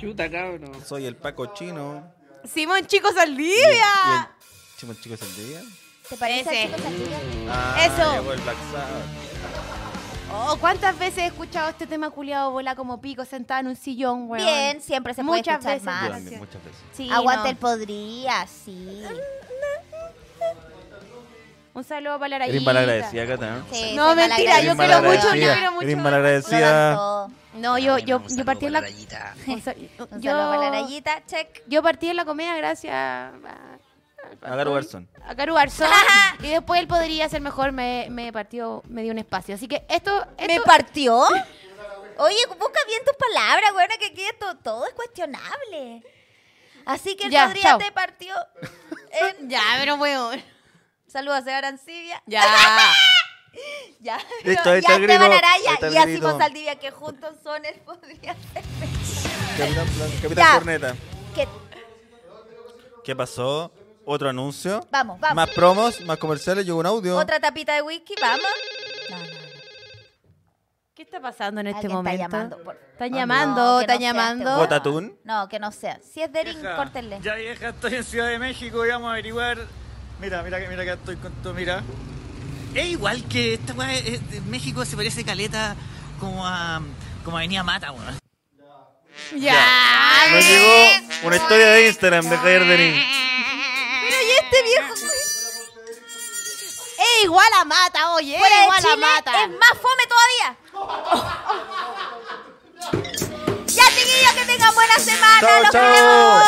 [SPEAKER 5] Chuta, cabrón.
[SPEAKER 2] Soy el Paco chino.
[SPEAKER 3] Simón Chico
[SPEAKER 2] Y el-
[SPEAKER 3] Saldivia.
[SPEAKER 2] y el chico del día.
[SPEAKER 1] ¿Te parece?
[SPEAKER 3] Ese.
[SPEAKER 1] chicos, aquí?
[SPEAKER 3] Eso.
[SPEAKER 2] llegó el Black Sabbath.
[SPEAKER 3] Oh, ¿cuántas veces he escuchado este tema culiado bola como pico sentada en un sillón, weón?
[SPEAKER 1] Bien, siempre se puede
[SPEAKER 3] Muchas
[SPEAKER 1] escuchar
[SPEAKER 3] veces.
[SPEAKER 1] más.
[SPEAKER 2] Yo
[SPEAKER 3] Ah,
[SPEAKER 2] también,
[SPEAKER 3] sí.
[SPEAKER 2] muchas veces.
[SPEAKER 3] Sí,
[SPEAKER 1] Aguante
[SPEAKER 3] no.
[SPEAKER 1] el podría, sí.
[SPEAKER 3] Un saludo para la
[SPEAKER 2] Eres
[SPEAKER 3] Arayita.
[SPEAKER 2] malagradecida, Cata, ¿no?
[SPEAKER 1] Sí, soy
[SPEAKER 3] No, mentira,
[SPEAKER 1] malagradecida.
[SPEAKER 3] yo
[SPEAKER 2] Eres
[SPEAKER 3] quiero mucho, yo
[SPEAKER 2] malagradecida,
[SPEAKER 3] quiero mucho.
[SPEAKER 2] Eres
[SPEAKER 1] Lo
[SPEAKER 2] malagradecida.
[SPEAKER 1] lanzó.
[SPEAKER 3] No, yo, yo, yo partí en la... Un sal-
[SPEAKER 1] Un
[SPEAKER 3] yo-
[SPEAKER 1] saludo para la rayita, check.
[SPEAKER 3] Yo partí en la comedia gracias a...
[SPEAKER 2] A Garo Garzón.
[SPEAKER 3] A Garo Garzón. y después él podría ser mejor, me, me partió, me dio un espacio. Así que esto...
[SPEAKER 1] ¿Me
[SPEAKER 3] esto-
[SPEAKER 1] partió? Oye, busca bien tus palabras, güey, que aquí esto- todo es cuestionable. Así que el
[SPEAKER 3] Ya,
[SPEAKER 1] podría
[SPEAKER 3] chao.
[SPEAKER 1] te partió. en-
[SPEAKER 3] Ya, pero weón.
[SPEAKER 1] Saludos a Arancibia.
[SPEAKER 3] Ya.
[SPEAKER 1] Ya,
[SPEAKER 2] Listo, ahí
[SPEAKER 1] ya
[SPEAKER 2] está el
[SPEAKER 1] Esteban
[SPEAKER 2] grito, ahí
[SPEAKER 1] Araya
[SPEAKER 2] está el
[SPEAKER 1] y así
[SPEAKER 2] grito.
[SPEAKER 1] con Saldivia, que juntos son el podría ser.
[SPEAKER 2] Capitán, Plan-
[SPEAKER 1] Ya.
[SPEAKER 2] Capitán Corneta.
[SPEAKER 1] Que-
[SPEAKER 2] ¿Qué pasó? ¿Otro anuncio?
[SPEAKER 1] Vamos, vamos.
[SPEAKER 2] Más promos, más comerciales, llegó un audio.
[SPEAKER 1] Otra tapita de whisky, vamos. No, no, no.
[SPEAKER 3] ¿Qué está pasando en este
[SPEAKER 1] Alguien está
[SPEAKER 3] momento?
[SPEAKER 1] llamando, por-
[SPEAKER 3] Están
[SPEAKER 2] Ah,
[SPEAKER 3] llamando,
[SPEAKER 1] No, que
[SPEAKER 3] están
[SPEAKER 1] no sea
[SPEAKER 3] llamando.
[SPEAKER 1] este weón.
[SPEAKER 2] ¿Botatún?
[SPEAKER 1] No, que no sea. Si es Derin,
[SPEAKER 4] Vieja,
[SPEAKER 1] córtenle.
[SPEAKER 4] Ya vieja, estoy en Ciudad de México y vamos a averiguar. Mira, mira que mira que estoy con todo, mira.
[SPEAKER 6] Es igual que esta weá, eh, de México se parece caleta como a, como a Avenida Mata, weón.
[SPEAKER 3] Ya.
[SPEAKER 2] Nos llegó una historia de Instagram de Javier Denis.
[SPEAKER 1] Pero y este viejo.
[SPEAKER 3] Es igual a mata, oye.
[SPEAKER 1] Fuera
[SPEAKER 3] es
[SPEAKER 1] de
[SPEAKER 3] igual a
[SPEAKER 1] Chile
[SPEAKER 3] mata.
[SPEAKER 1] es más fome todavía. Ya, chiquillos, que tengan buena semana.
[SPEAKER 2] Chao,
[SPEAKER 1] Los
[SPEAKER 2] chao.
[SPEAKER 1] queremos.